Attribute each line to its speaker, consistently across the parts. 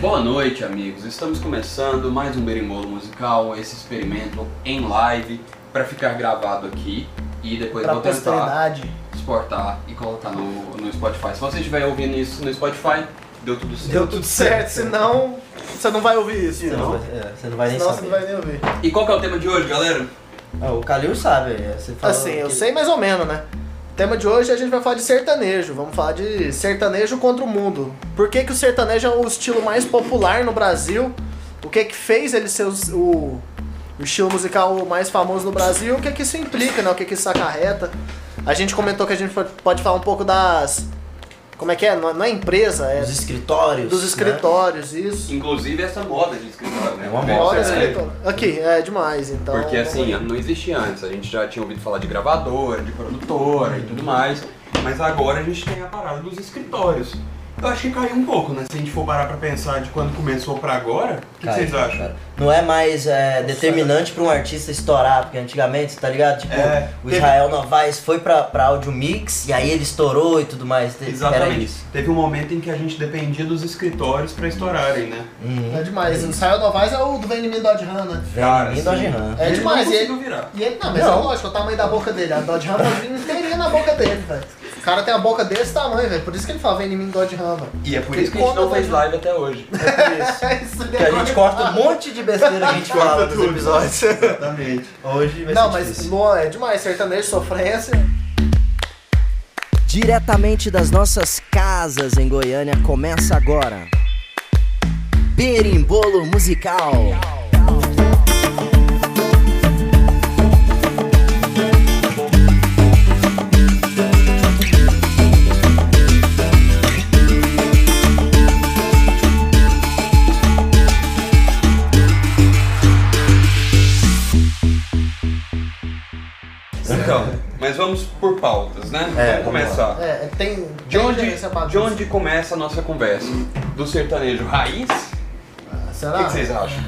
Speaker 1: Boa noite, amigos. Estamos começando mais um Berimbolo Musical, esse experimento em live para ficar gravado aqui e depois
Speaker 2: pra
Speaker 1: vou tentar
Speaker 2: posteridade.
Speaker 1: exportar e colocar no, no Spotify. Se você estiver ouvindo isso no Spotify, deu tudo certo.
Speaker 2: Deu tudo certo, senão você não vai ouvir isso.
Speaker 3: Você
Speaker 2: Senão
Speaker 3: não vai- é, Você não vai nem
Speaker 2: senão você
Speaker 3: saber.
Speaker 2: não vai nem ouvir.
Speaker 1: E qual que é o tema de hoje, galera?
Speaker 3: Ah, o Calil sabe. é, Você fala
Speaker 2: Assim, eu
Speaker 3: que-
Speaker 2: sei mais ou menos, né? O tema de hoje a gente vai falar de sertanejo. Vamos falar de sertanejo contra o mundo. Por que, que o sertanejo é o estilo mais popular no Brasil? O que que fez ele ser os- o, o estilo musical mais famoso no Brasil? O que que isso implica, né? O que que isso acarreta? A gente comentou que a gente pode- pode falar um pouco das... Como é que é? Não é- não é empresa, é
Speaker 3: Dos escritórios.
Speaker 2: dos
Speaker 3: né?
Speaker 2: escritórios, isso.
Speaker 1: Inclusive essa moda de escritório, né?
Speaker 3: É uma
Speaker 1: Porque
Speaker 3: moda,
Speaker 2: Olha,
Speaker 1: você-
Speaker 2: escritor. Aqui, é demais, então.
Speaker 1: Porque assim, não existia antes. A gente já tinha ouvido falar de gravadora, de produtora e tudo mais. Mas agora a gente tem a parada dos escritórios. Eu acho que caiu um pouco, né? Se a gente for parar pra pensar de quando começou pra agora, o que, que
Speaker 3: Cara,
Speaker 1: vocês acham?
Speaker 3: cara, Não é mais é, determinante pra um artista estourar, porque antigamente, tá ligado? Tipo,
Speaker 1: É,
Speaker 3: o
Speaker 1: teve-
Speaker 3: Israel Novaes foi pra, pra Audio Mix e aí ele estourou e tudo mais. Te- Era
Speaker 1: Exatamente.
Speaker 3: isso.
Speaker 1: Teve um momento em que a gente dependia dos escritórios pra estourarem, né?
Speaker 3: Uhum.
Speaker 2: É demais. O Israel Novaes é o do Vem em mim Dodge Ram, né?
Speaker 1: Cara,
Speaker 3: Vem vindo a
Speaker 1: assim,
Speaker 3: Jehan.
Speaker 2: É
Speaker 1: Ele
Speaker 2: demais,
Speaker 1: não
Speaker 2: e ele.
Speaker 1: conseguiu virar.
Speaker 2: E ele, não, mas
Speaker 3: Não.
Speaker 2: é lógico, é o tamanho da boca dele. A Dodge Ram tá vindo inteirinha na boca dele, velho. O cara tem a boca desse tamanho, velho. Por isso que ele fala Vem em mim Dodge Ram, velho.
Speaker 1: E é por isso que a gente não fez live até hoje.
Speaker 2: É isso,
Speaker 3: Que a gente corta um monte de besteira que a gente fala nos episódios.
Speaker 1: Exatamente.
Speaker 3: Hoje vai
Speaker 2: Não,
Speaker 3: ser
Speaker 2: mas
Speaker 3: difícil.
Speaker 2: Luan, é demais. Sertanejo, sofrência.
Speaker 3: Diretamente das nossas casas em Goiânia, começa agora. Berimbolo Musical.
Speaker 1: Então, mas vamos por pautas, né?
Speaker 3: É,
Speaker 1: vamos
Speaker 3: vamos lá.
Speaker 1: começar.
Speaker 2: É, tem.
Speaker 1: De
Speaker 2: tem
Speaker 1: onde,
Speaker 2: essa bagunça.
Speaker 1: de onde começa a nossa conversa? Do sertanejo raiz?
Speaker 2: Ah,
Speaker 1: O que
Speaker 2: Será?
Speaker 1: que vocês acham?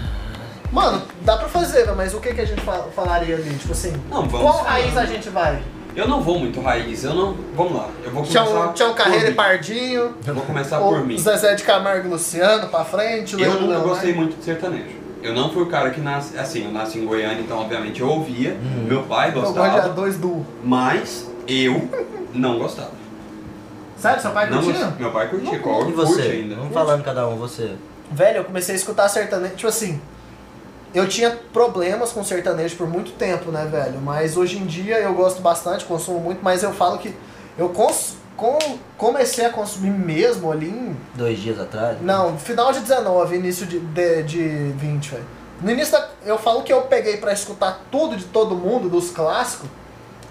Speaker 2: Mano, dá pra fazer, velho, mas o que, que a gente fal- falaria ali? Tipo assim,
Speaker 1: Não, vamos
Speaker 2: qual
Speaker 1: falar.
Speaker 2: raiz a gente vai?
Speaker 1: Eu não vou muito raiz, eu não. Vamos lá, eu vou começar.
Speaker 2: Tchau, tchau
Speaker 1: por
Speaker 2: Carreira e
Speaker 1: mim.
Speaker 2: Pardinho.
Speaker 1: Eu vou começar
Speaker 2: Ou
Speaker 1: Tá por mim.
Speaker 2: Zezé de Camargo e Luciano pra frente,
Speaker 1: Eu nunca
Speaker 2: Leonardo
Speaker 1: gostei muito de sertanejo. Eu não fui o cara que nasce. Assim, eu nasci em Goiânia, então obviamente eu ouvia. Meu pai
Speaker 2: Uhum. Eu gosto de
Speaker 1: gostava,
Speaker 2: A2 Duo.
Speaker 1: mas eu não gostava.
Speaker 2: Sabe, seu pai
Speaker 1: Não
Speaker 2: curtia?
Speaker 1: gost- Meu pai curtia,
Speaker 2: Não-
Speaker 1: qual curte
Speaker 3: E você?
Speaker 1: ainda.
Speaker 3: Vamos falando cada um, você.
Speaker 2: Velho, eu comecei a escutar sertanejo, tipo assim... Eu tinha problemas com sertanejo por muito tempo, né, velho? Mas hoje em dia eu gosto bastante, consumo muito, mas eu falo que eu cons- com- comecei a consumir mesmo ali em
Speaker 3: Dois dias atrás?
Speaker 2: Não, final de 19, início de, de, de 20, velho. No início da, eu falo que eu peguei pra escutar tudo de todo mundo, dos clássicos,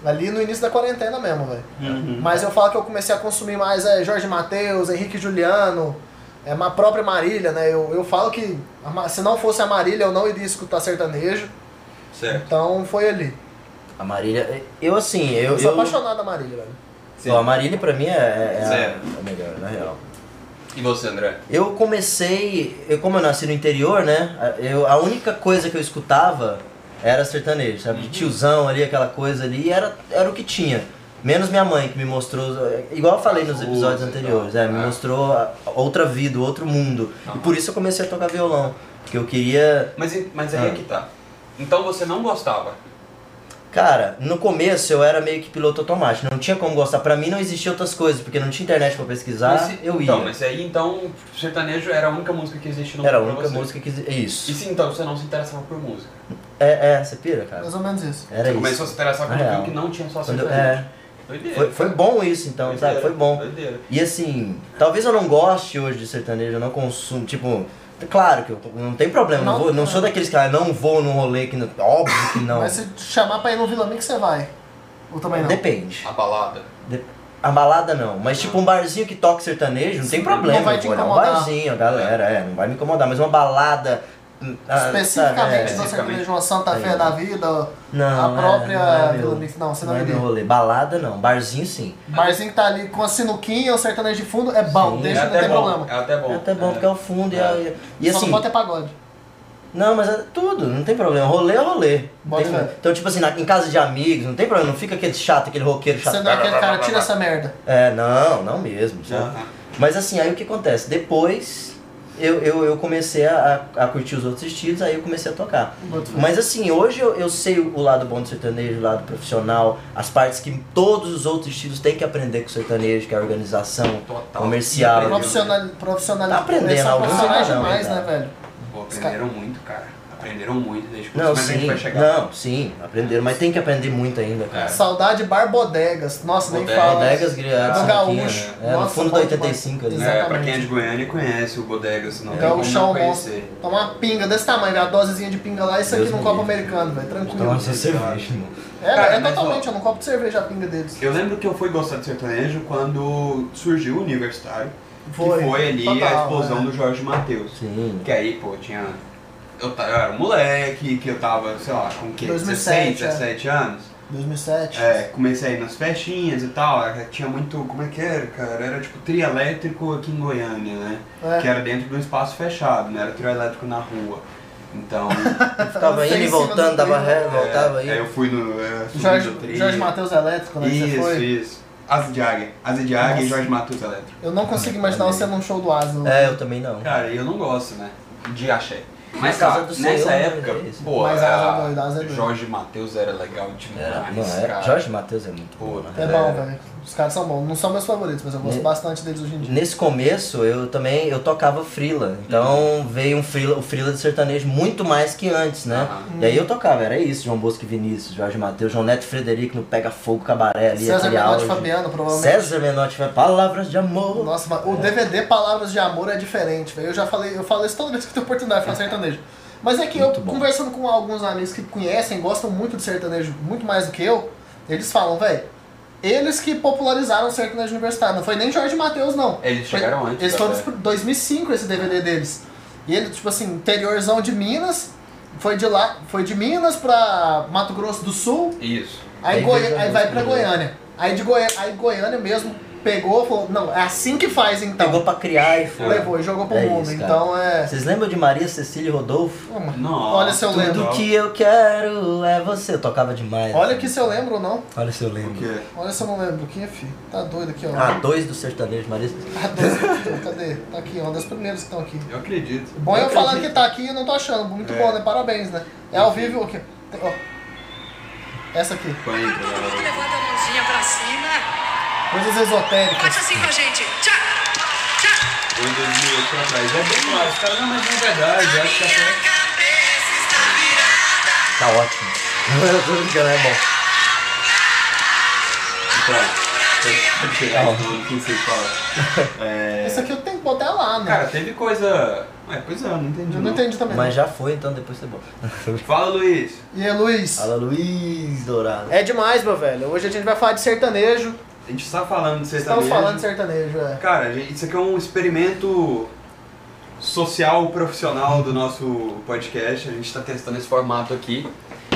Speaker 2: ali no início da quarentena mesmo, velho.
Speaker 1: Uhum.
Speaker 2: Mas eu falo que eu comecei a consumir mais é, Jorge Mateus, Henrique Juliano, é, a própria Marília, né? Eu, eu falo que a Ma- se não fosse a Marília eu não iria escutar sertanejo,
Speaker 1: Certo.
Speaker 2: então foi ali.
Speaker 3: A Marília. Eu assim, eu.
Speaker 2: Eu sou
Speaker 3: eu-
Speaker 2: apaixonado da Marília, velho.
Speaker 1: Sim.
Speaker 3: Ó, a Marília pra mim é, é, é a-
Speaker 1: Zero.
Speaker 3: a melhor, na real.
Speaker 1: E você, André?
Speaker 3: Eu comecei. Eu, como eu nasci no interior, né? a- Eu, a única coisa que eu escutava era sertanejo, sabe? De tiozão ali, aquela coisa ali, e era, era o que tinha. Menos minha mãe que me mostrou, igual eu falei nos episódios
Speaker 1: Música,
Speaker 3: anteriores, é, me
Speaker 1: é.
Speaker 3: mostrou a- outra vida, outro mundo. E por isso eu comecei a tocar violão. Porque eu queria
Speaker 1: Mas, e- mas aí
Speaker 3: Ah.
Speaker 1: é que tá. Então você não gostava.
Speaker 3: Cara, no começo eu era meio que piloto automático, não tinha como gostar. Pra mim não existia outras coisas, porque não tinha internet pra pesquisar,
Speaker 1: Mas se-
Speaker 3: eu ia.
Speaker 1: Então, mas aí então sertanejo era a única música que existe no
Speaker 3: Era a
Speaker 1: mundo pra
Speaker 3: única
Speaker 1: você.
Speaker 3: música que existia. Isso.
Speaker 1: E se então você não se interessava por música?
Speaker 3: É, é, você pira, cara?
Speaker 2: Mais ou menos isso.
Speaker 3: Era
Speaker 1: você
Speaker 3: É isso.
Speaker 1: começou assim, né? a se interessar por
Speaker 3: Na
Speaker 1: aquilo
Speaker 3: real.
Speaker 1: que não tinha só
Speaker 3: Quando eu-
Speaker 1: sertanejo.
Speaker 3: é,
Speaker 1: Doideira.
Speaker 3: foi, foi bom isso então,
Speaker 1: Doideira,
Speaker 3: sabe? Foi bom.
Speaker 1: Doideira.
Speaker 3: E assim, talvez eu não goste hoje de sertanejo, eu não consumo, tipo. Claro que eu não tem problema, não,
Speaker 2: Não,
Speaker 3: vou, não
Speaker 2: não.
Speaker 3: sou daqueles que ah, não vou num rolê que não. Óbvio que não.
Speaker 2: Mas se te chamar pra ir no Vila Mix, você vai. Ou também não.
Speaker 3: Depende.
Speaker 1: A balada.
Speaker 3: De- A balada não, mas tipo um barzinho que toca sertanejo, não tem problema.
Speaker 2: não vai
Speaker 3: eu
Speaker 2: te
Speaker 3: vou olhar
Speaker 2: incomodar.
Speaker 3: Um barzinho, a galera, é, não vai me incomodar, mas uma balada. hum, ah,
Speaker 2: Especificamente
Speaker 3: sabe,
Speaker 2: no
Speaker 3: é,
Speaker 2: sertanejo, uma Santa
Speaker 3: Aí,
Speaker 2: Fé
Speaker 3: ó.
Speaker 2: da vida,
Speaker 3: Não,
Speaker 2: a própria
Speaker 3: é, não é meu-
Speaker 2: Vila Mix, não, você não,
Speaker 3: não é
Speaker 2: me
Speaker 3: meu
Speaker 2: liga.
Speaker 3: rolê. Balada não, barzinho sim.
Speaker 2: Barzinho que tá ali com a sinuquinha, o sertanejo de fundo, é bom,
Speaker 3: Sim,
Speaker 2: deixa,
Speaker 1: é
Speaker 2: não
Speaker 1: até
Speaker 2: tem
Speaker 1: bom.
Speaker 2: problema.
Speaker 1: É até bom.
Speaker 3: É até bom porque é o fundo e, a- e- e
Speaker 2: Só
Speaker 3: assim.
Speaker 2: não pode ter pagode.
Speaker 3: Não, mas é tudo, não tem problema. Rolê é rolê.
Speaker 2: Bota
Speaker 3: Tem-
Speaker 2: fé.
Speaker 3: então, tipo assim, na- em casa de amigos, não tem problema, não fica aquele chato, aquele roqueiro chato.
Speaker 2: Você não é aquele cara, tira essa merda.
Speaker 3: É, não, não mesmo.
Speaker 1: Já.
Speaker 3: sabe? Mas assim, aí o que acontece? Depois eu, eu, eu comecei a, a curtir os outros estilos, aí eu comecei a tocar. Mas assim, hoje eu, eu sei o lado bom do sertanejo, o lado profissional, as partes que todos os outros estilos têm que aprender com o sertanejo, que é a organização
Speaker 1: Total.
Speaker 3: comercial.
Speaker 1: Aprendeu,
Speaker 2: Profissional, profissional,
Speaker 3: Tá aprendendo,
Speaker 2: eles são
Speaker 3: alguns
Speaker 2: profissionais
Speaker 3: não,
Speaker 2: demais, né,
Speaker 3: verdade.
Speaker 2: velho?
Speaker 1: Pô, aprenderam muito, cara. Aprenderam muito desde o
Speaker 3: Não,
Speaker 1: curso, mas a gente
Speaker 3: sim,
Speaker 1: vai chegar. lá. É.
Speaker 3: não, sim, aprenderam, mas tem que aprender muito ainda, cara.
Speaker 2: Saudade Bar Bodegas. Nossa, nem
Speaker 1: Bodegas.
Speaker 2: fala.
Speaker 3: Bodegas
Speaker 2: Do
Speaker 3: Griados,
Speaker 2: gaúcho.
Speaker 3: É, no
Speaker 2: Nossa,
Speaker 3: fundo da
Speaker 2: bom demais.
Speaker 3: 85 ali. né?
Speaker 2: Exato.
Speaker 1: É, pra
Speaker 2: Exatamente.
Speaker 1: quem
Speaker 2: É
Speaker 1: é de Goiânia conhece o Bodegas, não
Speaker 3: é.
Speaker 1: tem como
Speaker 2: Gaúchão
Speaker 1: não
Speaker 2: monstro.
Speaker 1: conhecer.
Speaker 2: Toma uma pinga desse tamanho, velho. A dosezinha de pinga lá, isso aqui
Speaker 3: Deus
Speaker 2: num
Speaker 3: me
Speaker 2: copo
Speaker 3: livre.
Speaker 2: americano, velho. Tranquilo.
Speaker 3: Nossa,
Speaker 1: você
Speaker 3: cerveja, mano.
Speaker 2: É,
Speaker 1: Cara,
Speaker 2: é
Speaker 1: mas,
Speaker 2: totalmente,
Speaker 1: ó,
Speaker 2: é num copo de cerveja a pinga deles.
Speaker 1: Eu lembro que eu fui gostar de sertanejo quando surgiu o Universitário,
Speaker 2: Foi,
Speaker 1: que foi ali a
Speaker 2: total,
Speaker 1: explosão
Speaker 2: é.
Speaker 1: do Jorge Matheus.
Speaker 3: Sim.
Speaker 1: Que aí, pô, tinha. Eu, ta- eu era um moleque, que eu tava, sei lá, com o quê?
Speaker 2: 2007,
Speaker 1: 16, 17 anos.
Speaker 2: 2007.
Speaker 1: É, comecei a ir nas festinhas e tal. era- Tinha muito. Como é que era, cara? Era tipo trio elétrico aqui em Goiânia, né?
Speaker 2: É.
Speaker 1: Que era dentro de um espaço fechado, não era trio elétrico na rua. Então.
Speaker 2: um
Speaker 3: Ficava indo e voltando, dava ré, voltava
Speaker 1: é, aí
Speaker 3: aí.
Speaker 1: eu fui no. é, subi no
Speaker 2: Jorge,
Speaker 1: trio.
Speaker 2: Jorge Matheus Elétrico, né? que você
Speaker 1: Isso,
Speaker 2: foi.
Speaker 1: isso. Asa de Águia. Asa de Águia e
Speaker 2: Nossa.
Speaker 1: Jorge Matheus Elétrico.
Speaker 2: Eu não consigo imaginar você num show do né? Asno.
Speaker 3: É, eu também não.
Speaker 1: Cara, eu não gosto, né? De axé. Mas,
Speaker 3: Na
Speaker 1: cara,
Speaker 3: casa do
Speaker 1: nessa
Speaker 3: Senhor,
Speaker 1: época,
Speaker 3: né, isso.
Speaker 1: pô,
Speaker 2: Mas a Asa
Speaker 1: a-
Speaker 2: Doida, a Asa é Doida.
Speaker 1: Jorge Matheus era legal demais,
Speaker 3: Era, não, era.
Speaker 1: Ah, cara.
Speaker 3: Jorge Matheus é muito
Speaker 1: Pô,
Speaker 3: bom, né?
Speaker 2: É, bom, velho. Os caras são bons. Não são meus favoritos, mas eu gosto
Speaker 3: Ne-
Speaker 2: bastante deles hoje em dia.
Speaker 3: Nesse começo eu também eu tocava frila, então
Speaker 1: Uhum.
Speaker 3: veio um frila, o frila de sertanejo muito mais que antes, né?
Speaker 1: Aham.
Speaker 3: E aí eu tocava, era isso, João Bosco e Vinícius, Jorge Matheus, João Neto e Frederico no Pega Fogo Cabaré ali,
Speaker 2: César
Speaker 3: aquele
Speaker 2: Menotti
Speaker 3: auge.
Speaker 2: e Fabiano, provavelmente.
Speaker 3: César Menotti, vai, palavras de amor.
Speaker 2: Nossa, mas
Speaker 1: É.
Speaker 2: o DVD Palavras de Amor é diferente, velho. Eu já falei, eu falo isso toda vez que eu tenho oportunidade de falar sertanejo. Mas é que
Speaker 3: Muito
Speaker 2: eu,
Speaker 3: bom.
Speaker 2: conversando com alguns amigos que conhecem, gostam muito de sertanejo, muito mais do que eu, eles falam, velho, eles que popularizaram o sertanejo universitário. Não foi nem Jorge Matheus, não.
Speaker 1: Eles
Speaker 2: Foi-
Speaker 1: chegaram antes. né?
Speaker 2: Eles foram
Speaker 1: até.
Speaker 2: tipo, 2005 esse DVD deles. E ele, tipo assim, interiorzão de Minas, foi de lá, foi de Minas pra Mato Grosso do Sul,
Speaker 1: Isso.
Speaker 2: Aí,
Speaker 3: Aí
Speaker 2: Goi-
Speaker 3: veio a
Speaker 2: aí vai
Speaker 3: música
Speaker 2: pra
Speaker 3: do-
Speaker 2: Goiânia. Aí de Goi... aí Goiânia mesmo pegou, falou, não, é assim que faz então.
Speaker 3: Pegou pra criar e foi.
Speaker 2: Levou e jogou pro
Speaker 3: É
Speaker 2: mundo.
Speaker 3: isso, cara.
Speaker 2: então é.
Speaker 3: Vocês lembram de Maria Cecília e Rodolfo?
Speaker 2: Hum,
Speaker 1: Nossa,
Speaker 2: Olha se eu
Speaker 1: tudo
Speaker 2: lembro.
Speaker 3: Tudo é que eu quero é você. Eu tocava demais.
Speaker 2: Olha que se eu lembro ou não.
Speaker 3: Olha se eu
Speaker 1: Porque
Speaker 3: lembro.
Speaker 2: Olha se eu não lembro. Quem é, filho? Tá doido aqui, ó.
Speaker 3: A dois do sertanejo, Maria Cecília.
Speaker 2: Tá doido. Cadê? Tá aqui, ó. Uma das primeiras que estão aqui.
Speaker 1: eu acredito.
Speaker 2: Bom eu,
Speaker 3: Eu
Speaker 2: falando
Speaker 3: acredito.
Speaker 2: que tá aqui e não tô achando. Muito
Speaker 1: É.
Speaker 2: bom, né? Parabéns, né? É ao vivo aqui. Tem- Ó. Essa aqui.
Speaker 1: Foi
Speaker 4: Agora todo mundo levanta a mãozinha pra cima.
Speaker 2: Coisas esotéricas.
Speaker 4: Bate assim com a gente. Tchá, tchá.
Speaker 1: Foi em 2008 pra trás. É bem lá. Os caras não, mas na verdade, eu acho que é até.
Speaker 4: cabeça está virada.
Speaker 3: Tá ótimo. Eu tô brincando, é bom.
Speaker 1: Então, pode tirar
Speaker 3: Não.
Speaker 1: isso do que você fala. É,
Speaker 2: Essa aqui eu tenho que botar lá, né?
Speaker 1: Cara, teve coisa. Ué, pois é, eu não entendi.
Speaker 2: eu não entendi também.
Speaker 3: Mas já foi, então depois você bom.
Speaker 1: Fala, Luiz.
Speaker 2: E aí, Luiz?
Speaker 3: Fala Luiz Dourado.
Speaker 2: É demais, meu velho. Hoje a gente vai falar de sertanejo.
Speaker 1: A gente tá falando de sertanejo.
Speaker 2: Estamos falando de sertanejo, é.
Speaker 1: Cara, gente, isso aqui é um experimento social profissional do nosso podcast. A gente está testando esse formato aqui.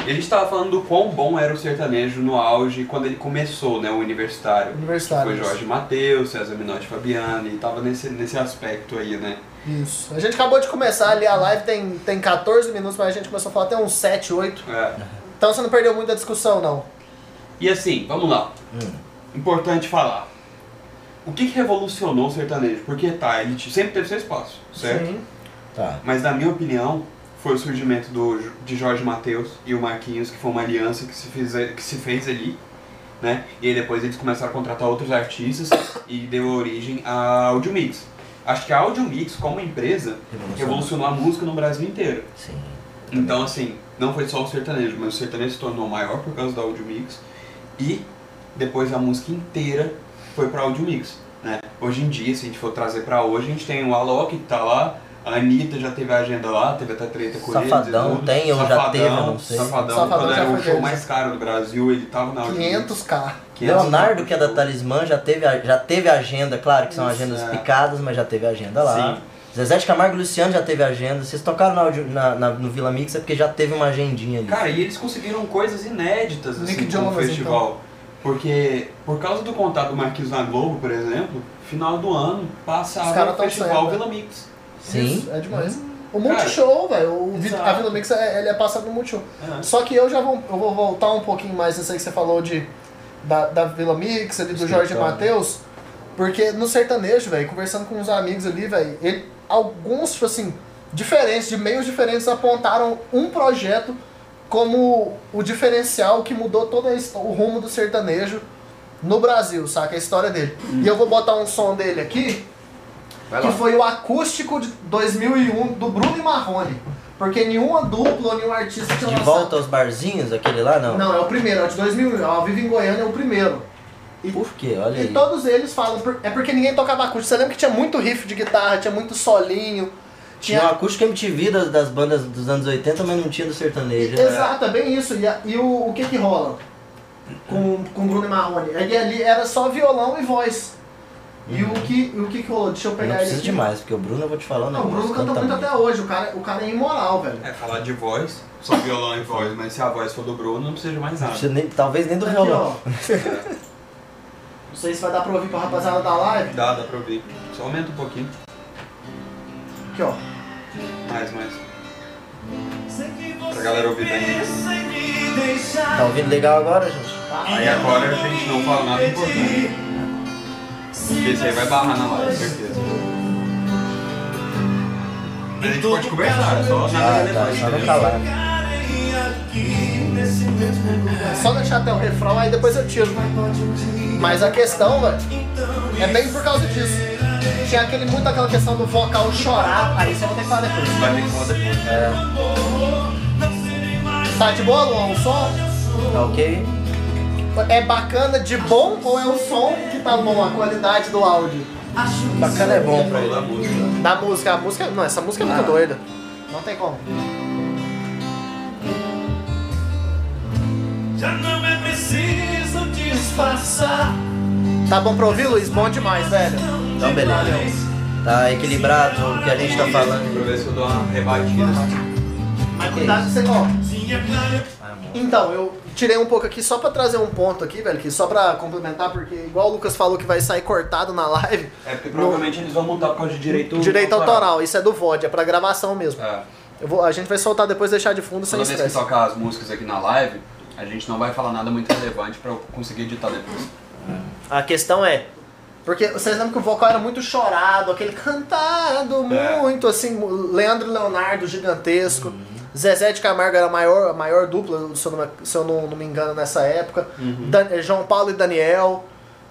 Speaker 1: E a gente estava falando do quão bom era o sertanejo no auge quando ele começou, né, o universitário.
Speaker 2: Universitário.
Speaker 1: Foi Jorge Matheus, César Minotti Fabiano e tava nesse, nesse aspecto aí, né?
Speaker 2: Isso. A gente acabou de começar ali, a live tem, tem 14 minutos, mas a gente começou a falar até uns 7, 8.
Speaker 1: É.
Speaker 2: Então você não perdeu muito da discussão, não.
Speaker 1: E assim, vamos lá.
Speaker 2: Hum.
Speaker 1: Importante falar. O que, que revolucionou o sertanejo? Porque tá, ele t- sempre teve seu espaço, certo?
Speaker 2: Sim.
Speaker 3: Tá.
Speaker 1: Mas na minha opinião, foi o surgimento do, de Jorge Mateus e o Marquinhos, que foi uma aliança que se, fize- que se fez ali, né? E aí depois eles começaram a contratar outros artistas e deu origem à Audio Mix. Acho que a Audio Mix, como empresa,
Speaker 3: Revolucionou.
Speaker 1: revolucionou a música no Brasil inteiro.
Speaker 3: Sim.
Speaker 1: Então, assim, não foi só o sertanejo, mas o sertanejo se tornou maior por causa da Audio Mix e depois a música inteira foi pra Audio Mix, né? Hoje em dia, se a gente for trazer pra hoje, a gente tem o Alok que tá lá, a Anitta já teve a agenda lá, teve até treta com eles e
Speaker 3: Safadão
Speaker 1: tudo.
Speaker 3: tem ou já teve, eu não sei.
Speaker 1: Safadão,
Speaker 2: Safadão
Speaker 1: quando
Speaker 2: já
Speaker 1: era
Speaker 2: foi
Speaker 1: o show
Speaker 2: deles.
Speaker 1: mais caro do Brasil, ele tava na Audio Mix.
Speaker 2: 500k.
Speaker 1: 500.
Speaker 3: Leonardo, que é da Talismã, já teve, a- já teve agenda, claro que são
Speaker 1: Isso,
Speaker 3: agendas
Speaker 1: é.
Speaker 3: picadas, mas já teve agenda lá.
Speaker 1: Sim.
Speaker 3: Zezé de Camargo e Luciano já teve agenda. Vocês tocaram na audio- na- na- no Vila Mix é porque já teve uma agendinha ali.
Speaker 1: Cara, e eles conseguiram coisas inéditas assim,
Speaker 2: Nick
Speaker 1: com o
Speaker 2: Jonas, então.
Speaker 1: festival. Porque, por causa do contato do Marquinhos na Globo, por exemplo, final do ano
Speaker 2: Os
Speaker 1: passava
Speaker 2: caras
Speaker 1: o
Speaker 2: tão
Speaker 1: festival
Speaker 2: saindo, né?
Speaker 1: Vila Mix.
Speaker 3: Sim.
Speaker 2: Isso, é demais. O Multishow, velho. O Vi-
Speaker 1: Exato.
Speaker 2: a Vila Mix é, ele é passado no Multishow.
Speaker 1: É.
Speaker 2: Só que eu já vou, eu vou voltar um pouquinho mais nisso aí que você falou de, da, da Vila Mix, ali do Jorge
Speaker 3: Escritório.
Speaker 2: Matheus. Porque no sertanejo, velho, conversando com uns amigos ali, velho, ele- alguns, tipo assim, diferentes, de meios diferentes, apontaram um projeto como o diferencial que mudou todo a his- o rumo do sertanejo no Brasil, saca? A história dele. E eu vou botar um som dele aqui,
Speaker 1: Vai
Speaker 2: que
Speaker 1: lá.
Speaker 2: foi o acústico de 2001 do Bruno e Marrone. Porque nenhuma dupla, nenhum artista tinha
Speaker 3: De
Speaker 2: lançado-
Speaker 3: volta aos barzinhos, aquele lá, não?
Speaker 2: é Não, é o primeiro, é o de 2001. Ao vivo em Goiânia é o primeiro.
Speaker 3: Por quê? Olha
Speaker 2: E
Speaker 3: aí.
Speaker 2: todos eles falam, por- é porque ninguém tocava acústico. Você lembra que tinha muito riff de guitarra, tinha muito solinho,
Speaker 3: Tinha o
Speaker 2: tinha.
Speaker 3: acústico MTV das, das bandas dos anos 80, mas não tinha do sertanejo. né?
Speaker 2: Exato, é bem isso. E, a- e o, o que que rola com, com Bruno e Marrone? Ele ali era só violão e voz. E o que, e o que que rolou? Deixa eu
Speaker 3: Uhum. Eu
Speaker 2: pegar
Speaker 3: não
Speaker 2: ele.
Speaker 3: preciso
Speaker 2: aqui.
Speaker 3: demais, porque o Bruno eu vou te falar, um tá não.
Speaker 2: Não, o Bruno canta muito até hoje, o cara, o cara é imoral, velho.
Speaker 1: É, falar de voz, só violão e voz, mas se a voz for do Bruno, não precisa de mais
Speaker 3: Não
Speaker 1: nada.
Speaker 3: precisa nem- talvez nem do
Speaker 2: Aqui,
Speaker 3: violão.
Speaker 2: ó. Não sei se vai dar pra ouvir pra rapaziada da live.
Speaker 1: Dá, dá pra ouvir. Só aumenta um pouquinho.
Speaker 2: Aqui, ó.
Speaker 1: Mais, mais. Pra galera ouvir bem.
Speaker 3: Tá ouvindo legal agora, gente?
Speaker 2: Ah,
Speaker 1: Aí agora a gente não fala nada importante. Porque isso aí vai barrar na live, certeza. Mas a gente pode conversar, é só nada
Speaker 3: Ah, tá,
Speaker 1: relevante,
Speaker 3: só não
Speaker 1: entendeu?
Speaker 3: calar.
Speaker 2: Só deixar até o refrão, aí depois eu tiro. Mas a questão, velho, é bem por causa disso. Tinha aquele, muito aquela questão do vocal chorar, aí você vai ter que falar depois.
Speaker 1: Vai ter que falar depois.
Speaker 3: É,
Speaker 2: Tá de boa, Luan? O som
Speaker 3: Tá ok?
Speaker 2: é bacana de bom ou é o som que tá bom, a qualidade do áudio?
Speaker 3: Bacana é bom pra
Speaker 1: Falou
Speaker 3: ele.
Speaker 1: um da música.
Speaker 2: Da música, a música. Não, essa música é muito
Speaker 3: Ah.
Speaker 2: doida. Não tem como.
Speaker 5: Já não é preciso disfarçar.
Speaker 2: Tá bom pra ouvir, Luiz? Bom demais, velho.
Speaker 3: Então beleza. Tá equilibrado o que a gente tá
Speaker 1: Pra
Speaker 3: falando.
Speaker 1: ver se eu dou uma rebatida.
Speaker 2: Uhum. Mas cuidado que você ó.
Speaker 5: Tinha claro.
Speaker 2: Então, eu tirei um pouco aqui só pra trazer um ponto aqui, velho, que só pra complementar, porque igual o Lucas falou que vai sair cortado na live,
Speaker 1: É porque provavelmente eles vão montar por causa de direito
Speaker 2: direito autoral, isso é do VOD, é pra gravação mesmo.
Speaker 1: É.
Speaker 2: Eu vou, a gente vai soltar depois, deixar de fundo sem
Speaker 1: Toda vez que
Speaker 2: estresse.
Speaker 1: tocar as músicas aqui na live, a gente não vai falar nada muito relevante pra eu conseguir editar depois.
Speaker 2: A questão é, porque vocês lembram que o vocal era muito chorado, aquele cantado,
Speaker 1: É. Uhum.
Speaker 2: muito assim, Leandro e Leonardo gigantesco. Zezé de Camargo era a maior, a maior dupla, se eu, não, se eu não- não me engano, nessa época.
Speaker 1: Uhum.
Speaker 2: Dan- eh, João Paulo e Daniel.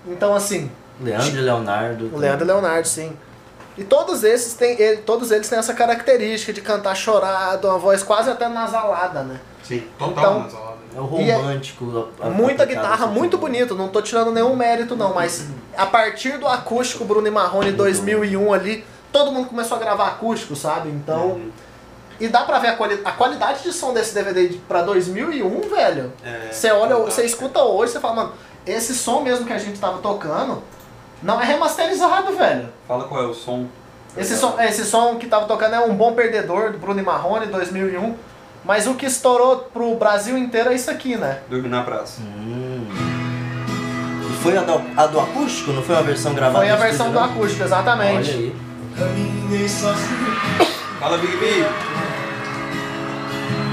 Speaker 2: Então, assim,
Speaker 3: Leandro e Leonardo.
Speaker 1: Uhum.
Speaker 2: O Leandro e Leonardo, sim. E todos esses têm, ele- todos eles têm essa característica de cantar chorado, uma voz quase até nasalada, né?
Speaker 1: Sim,
Speaker 2: Então-
Speaker 3: É o romântico. a- a-
Speaker 2: É Muita
Speaker 3: complicado
Speaker 2: guitarra,
Speaker 3: assim.
Speaker 2: muito bonito, não tô tirando nenhum mérito não, mas a partir do acústico Bruno e Marrone 2001 ali, todo mundo começou a gravar acústico, sabe? Então, e dá pra ver a, quali- a qualidade de som desse DVD de- pra 2001, velho.
Speaker 1: É,
Speaker 2: Você olha,
Speaker 1: fantástico.
Speaker 2: você escuta hoje, você fala, mano, esse som mesmo que a gente tava tocando não é remasterizado, velho.
Speaker 1: Fala qual é o som.
Speaker 2: Esse som, esse som que tava tocando é um bom perdedor do Bruno e Marrone 2001, mas o que estourou pro Brasil inteiro é isso aqui, né?
Speaker 1: Dormir na praça.
Speaker 3: Hum. E foi a do, a do acústico? Não foi uma versão gravada?
Speaker 2: Foi a
Speaker 3: no
Speaker 2: versão do
Speaker 3: estúdio,
Speaker 2: acústico,
Speaker 3: não? Olha
Speaker 2: exatamente.
Speaker 3: aí.
Speaker 5: Caminhei sozinho.
Speaker 1: Fala, Big B!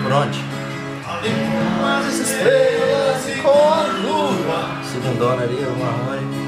Speaker 3: Por onde?
Speaker 5: Falei com as estrelas e com a lua.
Speaker 3: Segundona ali, o Marrone.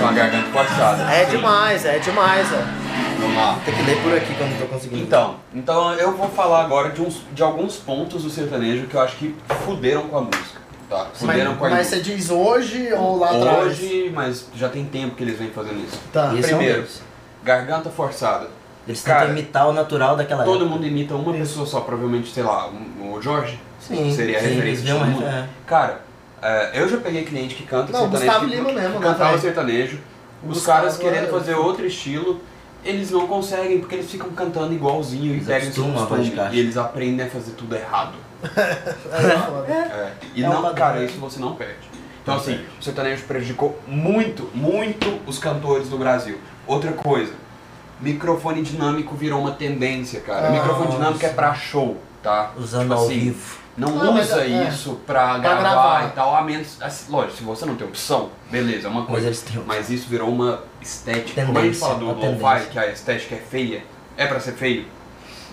Speaker 1: Com a garganta forçada.
Speaker 2: É demais, é demais, ó.
Speaker 1: Vamos lá.
Speaker 3: Tem que ler por aqui que eu não tô conseguindo.
Speaker 1: Então, então eu vou falar agora de, uns, de alguns pontos do sertanejo que eu acho que fuderam com a música. Tá? Fuderam
Speaker 2: Mas,
Speaker 1: com a
Speaker 2: mas você diz hoje ou lá atrás?
Speaker 1: Hoje, mas já tem tempo que eles vêm fazendo isso.
Speaker 2: Tá.
Speaker 3: Esse é um
Speaker 1: Primeiro,
Speaker 3: deles.
Speaker 1: garganta forçada.
Speaker 3: Eles
Speaker 1: Cara,
Speaker 3: tentam imitar o natural daquela
Speaker 1: Todo
Speaker 3: época.
Speaker 1: mundo imita uma pessoa só, provavelmente, sei lá, um- o Jorge.
Speaker 3: Sim,
Speaker 1: Seria a
Speaker 3: sim,
Speaker 1: referência de
Speaker 3: deu
Speaker 1: todo
Speaker 3: uma-
Speaker 1: mundo.
Speaker 3: é.
Speaker 1: Cara, é, eu já peguei cliente que canta
Speaker 2: Não,
Speaker 1: sertanejo.
Speaker 2: Gustavo
Speaker 1: que
Speaker 2: Lima mesmo, né,
Speaker 1: Cantava
Speaker 2: velho?
Speaker 1: sertanejo. Os
Speaker 2: Gustavo
Speaker 1: caras querendo
Speaker 2: é-
Speaker 1: fazer outro estilo, eles não conseguem porque eles ficam cantando igualzinho
Speaker 3: Eles
Speaker 1: e pegam esse
Speaker 3: acostumam a voz de
Speaker 1: costume.
Speaker 3: caixa.
Speaker 1: E eles aprendem a fazer tudo errado.
Speaker 2: É, foda.
Speaker 1: É, E
Speaker 3: É um
Speaker 1: não,
Speaker 3: padrão.
Speaker 1: cara, isso você não perde. Então, assim, o sertanejo prejudicou muito, muito os cantores do Brasil. Outra coisa, microfone dinâmico virou uma tendência, cara. microfone dinâmico é pra show, tá?
Speaker 3: Ah, Usando
Speaker 1: Tipo
Speaker 3: ao
Speaker 1: assim,
Speaker 3: vivo.
Speaker 1: Não
Speaker 2: Ah, mas
Speaker 1: usa
Speaker 2: é- é.
Speaker 1: isso pra,
Speaker 2: Pra
Speaker 1: gravar,
Speaker 2: gravar.
Speaker 1: e tal, a menos. assim, lógico, se você não tem opção, beleza, é uma coisa.
Speaker 3: eles têm opção.
Speaker 1: Mas isso virou uma estética. Como a gente
Speaker 3: Tendência,
Speaker 1: fala do
Speaker 3: uma
Speaker 1: lo-fi,
Speaker 3: tendência.
Speaker 1: que a estética é feia, é pra ser feio,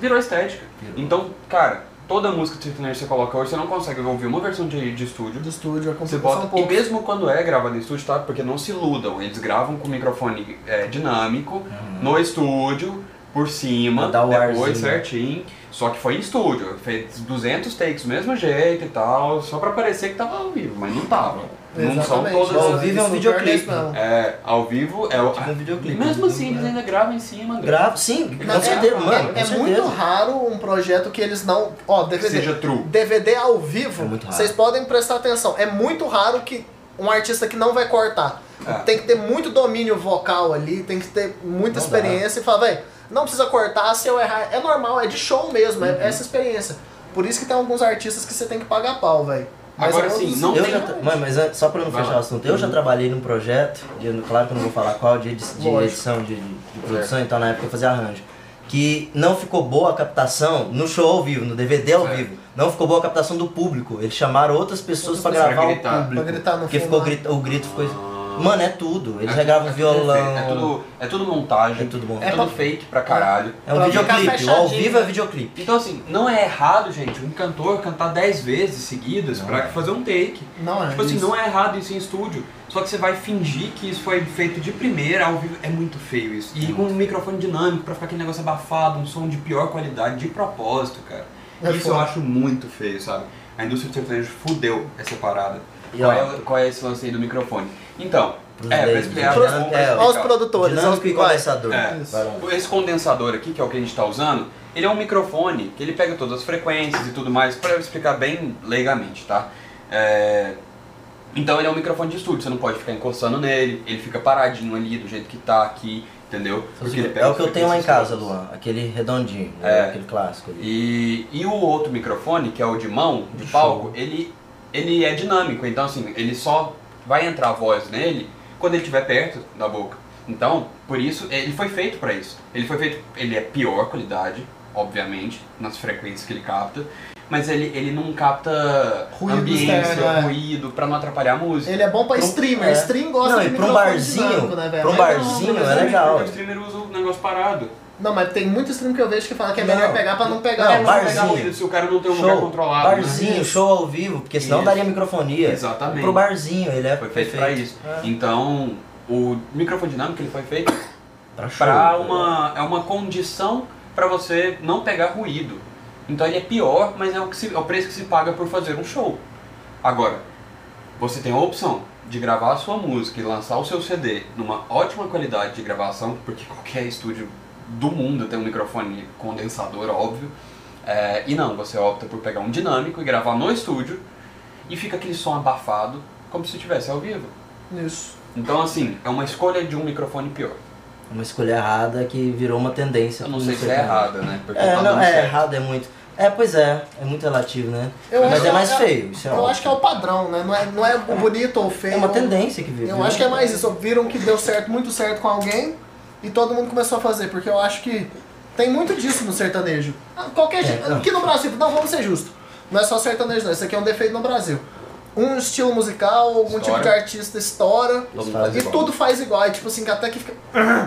Speaker 1: virou estética. Então, cara, toda música de sertanejo que você coloca hoje, você não consegue ouvir uma versão de, de estúdio.
Speaker 2: do estúdio, a
Speaker 1: Você
Speaker 2: complicação é
Speaker 1: bota,
Speaker 2: um
Speaker 1: e
Speaker 2: pouco.
Speaker 1: mesmo quando é gravado em estúdio, tá? Porque não se iludam, eles gravam com microfone é, dinâmico, no estúdio, por cima,
Speaker 3: Pra dar Uhum. o
Speaker 1: depois
Speaker 3: arzinho.
Speaker 1: certinho. Só que foi em estúdio, fez 200 takes do mesmo jeito e tal, só pra parecer que tava ao vivo, mas não tava. Não são
Speaker 2: Exatamente.
Speaker 1: todas
Speaker 3: Ao vivo é um
Speaker 2: Isso não
Speaker 3: videoclipe.
Speaker 2: perde isso, não.
Speaker 1: É, ao vivo é o.
Speaker 3: Tipo um videoclipe.
Speaker 1: Mesmo assim, eles ainda gravam em cima, né? André.
Speaker 3: Gravo, sim,
Speaker 2: Não,
Speaker 3: com
Speaker 2: é-
Speaker 3: certeza, mano.
Speaker 2: é-
Speaker 3: com
Speaker 2: é
Speaker 3: certeza.
Speaker 2: muito raro um projeto que eles não. Ó, DVD.
Speaker 1: seja true.
Speaker 2: DVD ao vivo,
Speaker 3: É muito raro.
Speaker 2: vocês podem prestar atenção. É muito raro que um artista que não vai cortar.
Speaker 1: É.
Speaker 2: Tem que ter muito domínio vocal ali, tem que ter muita
Speaker 3: Não
Speaker 2: experiência e falar, velho, não precisa cortar se eu errar. É normal, é de show mesmo,
Speaker 3: Uhum.
Speaker 2: é essa experiência. Por isso que tem alguns artistas que você tem que pagar pau, velho. Mas é um
Speaker 1: Agora
Speaker 2: alguns-
Speaker 1: sim, não
Speaker 3: eu
Speaker 1: tem.
Speaker 3: já, tra- mano, mas antes, só pra não
Speaker 1: Vai
Speaker 3: fechar
Speaker 1: lá. Uhum.
Speaker 3: o assunto, eu já trabalhei num projeto, de- claro que eu não vou falar qual, de, edi- de
Speaker 2: Lógico.
Speaker 3: edição, de, de
Speaker 1: É.
Speaker 3: produção, então na época eu fazia arranjo. Que não ficou boa a captação no show ao vivo, no DVD ao
Speaker 1: Certo.
Speaker 3: vivo. Não ficou boa a captação do público. Eles chamaram outras pessoas pra
Speaker 1: pessoas pra
Speaker 3: gravar o
Speaker 1: gritar.
Speaker 3: público.
Speaker 2: Pra gritar no
Speaker 3: Porque
Speaker 2: fundo né?
Speaker 3: ficou
Speaker 2: lá.
Speaker 3: grito- o grito ficou. Mano, é tudo. Eles
Speaker 1: É
Speaker 3: já
Speaker 1: tudo-
Speaker 3: gravam
Speaker 1: é tudo
Speaker 3: violão.
Speaker 1: feito, É tudo, é tudo montagem.
Speaker 3: É tudo bom.
Speaker 1: É
Speaker 2: É pra-
Speaker 1: tudo fake pra caralho.
Speaker 3: É um
Speaker 2: Pra ficar
Speaker 3: videoclipe. O ao
Speaker 2: fechadinho.
Speaker 3: vivo é videoclipe.
Speaker 1: Então assim, não é errado, gente, um cantor cantar 10 vezes seguidas pra
Speaker 3: é.
Speaker 1: fazer um take.
Speaker 2: Não é.
Speaker 1: Tipo assim,
Speaker 2: isso.
Speaker 1: não é errado isso em estúdio, só que você vai fingir que isso foi feito de primeira ao vivo. É muito feio isso. E com um microfone dinâmico pra ficar aquele negócio abafado, um som de pior qualidade de propósito, cara.
Speaker 2: É
Speaker 1: isso
Speaker 2: foda.
Speaker 1: eu acho muito feio, sabe? A indústria do sertanejo fudeu essa parada.
Speaker 3: E,
Speaker 1: qual,
Speaker 3: ó,
Speaker 1: é, qual é esse lance aí do microfone? Então,
Speaker 3: Pros
Speaker 1: é, pra
Speaker 3: dez,
Speaker 1: explicar,
Speaker 3: pros-
Speaker 1: vamos
Speaker 3: é,
Speaker 2: Olha os
Speaker 1: explicar.
Speaker 2: produtores, olha os
Speaker 3: Dinâmico e condensador.
Speaker 1: É.
Speaker 3: Vai lá.
Speaker 1: Esse condensador aqui, que é o que a gente está usando, ele é um microfone que ele pega todas as frequências e tudo mais, para explicar bem leigamente, tá? É, Então ele é um microfone de estúdio, você não pode ficar encostando nele, ele fica paradinho ali do jeito que tá aqui, entendeu? Porque ele pega
Speaker 3: É o
Speaker 1: as
Speaker 3: que eu tenho lá em
Speaker 1: frequências
Speaker 3: casa,
Speaker 1: todas.
Speaker 3: Luan. Aquele redondinho,
Speaker 1: É.
Speaker 3: aquele clássico ali.
Speaker 1: E, e o outro microfone, que é o de mão, de palco, ele, ele é dinâmico, então assim, ele só vai entrar a voz nele quando ele estiver perto da boca. Então, por isso, ele foi feito pra isso. Ele foi feito, ele é pior qualidade, obviamente, nas frequências que ele capta, mas ele, ele não capta
Speaker 2: Ruído
Speaker 1: ambiência,
Speaker 2: externo, é.
Speaker 1: ruído, pra não atrapalhar a música.
Speaker 2: Ele é bom pra
Speaker 3: Pra um-
Speaker 2: streamer.
Speaker 3: é.
Speaker 2: Stream gosta
Speaker 3: Não,
Speaker 2: de
Speaker 3: e pra um
Speaker 2: microfone
Speaker 3: barzinho,
Speaker 2: dinâmico, né, velho?
Speaker 3: pra um
Speaker 2: Mas
Speaker 1: Mas
Speaker 2: não,
Speaker 3: barzinho,
Speaker 1: mas
Speaker 3: é
Speaker 1: o
Speaker 3: legal.
Speaker 1: O um streamer usa o negócio parado.
Speaker 2: Não, mas tem muito stream que eu vejo que fala que é
Speaker 3: Não.
Speaker 2: melhor pegar pra não
Speaker 3: Não,
Speaker 2: pegar.
Speaker 1: Pra
Speaker 2: né?
Speaker 1: pegar
Speaker 3: barzinho.
Speaker 1: ruído, se o cara não tem um lugar
Speaker 3: Show,
Speaker 1: controlado. né?
Speaker 3: barzinho, show ao vivo, porque senão
Speaker 1: Isso.
Speaker 3: daria microfonia.
Speaker 1: Exatamente.
Speaker 3: Pro barzinho, ele é
Speaker 1: Foi feito pra isso.
Speaker 3: É.
Speaker 1: Então, o microfone dinâmico ele foi feito
Speaker 3: Pra, show.
Speaker 1: para uma é uma condição pra você não pegar ruído. Então ele é pior, mas é o, que se- é o preço que se paga por fazer um show. Agora, você tem a opção de gravar a sua música e lançar o seu CD numa ótima qualidade de gravação, porque qualquer estúdio do mundo tem um microfone condensador, óbvio. É, e não, você opta por pegar um dinâmico e gravar no estúdio e fica aquele som abafado, como se estivesse ao vivo.
Speaker 2: Isso.
Speaker 1: Então, assim, é uma escolha de um microfone pior.
Speaker 3: Uma escolha errada que virou uma tendência.
Speaker 1: Eu não
Speaker 3: pro
Speaker 1: sei se é
Speaker 3: sertanejo.
Speaker 1: errada, né? Porque
Speaker 3: É,
Speaker 1: tá
Speaker 3: não,
Speaker 1: dando
Speaker 3: é
Speaker 1: certo.
Speaker 3: errado, é muito. É, pois é, é muito relativo, né?
Speaker 2: Eu
Speaker 3: Mas
Speaker 2: acho
Speaker 3: é
Speaker 2: que
Speaker 3: mais
Speaker 2: é-
Speaker 3: feio, isso é
Speaker 2: Eu
Speaker 3: óbvio.
Speaker 2: acho que é o padrão, né? Não é, não é o bonito ou feio.
Speaker 3: É uma tendência que virou.
Speaker 2: Eu acho que é mais isso. Viram que deu certo, muito certo com alguém e todo mundo começou a fazer, porque eu acho que tem muito disso no sertanejo. Ah, Qualquer
Speaker 3: É,
Speaker 2: jeito.
Speaker 3: não.
Speaker 2: Aqui no Brasil, tipo, não, vamos ser justos. Não é só sertanejo, não. Isso aqui é um defeito no Brasil. Um estilo musical, algum tipo
Speaker 1: Estoura.
Speaker 2: de artista estoura.
Speaker 1: Todo mundo
Speaker 3: Faz
Speaker 1: faz
Speaker 2: E
Speaker 1: igual.
Speaker 2: tudo faz igual, é tipo assim, que até que fica.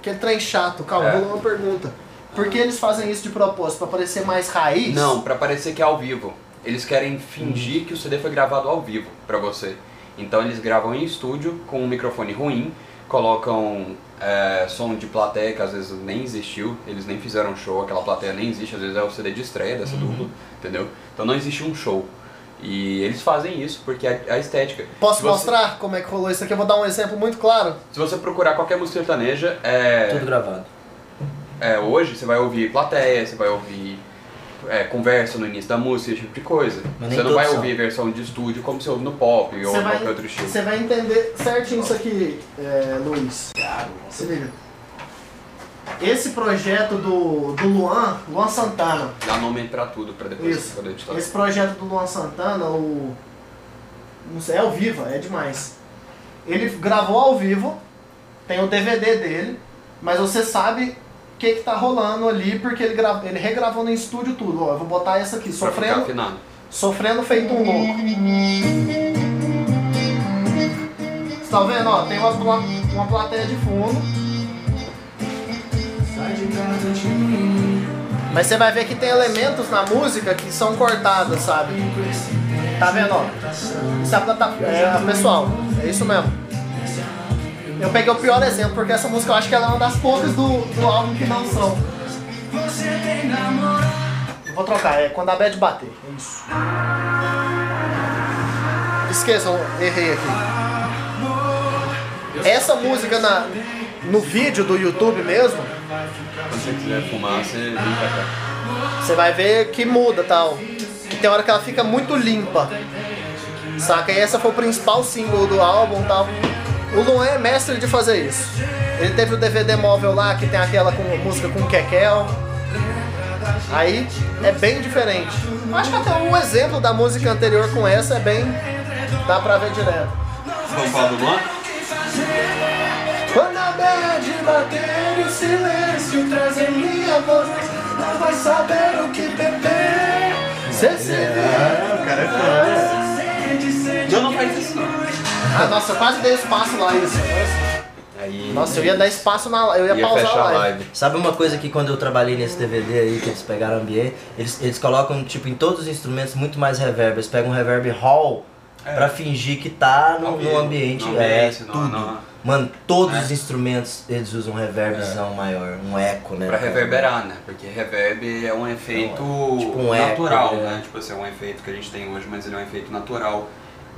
Speaker 2: Aquele trem chato, calma,
Speaker 1: É.
Speaker 2: vou uma pergunta. Por que eles fazem isso de propósito? Pra parecer mais raiz?
Speaker 1: Não, pra parecer que é ao vivo. Eles querem fingir que o CD foi gravado ao vivo pra você. Então eles gravam em estúdio com um microfone ruim, colocam é, som de plateia que às vezes nem existiu, eles nem fizeram show, aquela plateia nem existe, às vezes é o CD de estreia dessa dupla, entendeu? Então não existe um show. E eles fazem isso porque é a estética.
Speaker 2: Posso
Speaker 1: Se você-
Speaker 2: mostrar como é que rolou isso aqui? Eu vou dar um exemplo muito claro.
Speaker 1: Se você procurar qualquer música sertaneja, é.
Speaker 3: né? Tudo gravado.
Speaker 1: É, hoje você vai ouvir plateia, você vai ouvir é, conversa no início da música, esse tipo de coisa.
Speaker 3: Mas nem
Speaker 1: Você não
Speaker 3: todos
Speaker 1: vai
Speaker 3: são.
Speaker 1: ouvir versão de estúdio como você ouve no pop ou
Speaker 2: Você
Speaker 1: em
Speaker 2: vai,
Speaker 1: qualquer outro estilo.
Speaker 2: você vai entender certinho isso aqui, é, Luiz. Se liga. Esse projeto do, do Luan, Luan Santana.
Speaker 1: Dá nome pra tudo pra depois você
Speaker 2: Isso.
Speaker 1: poder editar.
Speaker 2: Esse projeto do Luan Santana, o. Não sei, é ao vivo, é demais. Ele gravou ao vivo, tem o DVD dele, mas você sabe o que, que tá rolando ali, porque ele, gra... ele regravou no estúdio tudo. Ó, eu vou botar essa aqui,
Speaker 1: Pra ficar
Speaker 2: sofrendo,
Speaker 1: afinado.
Speaker 2: Sofrendo feito um louco. Você tá vendo? Ó, tem uma, pla- uma plateia de fundo. Mas você vai ver que tem elementos na música que são cortados, sabe? Tá vendo? ó? Isso é, plata- é, pessoal, é isso mesmo. Eu peguei o pior exemplo, porque essa música eu acho que ela é uma das poucas do, do álbum que não são. Eu Vou trocar, é quando a bad bater. É isso. Esqueçam, errei aqui. Essa música na, no vídeo do YouTube mesmo,
Speaker 1: Quando você quiser fumar, você vem pra
Speaker 2: você vai ver que muda tal. E tem hora que ela fica muito limpa. Saca? E essa foi o principal single do álbum tal. O Luan é mestre de fazer isso. Ele teve o DVD móvel lá, que tem aquela com, música com Kekel. Aí é bem diferente. Acho que até o exemplo da música anterior com essa é bem. dá pra ver
Speaker 1: cá.
Speaker 2: direto.
Speaker 1: Vamos falar do Luan?
Speaker 2: Quando a bad bater o silêncio trazer minha voz, não vai saber o que beber. Cê se
Speaker 5: Ah, o cara é fã.
Speaker 1: Não, não faz isso não.
Speaker 2: Ah, nossa, eu quase dei espaço lá isso.
Speaker 1: Aí.
Speaker 2: Nossa, eu ia dar espaço na live, eu ia,
Speaker 1: ia
Speaker 2: pausar
Speaker 1: fechar
Speaker 2: a
Speaker 1: a
Speaker 2: live.
Speaker 1: live.
Speaker 3: Sabe uma coisa que quando eu trabalhei nesse DVD aí, que eles pegaram o ambiente, eles, eles colocam, tipo, em todos os instrumentos muito mais reverb. Eles pegam um reverb hall
Speaker 1: É.
Speaker 3: pra fingir que tá no,
Speaker 1: Ao
Speaker 3: no
Speaker 1: vivo,
Speaker 3: ambiente.
Speaker 1: no
Speaker 3: é,
Speaker 1: ambiente, no-
Speaker 3: tudo.
Speaker 1: no-
Speaker 3: Mano, todos
Speaker 1: É.
Speaker 3: os instrumentos eles usam um reverbzão maior, um eco, né?
Speaker 1: Pra reverberar, né? Porque reverb é um efeito
Speaker 3: tipo um eco,
Speaker 1: natural,
Speaker 3: né?
Speaker 1: né? Tipo assim, é um efeito que a gente tem hoje, mas ele é um efeito natural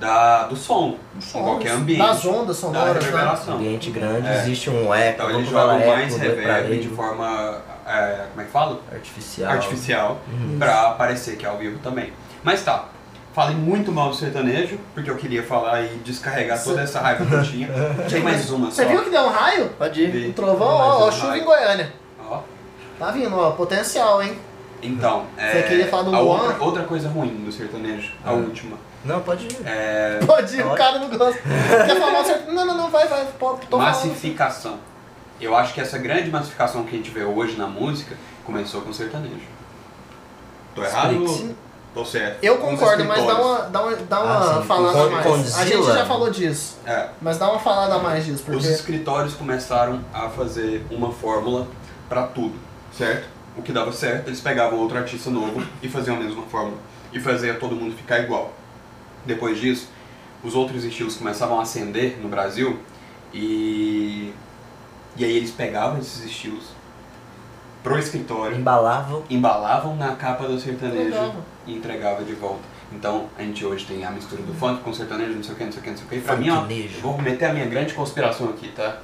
Speaker 1: da, do som, em qualquer ambiente.
Speaker 2: Das ondas
Speaker 1: da
Speaker 2: sonoras, né?
Speaker 1: reverberação.
Speaker 3: Um ambiente grande,
Speaker 1: É.
Speaker 3: existe um eco.
Speaker 1: Então
Speaker 3: vamos
Speaker 1: eles
Speaker 3: falar
Speaker 1: jogam
Speaker 3: eco,
Speaker 1: mais
Speaker 3: dois pra
Speaker 1: reverb de
Speaker 3: ele,
Speaker 1: forma. é, como é que fala?
Speaker 3: artificial.
Speaker 1: artificial
Speaker 2: Uhum.
Speaker 1: pra aparecer que é ao vivo também. Mas tá, falei muito mal do sertanejo, porque eu queria falar e descarregar toda essa raiva que eu tinha. Tem mais uma só.
Speaker 2: Você viu que deu um raio?
Speaker 3: Pode ir.
Speaker 1: Vi.
Speaker 2: Um trovão,
Speaker 1: Mais
Speaker 2: ó,
Speaker 1: um
Speaker 2: ó, chuva
Speaker 1: raio.
Speaker 2: em Goiânia.
Speaker 1: Ó,
Speaker 2: Tá vindo, ó, potencial, hein?
Speaker 1: Então, é,
Speaker 2: Você queria falar do
Speaker 1: a
Speaker 2: Luan? É.
Speaker 1: outra, outra coisa ruim do sertanejo, a última.
Speaker 3: Não, pode ir.
Speaker 1: É
Speaker 2: Pode ir, o
Speaker 3: Pode.
Speaker 2: cara não gosta. Quer falar mal certo? Não, não, não, vai, vai, pô, tô falando.
Speaker 1: massificação. Eu acho que essa grande massificação que a gente vê hoje na música começou com o sertanejo. Tô errado?
Speaker 3: Explique-se.
Speaker 1: Tô certo.
Speaker 2: Eu
Speaker 1: Com os
Speaker 2: concordo, mas dá
Speaker 1: escritores.
Speaker 2: uma, dá uma, dá
Speaker 3: Ah,
Speaker 2: uma
Speaker 3: sim.
Speaker 2: falada a
Speaker 3: Con-
Speaker 2: mais. A
Speaker 3: Condzilla.
Speaker 2: gente já falou disso,
Speaker 1: É.
Speaker 2: mas dá uma falada a mais disso,
Speaker 1: Os
Speaker 2: porque
Speaker 1: escritórios começaram a fazer uma fórmula pra tudo, certo? O que dava certo, eles pegavam outro artista novo e faziam a mesma fórmula. E fazia todo mundo ficar igual. Depois disso, os outros estilos começavam a ascender no Brasil e. E aí eles pegavam esses estilos pro escritório,
Speaker 3: Embalável.
Speaker 1: embalavam na capa do sertanejo
Speaker 2: Entregava.
Speaker 1: e entregava de volta. Então a gente hoje tem a mistura do funk com sertanejo, não sei o que, não sei o que, não sei o que. E pra mim, ó,
Speaker 3: Funknejo.
Speaker 1: eu vou meter a minha grande conspiração aqui, tá?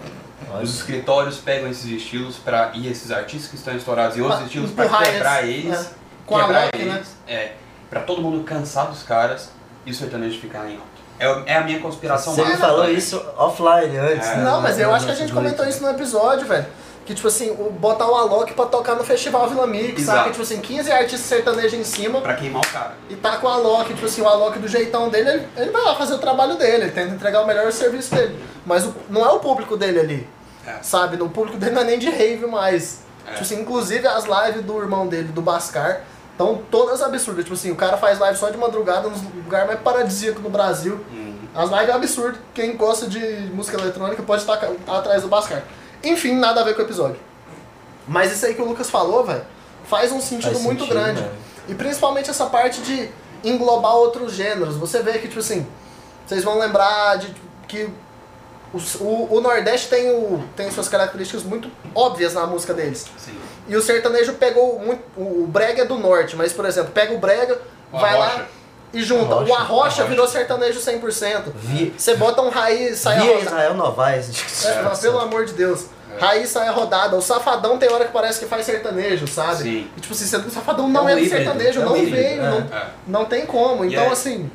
Speaker 3: Olha.
Speaker 1: Os escritórios pegam esses estilos pra, e esses artistas que estão estourados e outros
Speaker 2: Pra
Speaker 1: estilos pra
Speaker 2: empurrar
Speaker 1: quebrar
Speaker 2: eles,
Speaker 1: eles.
Speaker 2: né? Com a
Speaker 1: quebrar
Speaker 2: Loki, né?
Speaker 1: eles, É. Pra todo mundo cansar dos caras e o sertanejo ficar em alto. É, o- é a minha conspiração
Speaker 3: Você me
Speaker 1: mais.
Speaker 3: falou isso offline antes.
Speaker 1: É.
Speaker 3: né?
Speaker 2: Não, mas eu
Speaker 3: No
Speaker 2: acho que a gente
Speaker 3: nosso
Speaker 2: comentou
Speaker 3: grupo.
Speaker 2: isso no episódio, velho. Que, tipo assim, o- botar o Alok pra tocar no Festival Vila Mix,
Speaker 1: Exato.
Speaker 2: sabe? Tipo assim, 15 artistas sertanejos em cima
Speaker 1: Pra queimar o cara.
Speaker 2: e tá com o Alok, tipo assim, o Alok do jeitão dele, ele, ele vai lá fazer o trabalho dele, ele tenta entregar o melhor serviço dele. Mas o- não é o público dele ali,
Speaker 1: É.
Speaker 2: sabe? O público dele não é nem de rave mais.
Speaker 1: É.
Speaker 2: Tipo assim, inclusive as lives do irmão dele, do Bascar, estão todas absurdas. Tipo assim, o cara faz live só de madrugada nos lugares mais paradisíacos do Brasil.
Speaker 1: Hum.
Speaker 2: As lives é um absurdo. Quem gosta de música eletrônica pode estar ca- tá atrás do Bascar. Enfim, nada a ver com o episódio. Mas isso aí que o Lucas falou, velho, faz um sentido
Speaker 3: Faz
Speaker 2: muito
Speaker 3: sentido, né?
Speaker 2: grande.
Speaker 3: velho.
Speaker 2: E principalmente essa parte de englobar outros gêneros. Você vê que, tipo assim, vocês vão lembrar de que os- o, o Nordeste tem, o, tem suas características muito óbvias na música deles.
Speaker 1: Sim.
Speaker 2: E o sertanejo pegou muito. O o brega é do norte, mas, por exemplo, pega o brega,
Speaker 1: O
Speaker 2: vai lá
Speaker 1: Arrocha.
Speaker 2: e junta.
Speaker 3: Arrocha,
Speaker 2: o arrocha
Speaker 3: Arrocha.
Speaker 2: virou sertanejo 100%.
Speaker 3: Vi-
Speaker 2: Você bota um raiz, sai
Speaker 3: Via
Speaker 2: rodada.
Speaker 3: Israel Novaes.
Speaker 2: É, mas pelo amor de Deus.
Speaker 3: É.
Speaker 2: Raiz sai rodada. O safadão tem hora que parece que faz sertanejo, sabe?
Speaker 1: Sim.
Speaker 2: E, tipo assim, o safadão
Speaker 3: É
Speaker 2: não
Speaker 3: um
Speaker 2: é, do
Speaker 3: híbrido,
Speaker 2: sertanejo,
Speaker 3: é um
Speaker 2: não
Speaker 3: híbrido,
Speaker 2: veio,
Speaker 3: é.
Speaker 2: não,
Speaker 1: É.
Speaker 2: não tem como. Então,
Speaker 1: Yeah.
Speaker 2: assim,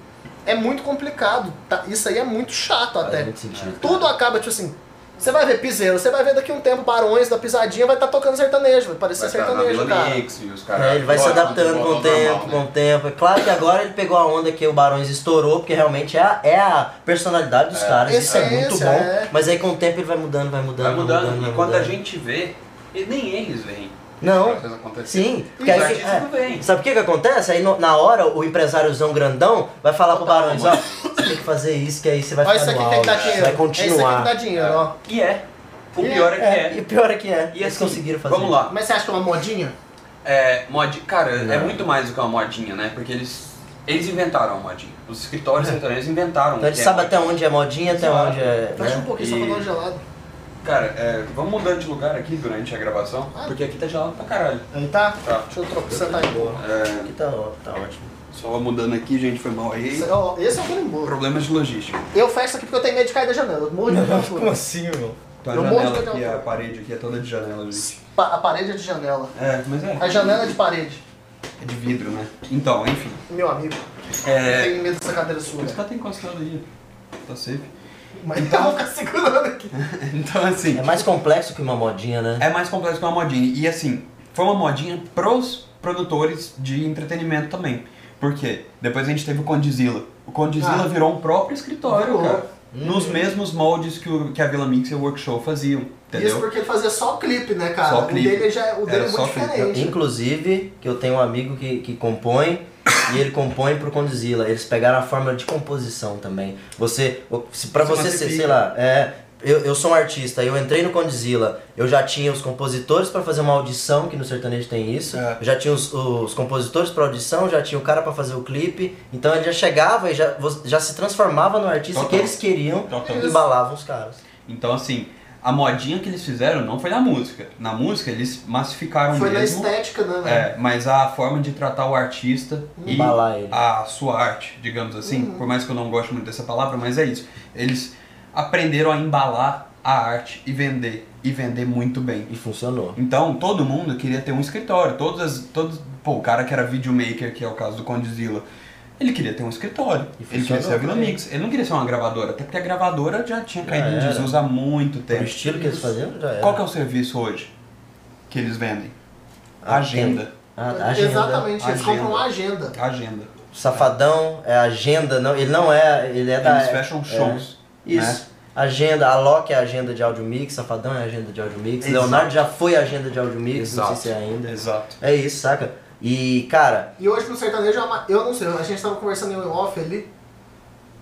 Speaker 2: é muito complicado. tá? Isso aí é muito chato até.
Speaker 3: Faz muito sentido.
Speaker 2: Tudo acaba, tipo assim. Você vai ver piseiro, você vai ver daqui um tempo Barões da Pisadinha vai estar tocando sertanejo, vai parecer
Speaker 1: Vai
Speaker 3: tá
Speaker 1: estar na
Speaker 2: sertanejo,
Speaker 1: Vila
Speaker 2: cara.
Speaker 1: Mix e os caras.
Speaker 3: É, ele vai se
Speaker 1: Lógico,
Speaker 3: adaptando com
Speaker 1: volta
Speaker 3: o
Speaker 1: ao
Speaker 3: tempo,
Speaker 1: normal, né?
Speaker 3: com o tempo. É claro que agora ele pegou a onda que o Barões estourou, porque realmente é a, é a personalidade dos caras, isso é
Speaker 2: Essência,
Speaker 3: muito bom.
Speaker 2: é.
Speaker 3: Mas aí com o tempo ele vai mudando, vai mudando.
Speaker 1: Vai mudando.
Speaker 3: vai
Speaker 1: e quando a
Speaker 3: mudando.
Speaker 1: gente vê, e nem eles veem.
Speaker 3: Não.
Speaker 1: As coisas acontecendo.
Speaker 3: Sim,
Speaker 1: Os artistas
Speaker 3: é,
Speaker 1: não vêm.
Speaker 3: sabe o que que acontece? Aí no- na hora o empresáriozão grandão vai falar pro Barões, ó, você tem que fazer isso, que aí você vai
Speaker 2: Olha
Speaker 3: ficar
Speaker 2: isso
Speaker 3: no
Speaker 2: aqui tem que dar
Speaker 3: auge,
Speaker 2: dinheiro.
Speaker 3: vai
Speaker 2: É isso aqui que
Speaker 3: continuar.
Speaker 2: dá dinheiro, ó.
Speaker 1: E é. O pior é que é.
Speaker 3: E o pior é que é,
Speaker 1: E
Speaker 3: eles
Speaker 1: assim,
Speaker 3: conseguiram fazer.
Speaker 1: Vamos lá.
Speaker 2: Mas você acha que é uma modinha?
Speaker 1: É, mod, cara, é
Speaker 3: Não.
Speaker 1: muito mais do que uma modinha, né? Porque eles, eles inventaram a modinha. Os escritórios sertanejos inventaram.
Speaker 3: É. Então
Speaker 1: o
Speaker 3: eles
Speaker 1: que é
Speaker 3: sabem até onde é modinha, até
Speaker 1: Exato.
Speaker 3: onde é.
Speaker 2: Fecha um
Speaker 3: né?
Speaker 2: pouquinho, só
Speaker 1: E-
Speaker 2: pra dar uma gelada.
Speaker 1: Cara, é, vamos mudando de lugar aqui durante a gravação,
Speaker 2: Ah.
Speaker 1: porque aqui tá gelado pra caralho.
Speaker 2: Aí tá?
Speaker 1: Tá.
Speaker 2: Deixa eu trocar, sentar em boa.
Speaker 1: É,
Speaker 3: Aqui tá, ó- tá ótimo.
Speaker 1: só mudando aqui, gente, foi mal aí.
Speaker 2: Esse- ó, Esse é o Grimbo.
Speaker 1: Problemas de logística.
Speaker 2: Eu fecho aqui porque eu tenho medo de cair da janela. Eu morro de medo.
Speaker 3: assim, irmão?
Speaker 1: Então, a
Speaker 2: Eu
Speaker 1: janela
Speaker 2: morro de
Speaker 1: aqui,
Speaker 2: medo.
Speaker 1: a parede aqui é toda de janela, gente.
Speaker 2: Pa- A parede é de janela.
Speaker 1: É, mas é.
Speaker 2: A janela é de parede.
Speaker 1: É de vidro, né? Então, enfim.
Speaker 2: Meu amigo, eu
Speaker 1: É.
Speaker 2: tenho medo dessa cadeira sua.
Speaker 1: Esse cara tá encostado aí. Tá safe.
Speaker 2: Mas então eu vou ficar segurando aqui.
Speaker 1: Então, assim.
Speaker 3: É mais complexo que uma modinha, né?
Speaker 1: É mais complexo que uma modinha. E assim, foi uma modinha pros produtores de entretenimento também. Porque depois a gente teve o Condizila. O Condizila
Speaker 2: Ah.
Speaker 1: virou um próprio escritório,
Speaker 2: Virou.
Speaker 1: cara. Nos mesmos moldes que, o, que a Vila Mix e o Workshop faziam,
Speaker 2: Isso
Speaker 1: entendeu?
Speaker 2: porque ele fazia só clipe, né, cara?
Speaker 1: Só
Speaker 2: o
Speaker 1: clipe.
Speaker 2: dele já o dele
Speaker 1: Era
Speaker 2: é
Speaker 1: só
Speaker 2: muito
Speaker 1: clipe.
Speaker 2: diferente.
Speaker 3: Inclusive, que eu tenho um amigo que, que compõe e ele compõe pro Condizila. Eles pegaram a fórmula de composição também. Você, o- se pra
Speaker 1: Se
Speaker 3: você
Speaker 1: você
Speaker 3: ser,
Speaker 1: fica.
Speaker 3: sei lá, é, eu, eu sou um artista, eu entrei no Condizila, eu já tinha os compositores pra fazer uma audição, que no sertanejo tem isso.
Speaker 1: É.
Speaker 3: Eu já tinha os, os compositores pra audição, já tinha o cara pra fazer o clipe. Então ele já chegava e já, vo- já se transformava no artista
Speaker 1: Total.
Speaker 3: que eles queriam
Speaker 1: Total.
Speaker 3: e embalavam os caras.
Speaker 1: Então, assim, a modinha que eles fizeram não foi na música. Na música eles massificaram
Speaker 2: Foi na
Speaker 1: mesmo.
Speaker 2: estética, né, velho?
Speaker 1: É, mas a forma de tratar o artista e
Speaker 3: Uhum. Embalar ele. Uhum.
Speaker 1: a sua arte, digamos assim, por mais que eu não goste muito dessa palavra, mas é isso. Eles aprenderam a embalar a arte e vender, e vender muito bem.
Speaker 3: E funcionou.
Speaker 1: Então, todo mundo queria ter um escritório, todas as- todos, pô, o cara que era videomaker, que é o caso do Condizila, ele queria ter um escritório,
Speaker 3: E
Speaker 1: ele queria
Speaker 3: funcionou
Speaker 1: ser a Vila
Speaker 3: bem.
Speaker 1: Mix, ele não queria ser uma gravadora, até porque a gravadora já tinha
Speaker 3: Já
Speaker 1: caído em
Speaker 3: era.
Speaker 1: desuso há muito
Speaker 3: O
Speaker 1: tempo.
Speaker 3: estilo que eles faziam já era.
Speaker 1: Qual que é o serviço hoje que eles vendem? Agenda.
Speaker 3: A, a Ah, tá. agenda.
Speaker 2: Exatamente, eles
Speaker 1: Agenda.
Speaker 2: compram uma agenda.
Speaker 1: Agenda.
Speaker 3: Safadão, é agenda, não, ele não é, ele é da...
Speaker 1: Eles fecham
Speaker 3: é,
Speaker 1: shows. né?
Speaker 3: Isso. Agenda, a Loki é agenda de áudio mix, Safadão é agenda de áudio mix,
Speaker 1: Exato.
Speaker 3: Leonardo já foi agenda de áudio mix, não
Speaker 1: Exato.
Speaker 3: sei se é ainda.
Speaker 1: Exato.
Speaker 3: É isso, saca? E, cara,
Speaker 2: E hoje no sertanejo, é uma- eu não sei, a gente tava conversando em off ali.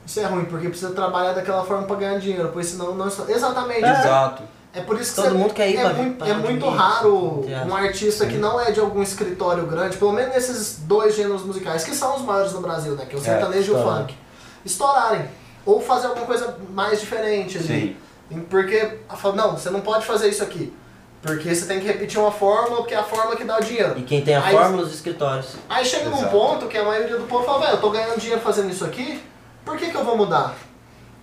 Speaker 2: Isso é ruim, porque precisa trabalhar daquela forma pra ganhar dinheiro, pois senão não. é Exatamente.
Speaker 1: Exato.
Speaker 2: É por isso que
Speaker 3: Todo
Speaker 2: você-
Speaker 3: mundo quer ir
Speaker 2: é
Speaker 3: pra-
Speaker 2: muito,
Speaker 3: pra assim,
Speaker 2: é muito
Speaker 3: audiência,
Speaker 2: raro
Speaker 3: teatro.
Speaker 2: um artista
Speaker 3: né?
Speaker 2: que não é de algum escritório grande, pelo menos nesses dois gêneros musicais, que são os maiores no Brasil, né? Que é o
Speaker 1: É,
Speaker 2: sertanejo e o
Speaker 3: estourar.
Speaker 2: funk, estourarem. Ou fazer alguma coisa mais diferente ali. Porque fala, não, você não pode fazer isso aqui. Porque você tem que repetir uma fórmula, porque é a fórmula que dá o dinheiro.
Speaker 3: e quem tem a
Speaker 2: Aí-
Speaker 3: fórmula dos escritórios.
Speaker 2: Aí chega num
Speaker 1: Exato.
Speaker 2: ponto que a maioria do povo fala, velho, eu tô ganhando dinheiro fazendo isso aqui, por que, que eu vou mudar?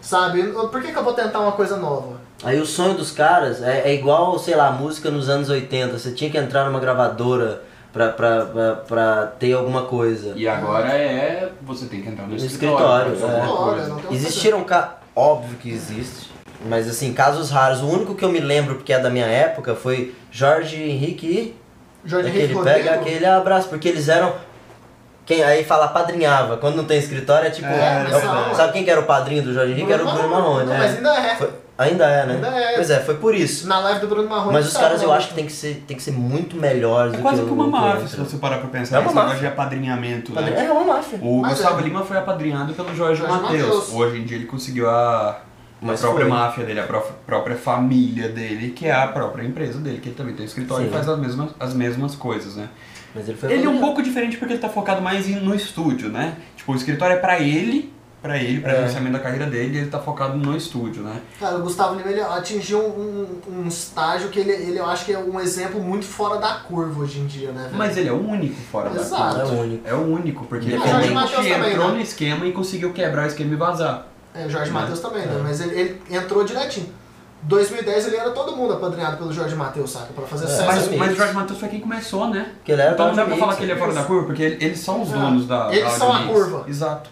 Speaker 2: Sabe? Por que, que eu vou tentar uma coisa nova?
Speaker 3: Aí o sonho dos caras é, é igual, sei lá, a música nos anos 80, você tinha que entrar numa gravadora pra, pra, pra, pra ter alguma coisa.
Speaker 6: E agora é. Você tem que entrar no
Speaker 3: No
Speaker 6: escritório.
Speaker 3: escritório,
Speaker 6: fazer
Speaker 3: é.
Speaker 6: alguma
Speaker 2: Olha,
Speaker 6: coisa.
Speaker 2: não tem
Speaker 3: Existiram casos. Óbvio que existe. Mas assim, casos raros. O único que eu me lembro, porque é da minha época, foi Jorge Henrique e.
Speaker 2: Jorge
Speaker 3: é que
Speaker 2: Henrique
Speaker 3: ele pega
Speaker 2: Rodrigo?
Speaker 3: aquele abraço, porque eles eram. Quem aí fala padrinhava. Quando não tem escritório é tipo.
Speaker 1: É,
Speaker 3: é
Speaker 2: mas
Speaker 3: o-
Speaker 2: não.
Speaker 3: sabe quem que era o padrinho do Jorge Henrique? Era o Bruno Marrone,
Speaker 2: Não,
Speaker 3: né?
Speaker 2: Mas ainda é.
Speaker 3: Foi- ainda é, né?
Speaker 2: Ainda é.
Speaker 3: Pois é, foi por isso.
Speaker 2: Na live do Bruno Marrone.
Speaker 3: Mas os
Speaker 2: tava,
Speaker 3: caras eu
Speaker 2: né?
Speaker 3: acho que tem que ser, tem que ser muito melhores
Speaker 1: É
Speaker 3: do
Speaker 1: quase
Speaker 3: que
Speaker 1: que uma
Speaker 3: o-
Speaker 1: máfia,
Speaker 3: o-
Speaker 1: se você parar pra
Speaker 3: É
Speaker 1: pensar
Speaker 3: uma
Speaker 1: nesse
Speaker 3: máfia.
Speaker 1: negócio de apadrinhamento,
Speaker 3: Padrinho-
Speaker 1: né?
Speaker 3: É uma máfia.
Speaker 1: O
Speaker 2: Mas
Speaker 1: Gustavo
Speaker 2: é.
Speaker 1: Lima foi apadrinhado pelo Jorge
Speaker 2: Jorge
Speaker 1: Matheus.
Speaker 2: Mateus.
Speaker 1: Hoje em dia ele conseguiu a, a
Speaker 3: Mas
Speaker 1: própria
Speaker 3: foi.
Speaker 1: máfia dele, a pró- própria família dele, que é a própria empresa dele, que ele também tem um escritório e
Speaker 3: Sim. Tá
Speaker 1: faz as mesmas, as mesmas coisas, né?
Speaker 3: Mas ele foi
Speaker 1: ele é um
Speaker 3: padrinhado.
Speaker 1: pouco diferente porque ele tá focado mais em- no estúdio, né? Tipo, o escritório é pra ele, pra ele,
Speaker 3: É.
Speaker 1: pra gerenciamento da carreira dele, e ele tá focado no estúdio, né?
Speaker 2: Cara, o Gustavo Lima ele atingiu um, um estágio que ele, ele eu acho que é um exemplo muito fora da curva hoje em dia, né? velho?
Speaker 1: Mas ele é o único fora da
Speaker 2: Exato.
Speaker 3: Não é o único.
Speaker 1: É o único, porque ele
Speaker 3: Mas Jorge
Speaker 1: realmente
Speaker 2: Mateus também,
Speaker 1: entrou
Speaker 2: né?
Speaker 1: no esquema e conseguiu quebrar o esquema e vazar.
Speaker 2: É, o Jorge
Speaker 1: É.
Speaker 2: Matheus também, né? Mas ele, ele entrou direitinho. 2010 ele era todo mundo apadrinhado pelo Jorge Matheus, saca? Pra
Speaker 3: É,
Speaker 2: fazer sucesso.
Speaker 1: Mas,
Speaker 3: Exatamente.
Speaker 1: mas o Jorge Matheus foi quem começou, né?
Speaker 3: Porque ele era
Speaker 1: então não dá
Speaker 3: da
Speaker 1: pra falar que ele é fora da curva, porque ele- eles são os donos da. da
Speaker 2: É. Eles são a
Speaker 1: Audio Mix.
Speaker 2: curva.
Speaker 1: Exato,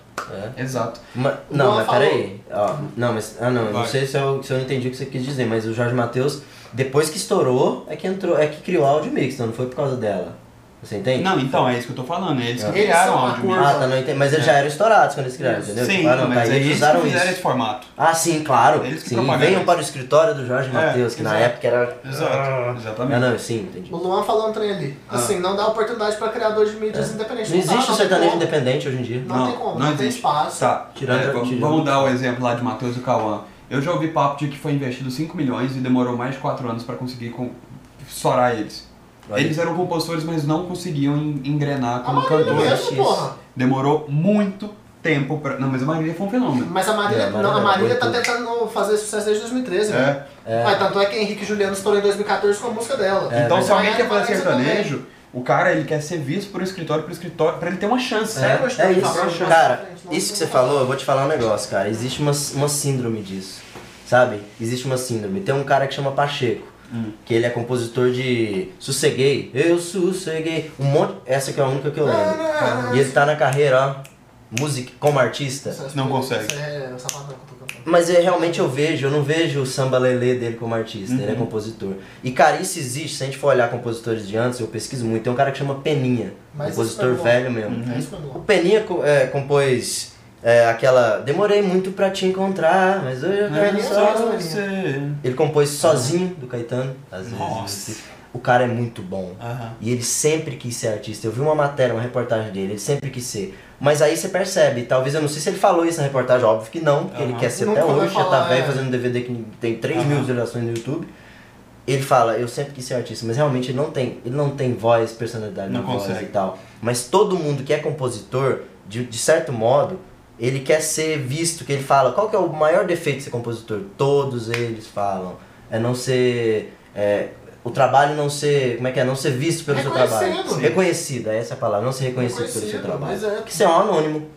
Speaker 3: É.
Speaker 1: exato.
Speaker 3: Ma-
Speaker 2: O
Speaker 3: não,
Speaker 2: Luan
Speaker 3: mas
Speaker 2: falou.
Speaker 3: peraí. Ó, não, mas. Ah, não. eu Não
Speaker 1: Vai.
Speaker 3: sei se eu, se eu entendi o que você quis dizer, mas o Jorge Matheus, depois que estourou, é que entrou, é que criou a Audio Mix, então não foi por causa dela. Você entende?
Speaker 1: Não, então é isso que eu tô falando, eles que
Speaker 2: Eles
Speaker 1: criaram
Speaker 2: são
Speaker 1: o
Speaker 2: a
Speaker 1: áudio.
Speaker 2: curva.
Speaker 3: Ah, tá, não entendi. Mas eles já eram estourados quando eles criaram, entendeu?
Speaker 1: Sim,
Speaker 3: Tipo, ah, não,
Speaker 1: mas
Speaker 3: tá,
Speaker 1: é
Speaker 3: eles
Speaker 1: eles que
Speaker 3: usaram
Speaker 1: fizeram esse
Speaker 3: isso.
Speaker 1: formato.
Speaker 3: Ah, sim, claro.
Speaker 1: Eles que
Speaker 3: sim,
Speaker 1: propagaram
Speaker 3: venham
Speaker 1: isso.
Speaker 3: para o escritório do Jorge
Speaker 1: É,
Speaker 3: Matheus, que na
Speaker 1: exato.
Speaker 3: época era.
Speaker 1: Exato,
Speaker 3: Ah,
Speaker 1: exatamente.
Speaker 3: não, sim, entendi.
Speaker 2: O
Speaker 3: Não
Speaker 2: Luan falou um trem ali. Assim, não dá oportunidade pra criador de mídias independentes. dá,
Speaker 3: Ah. É. existe o
Speaker 2: tem
Speaker 3: sertanejo
Speaker 2: como.
Speaker 3: independente hoje em dia.
Speaker 2: Não, tem como, não, tem
Speaker 1: existe.
Speaker 2: espaço.
Speaker 1: Tá,
Speaker 3: Tirando-
Speaker 1: é, vamos,
Speaker 3: tirando-
Speaker 1: vamos dar o exemplo lá de Matheus e Cauã. Eu já ouvi papo de que foi investido 5 milhões e demorou mais de 4 anos pra conseguir com, estourar eles.
Speaker 3: Olha.
Speaker 1: Eles eram compositores, mas não conseguiam en-
Speaker 2: Ah,
Speaker 1: engrenar
Speaker 5: A
Speaker 1: como
Speaker 5: Marília
Speaker 1: cantores.
Speaker 5: mesmo, porra.
Speaker 1: Demorou muito tempo pra. Não, mas a Marília foi um fenômeno.
Speaker 2: Mas a Marília,
Speaker 3: É, a Marília
Speaker 2: não, a Marília tá
Speaker 3: muito-
Speaker 2: tentando fazer sucesso desde 2013, né?
Speaker 1: É.
Speaker 2: Mas tanto é que Henrique Juliano estourou em 2014 com a música dela.
Speaker 3: É
Speaker 2: é,
Speaker 1: então, se alguém
Speaker 2: Maiara
Speaker 1: quer fazer
Speaker 2: Maraisa também.
Speaker 1: sertanejo, o cara ele quer ser visto por um escritório, por um escritório, pra ele ter uma chance.
Speaker 3: É,
Speaker 1: Sério, acho que
Speaker 3: é
Speaker 1: ele tá pra uma
Speaker 3: isso,
Speaker 1: chance.
Speaker 3: cara. Isso que você falou, eu vou te falar um negócio, cara. Existe uma, uma síndrome disso, sabe? Existe uma síndrome. Tem um cara que chama Pacheco, que ele é compositor de Sosseguei, Eu Sosseguei, um monte. Essa que é a única que eu lembro. E ele tá na carreira, ó, música como artista.
Speaker 2: Essas
Speaker 1: Não
Speaker 2: coisas-
Speaker 1: consegue.
Speaker 2: isso é o sapato que eu tô cantando.
Speaker 3: Mas é, realmente eu vejo, eu não vejo o samba lelê dele como artista, ele é compositor. E cara, isso existe, se a gente for olhar compositores de antes, eu pesquiso muito, tem um cara que chama Peninha,
Speaker 2: Mas isso
Speaker 3: compositor
Speaker 2: foi bom.
Speaker 3: velho mesmo.
Speaker 1: Uhum.
Speaker 2: É isso que eu
Speaker 3: O
Speaker 2: não-
Speaker 3: Peninha co- é, compôs é, aquela. Demorei muito pra te encontrar, mas hoje eu quero
Speaker 2: Peninha
Speaker 3: só.
Speaker 2: é só-
Speaker 3: Ele compôs sozinho do Caetano, às vezes.
Speaker 1: Nossa.
Speaker 3: O cara é muito bom.
Speaker 1: Aham.
Speaker 3: E ele sempre quis ser artista. Eu vi uma matéria, uma reportagem dele, ele sempre quis ser. Mas aí você percebe, talvez eu não sei se ele falou isso na reportagem, óbvio que não, porque ele
Speaker 1: Aham.
Speaker 3: quer ser
Speaker 2: Nunca
Speaker 3: até
Speaker 2: vai
Speaker 3: hoje, já tá
Speaker 2: falar,
Speaker 3: velho
Speaker 2: é.
Speaker 3: fazendo DVD que tem 3
Speaker 1: Aham.
Speaker 3: mil visualizações no YouTube. Ele fala, eu sempre quis ser artista, mas realmente ele não tem, ele não tem voz, personalidade
Speaker 1: Não
Speaker 3: na voz
Speaker 1: consegue.
Speaker 3: e tal. Mas todo mundo que é compositor, de, de certo modo, ele quer ser visto, que ele fala, qual que é o maior defeito de ser compositor? Todos eles falam. É não ser. é, o trabalho não ser. Como é que é? Não ser visto pelo seu trabalho.
Speaker 2: Reconhecido. Sim.
Speaker 3: Reconhecido, é essa a palavra, não ser reconhecido, pelo seu
Speaker 2: Reconhecido,
Speaker 3: trabalho.
Speaker 2: mas é.
Speaker 3: Que você é um anônimo.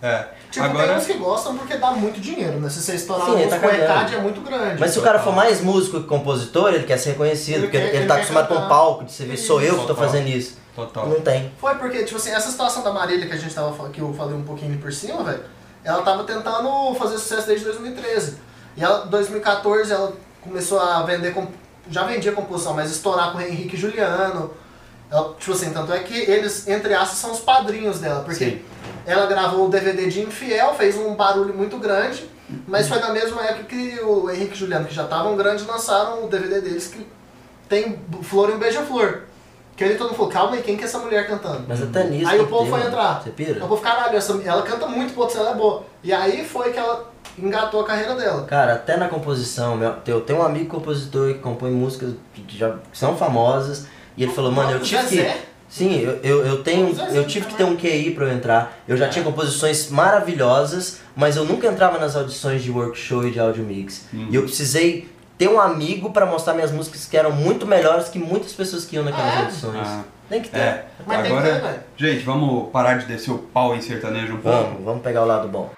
Speaker 1: É.
Speaker 2: Tipo, tem
Speaker 1: Agora.
Speaker 2: uns que gostam porque dá muito dinheiro, né? Se você estourar
Speaker 3: Sim,
Speaker 2: uma
Speaker 3: ele tá
Speaker 2: música, o
Speaker 3: cagando.
Speaker 2: ECAD é muito grande.
Speaker 3: Mas se o cara for mais músico que compositor, ele quer ser reconhecido,
Speaker 2: Ele
Speaker 3: porque
Speaker 2: quer-
Speaker 3: ele,
Speaker 2: ele
Speaker 3: tá
Speaker 2: quer
Speaker 3: acostumado com
Speaker 2: cantar.
Speaker 3: o palco, de você ver, sou eu que tô
Speaker 1: Total.
Speaker 3: fazendo isso.
Speaker 1: Total.
Speaker 3: Não tem.
Speaker 2: Foi porque, tipo assim, essa situação da Marília que a gente tava fal- que eu falei um pouquinho por cima, velho, ela tava tentando fazer sucesso desde 2013. E ela, 2014, ela começou a vender, com- já vendia composição, mas estourar com o Henrique Juliano. Ela, tipo assim, tanto é que eles, entre aspas, são os padrinhos dela, porque
Speaker 3: Sim.
Speaker 2: ela gravou o DVD de Infiel, fez um barulho muito grande, mas foi na mesma época que o Henrique e Juliano, que já estavam grandes, lançaram o DVD deles que tem Flor e um Beija-Flor. Que ele todo mundo falou, calma aí, quem que é essa mulher cantando?
Speaker 3: Mas até nisso.
Speaker 2: Aí o
Speaker 3: que
Speaker 2: povo
Speaker 3: tem,
Speaker 2: foi
Speaker 3: mano.
Speaker 2: entrar.
Speaker 3: Você pira?
Speaker 2: O povo, caralho, essa, ela canta muito, pô, ela é boa. E aí foi que ela engatou a carreira dela.
Speaker 3: Cara, até na composição, meu, eu tenho um amigo compositor que compõe músicas que já são famosas, e ele falou, mano, eu tive que.
Speaker 2: Zezé?
Speaker 3: Sim, eu, eu, eu tenho.
Speaker 2: Zezé, tá
Speaker 3: Eu tive que ter um QI pra eu entrar. Eu já tinha
Speaker 2: Ah.
Speaker 3: composições maravilhosas, mas eu nunca entrava nas audições de workshop e de audio mix.
Speaker 1: Uhum.
Speaker 3: E eu precisei ter um amigo pra mostrar minhas músicas que eram muito melhores que muitas pessoas que iam naquelas
Speaker 2: Ah, é?
Speaker 3: audições.
Speaker 1: Ah.
Speaker 3: Tem que ter.
Speaker 1: É.
Speaker 2: Mas tem que ter, velho.
Speaker 1: Agora. Gente, vamos parar de descer o pau em sertanejo um pouco?
Speaker 3: Vamos, vamos pegar o lado bom.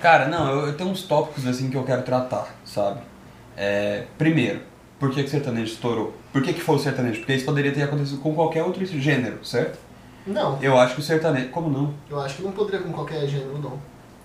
Speaker 1: Cara, não, eu, eu tenho uns tópicos assim que eu quero tratar, sabe? É, primeiro, por que, que sertanejo estourou? Por que, que foi o sertanejo? Porque isso poderia ter acontecido com qualquer outro gênero, certo?
Speaker 2: Não,
Speaker 1: Eu acho que o sertanejo. Como não?
Speaker 2: eu acho que não poderia com qualquer gênero, não.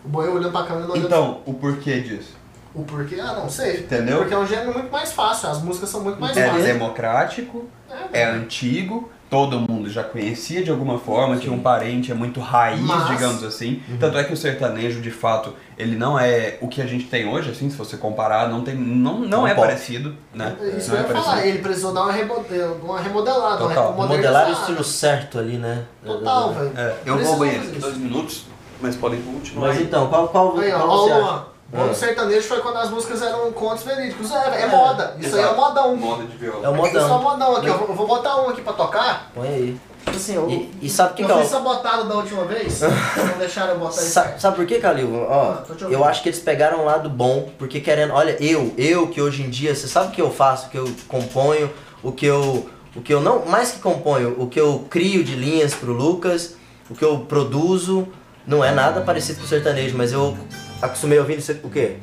Speaker 2: O boi olhando pra câmera e não olhando.
Speaker 1: Então, o porquê disso?
Speaker 2: O porquê? Ah, não sei.
Speaker 1: Entendeu?
Speaker 2: Porque é um gênero muito mais fácil, as músicas são muito mais
Speaker 1: É
Speaker 2: fáceis.
Speaker 1: democrático, é antigo, todo mundo já conhecia de alguma forma, tinha um parente, é muito raiz,
Speaker 2: Mas-
Speaker 1: digamos assim. Tanto é que o sertanejo, de fato, ele não é o que a gente tem hoje, assim, se você comparar, não tem, não, não,
Speaker 3: Não
Speaker 1: é
Speaker 3: pode.
Speaker 1: parecido, né?
Speaker 2: é Isso
Speaker 1: não
Speaker 2: eu ia falar, ele precisou dar uma, remodel, uma remodelada,
Speaker 1: Total.
Speaker 2: uma
Speaker 3: Modelar o
Speaker 2: modernizada.
Speaker 3: estilo certo ali, né?
Speaker 2: Total, velho.
Speaker 1: É, eu vou
Speaker 2: Precisou
Speaker 1: ao banheiro.
Speaker 2: fazer isso.
Speaker 1: Dois minutos, mas podem continuar.
Speaker 3: Mas
Speaker 1: aí.
Speaker 3: então, qual, qual,
Speaker 2: Aí, ó,
Speaker 3: qual
Speaker 2: ó,
Speaker 3: você
Speaker 2: o
Speaker 3: acha?
Speaker 2: Luan. Bom,
Speaker 3: Ah.
Speaker 2: O sertanejo foi quando as músicas eram contos verídicos. É, véi, é moda. Isso aí é
Speaker 1: Exato.
Speaker 2: modão.
Speaker 1: Moda de viola.
Speaker 3: É o
Speaker 2: Isso é um
Speaker 3: modão. Né?
Speaker 2: modão aqui, ó. Eu vou botar um aqui pra tocar.
Speaker 3: Põe aí.
Speaker 2: Tipo assim, eu,
Speaker 3: E, e sabe o que
Speaker 2: eu
Speaker 3: que é
Speaker 2: fui
Speaker 3: o-
Speaker 2: sabotado da última vez. não deixaram eu botar isso.
Speaker 3: Sa- Sabe por quê, Calil? Ó,
Speaker 2: tô te ouvindo.
Speaker 3: eu acho que eles pegaram um lado bom, porque querendo. Olha, eu, eu que hoje em dia, você sabe o que eu faço, o que eu componho, o que eu. O que eu não. Mais que componho, o que eu crio de linhas pro Lucas, o que eu produzo. Não é nada parecido com sertanejo, mas eu acostumei ouvindo isso- o quê?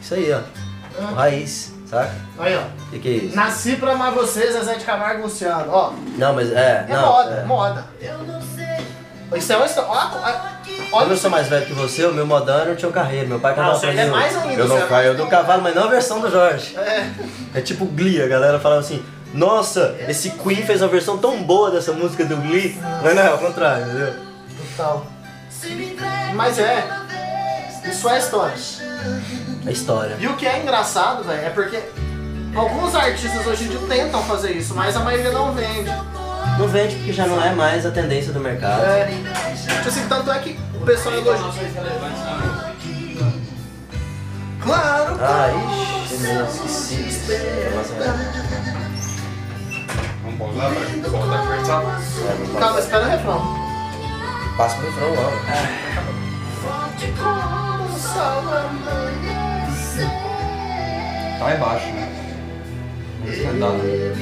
Speaker 3: Isso aí, ó. O raiz, saca?
Speaker 2: Aí, ó.
Speaker 3: O que, que é isso?
Speaker 2: Nasci pra amar vocês, Zezé de Camargo e Luciano. Ó,
Speaker 3: Não, mas é.
Speaker 2: é
Speaker 3: Não,
Speaker 2: moda,
Speaker 3: é.
Speaker 2: moda. Isso é uma história. Ó, ó,
Speaker 3: Como eu
Speaker 2: olha
Speaker 3: sou mais velho que você, o meu modão era o Tião Carreiro. Meu pai
Speaker 2: Não,
Speaker 3: cantava
Speaker 2: você
Speaker 3: pra mim.
Speaker 2: é mais ainda,
Speaker 3: eu
Speaker 2: você
Speaker 3: não
Speaker 2: é
Speaker 3: caio
Speaker 2: mais
Speaker 3: do
Speaker 2: ainda.
Speaker 3: cavalo, mas não a versão do Jorge.
Speaker 2: É.
Speaker 3: É tipo Glee, a galera falava assim, nossa, esse Queen fez uma versão tão boa dessa música do Glee. Mas não, é ao contrário, entendeu?
Speaker 2: Tal. Então. Mas é, isso é história.
Speaker 3: A história.
Speaker 2: E o que é engraçado, velho, é porque alguns artistas hoje em dia tentam fazer isso, mas a maioria não vende.
Speaker 3: Não vende porque já não é mais a tendência do mercado.
Speaker 2: É, tipo assim, tanto é que o pessoal elogia. Claro,
Speaker 3: Ah, ixi, meu, esqueci. Nossa, é.
Speaker 1: Vamos lá pra voltar a conversar.
Speaker 2: calma, espera o refrão.
Speaker 3: Passa pro refrão logo.
Speaker 6: Tá é baixo, né? Mas não dá, né?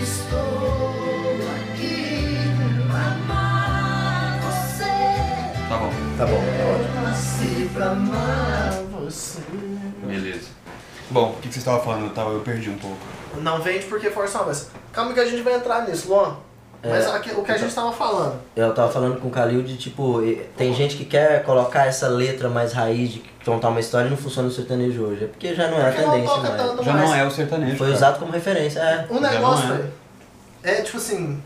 Speaker 6: Tá bom.
Speaker 3: Tá bom, tá
Speaker 1: Beleza. Bom, o que que vocês estavam falando? Eu, tava, eu perdi um pouco.
Speaker 2: Não vende porque força a voz. Calma que a gente vai entrar nisso, Luan. Mas aqui- o que a gente tava falando.
Speaker 3: ótimo. Eu tava falando com o Calil de tipo, e- tem gente que quer colocar essa letra mais raiz de contar uma história e não funciona no sertanejo hoje. É porque já não é a
Speaker 2: Porque não
Speaker 3: tendência
Speaker 2: toca
Speaker 3: mais.
Speaker 2: tanto
Speaker 1: Já
Speaker 2: mais.
Speaker 1: não é o sertanejo.
Speaker 3: Foi
Speaker 1: cara.
Speaker 3: usado como referência, é.
Speaker 2: Um
Speaker 1: Já
Speaker 2: negócio,
Speaker 1: não é.
Speaker 2: velho, é. tipo assim,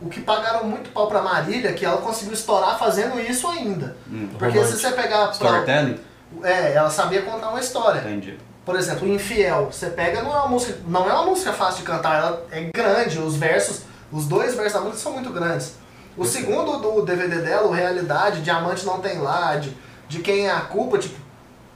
Speaker 2: o que pagaram muito pau pra Marília, que ela conseguiu estourar fazendo isso ainda. Porque se
Speaker 3: romântico.
Speaker 2: você pegar... pra-
Speaker 1: Hum, Storytelling?
Speaker 2: É, ela sabia contar uma história.
Speaker 1: Entendi.
Speaker 2: Por exemplo, o Infiel, você pega, não é uma música, não é uma música fácil de cantar, ela é grande, os versos, os dois versos da música são muito grandes. O segundo do DVD dela, o Realidade, Diamante Não Tem Lá, de, de Quem é a Culpa, tipo,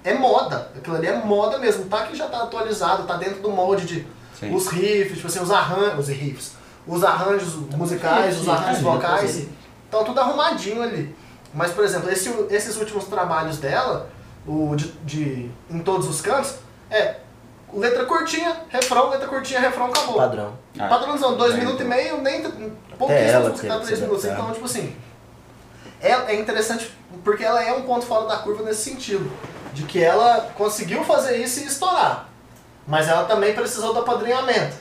Speaker 2: é moda. Aquilo ali é moda mesmo, tá que já tá atualizado, tá dentro do molde de
Speaker 1: Sim.
Speaker 2: os riffs, tipo assim, os arranjos, os riffs, os arranjos musicais, os arranjos
Speaker 3: arranjo,
Speaker 2: vocais,
Speaker 3: assim.
Speaker 2: então tudo arrumadinho ali. Mas, por exemplo, esse- esses últimos trabalhos dela, o de, de- em todos os cantos, é letra curtinha, refrão, letra curtinha, refrão, acabou.
Speaker 3: Padrão.
Speaker 1: Ah,
Speaker 2: Padronzão, dois
Speaker 1: bem,
Speaker 2: minutos
Speaker 1: então.
Speaker 2: e meio, nem
Speaker 3: Até
Speaker 2: pouquíssimas
Speaker 3: ela
Speaker 2: músicas,
Speaker 3: teve
Speaker 2: tá
Speaker 3: que
Speaker 2: três
Speaker 3: se
Speaker 2: minutos.
Speaker 3: adaptar.
Speaker 2: Então, tipo assim, é, é interessante porque ela é um ponto fora da curva nesse sentido, de que ela conseguiu fazer isso e estourar. Mas ela também precisou do apadrinhamento.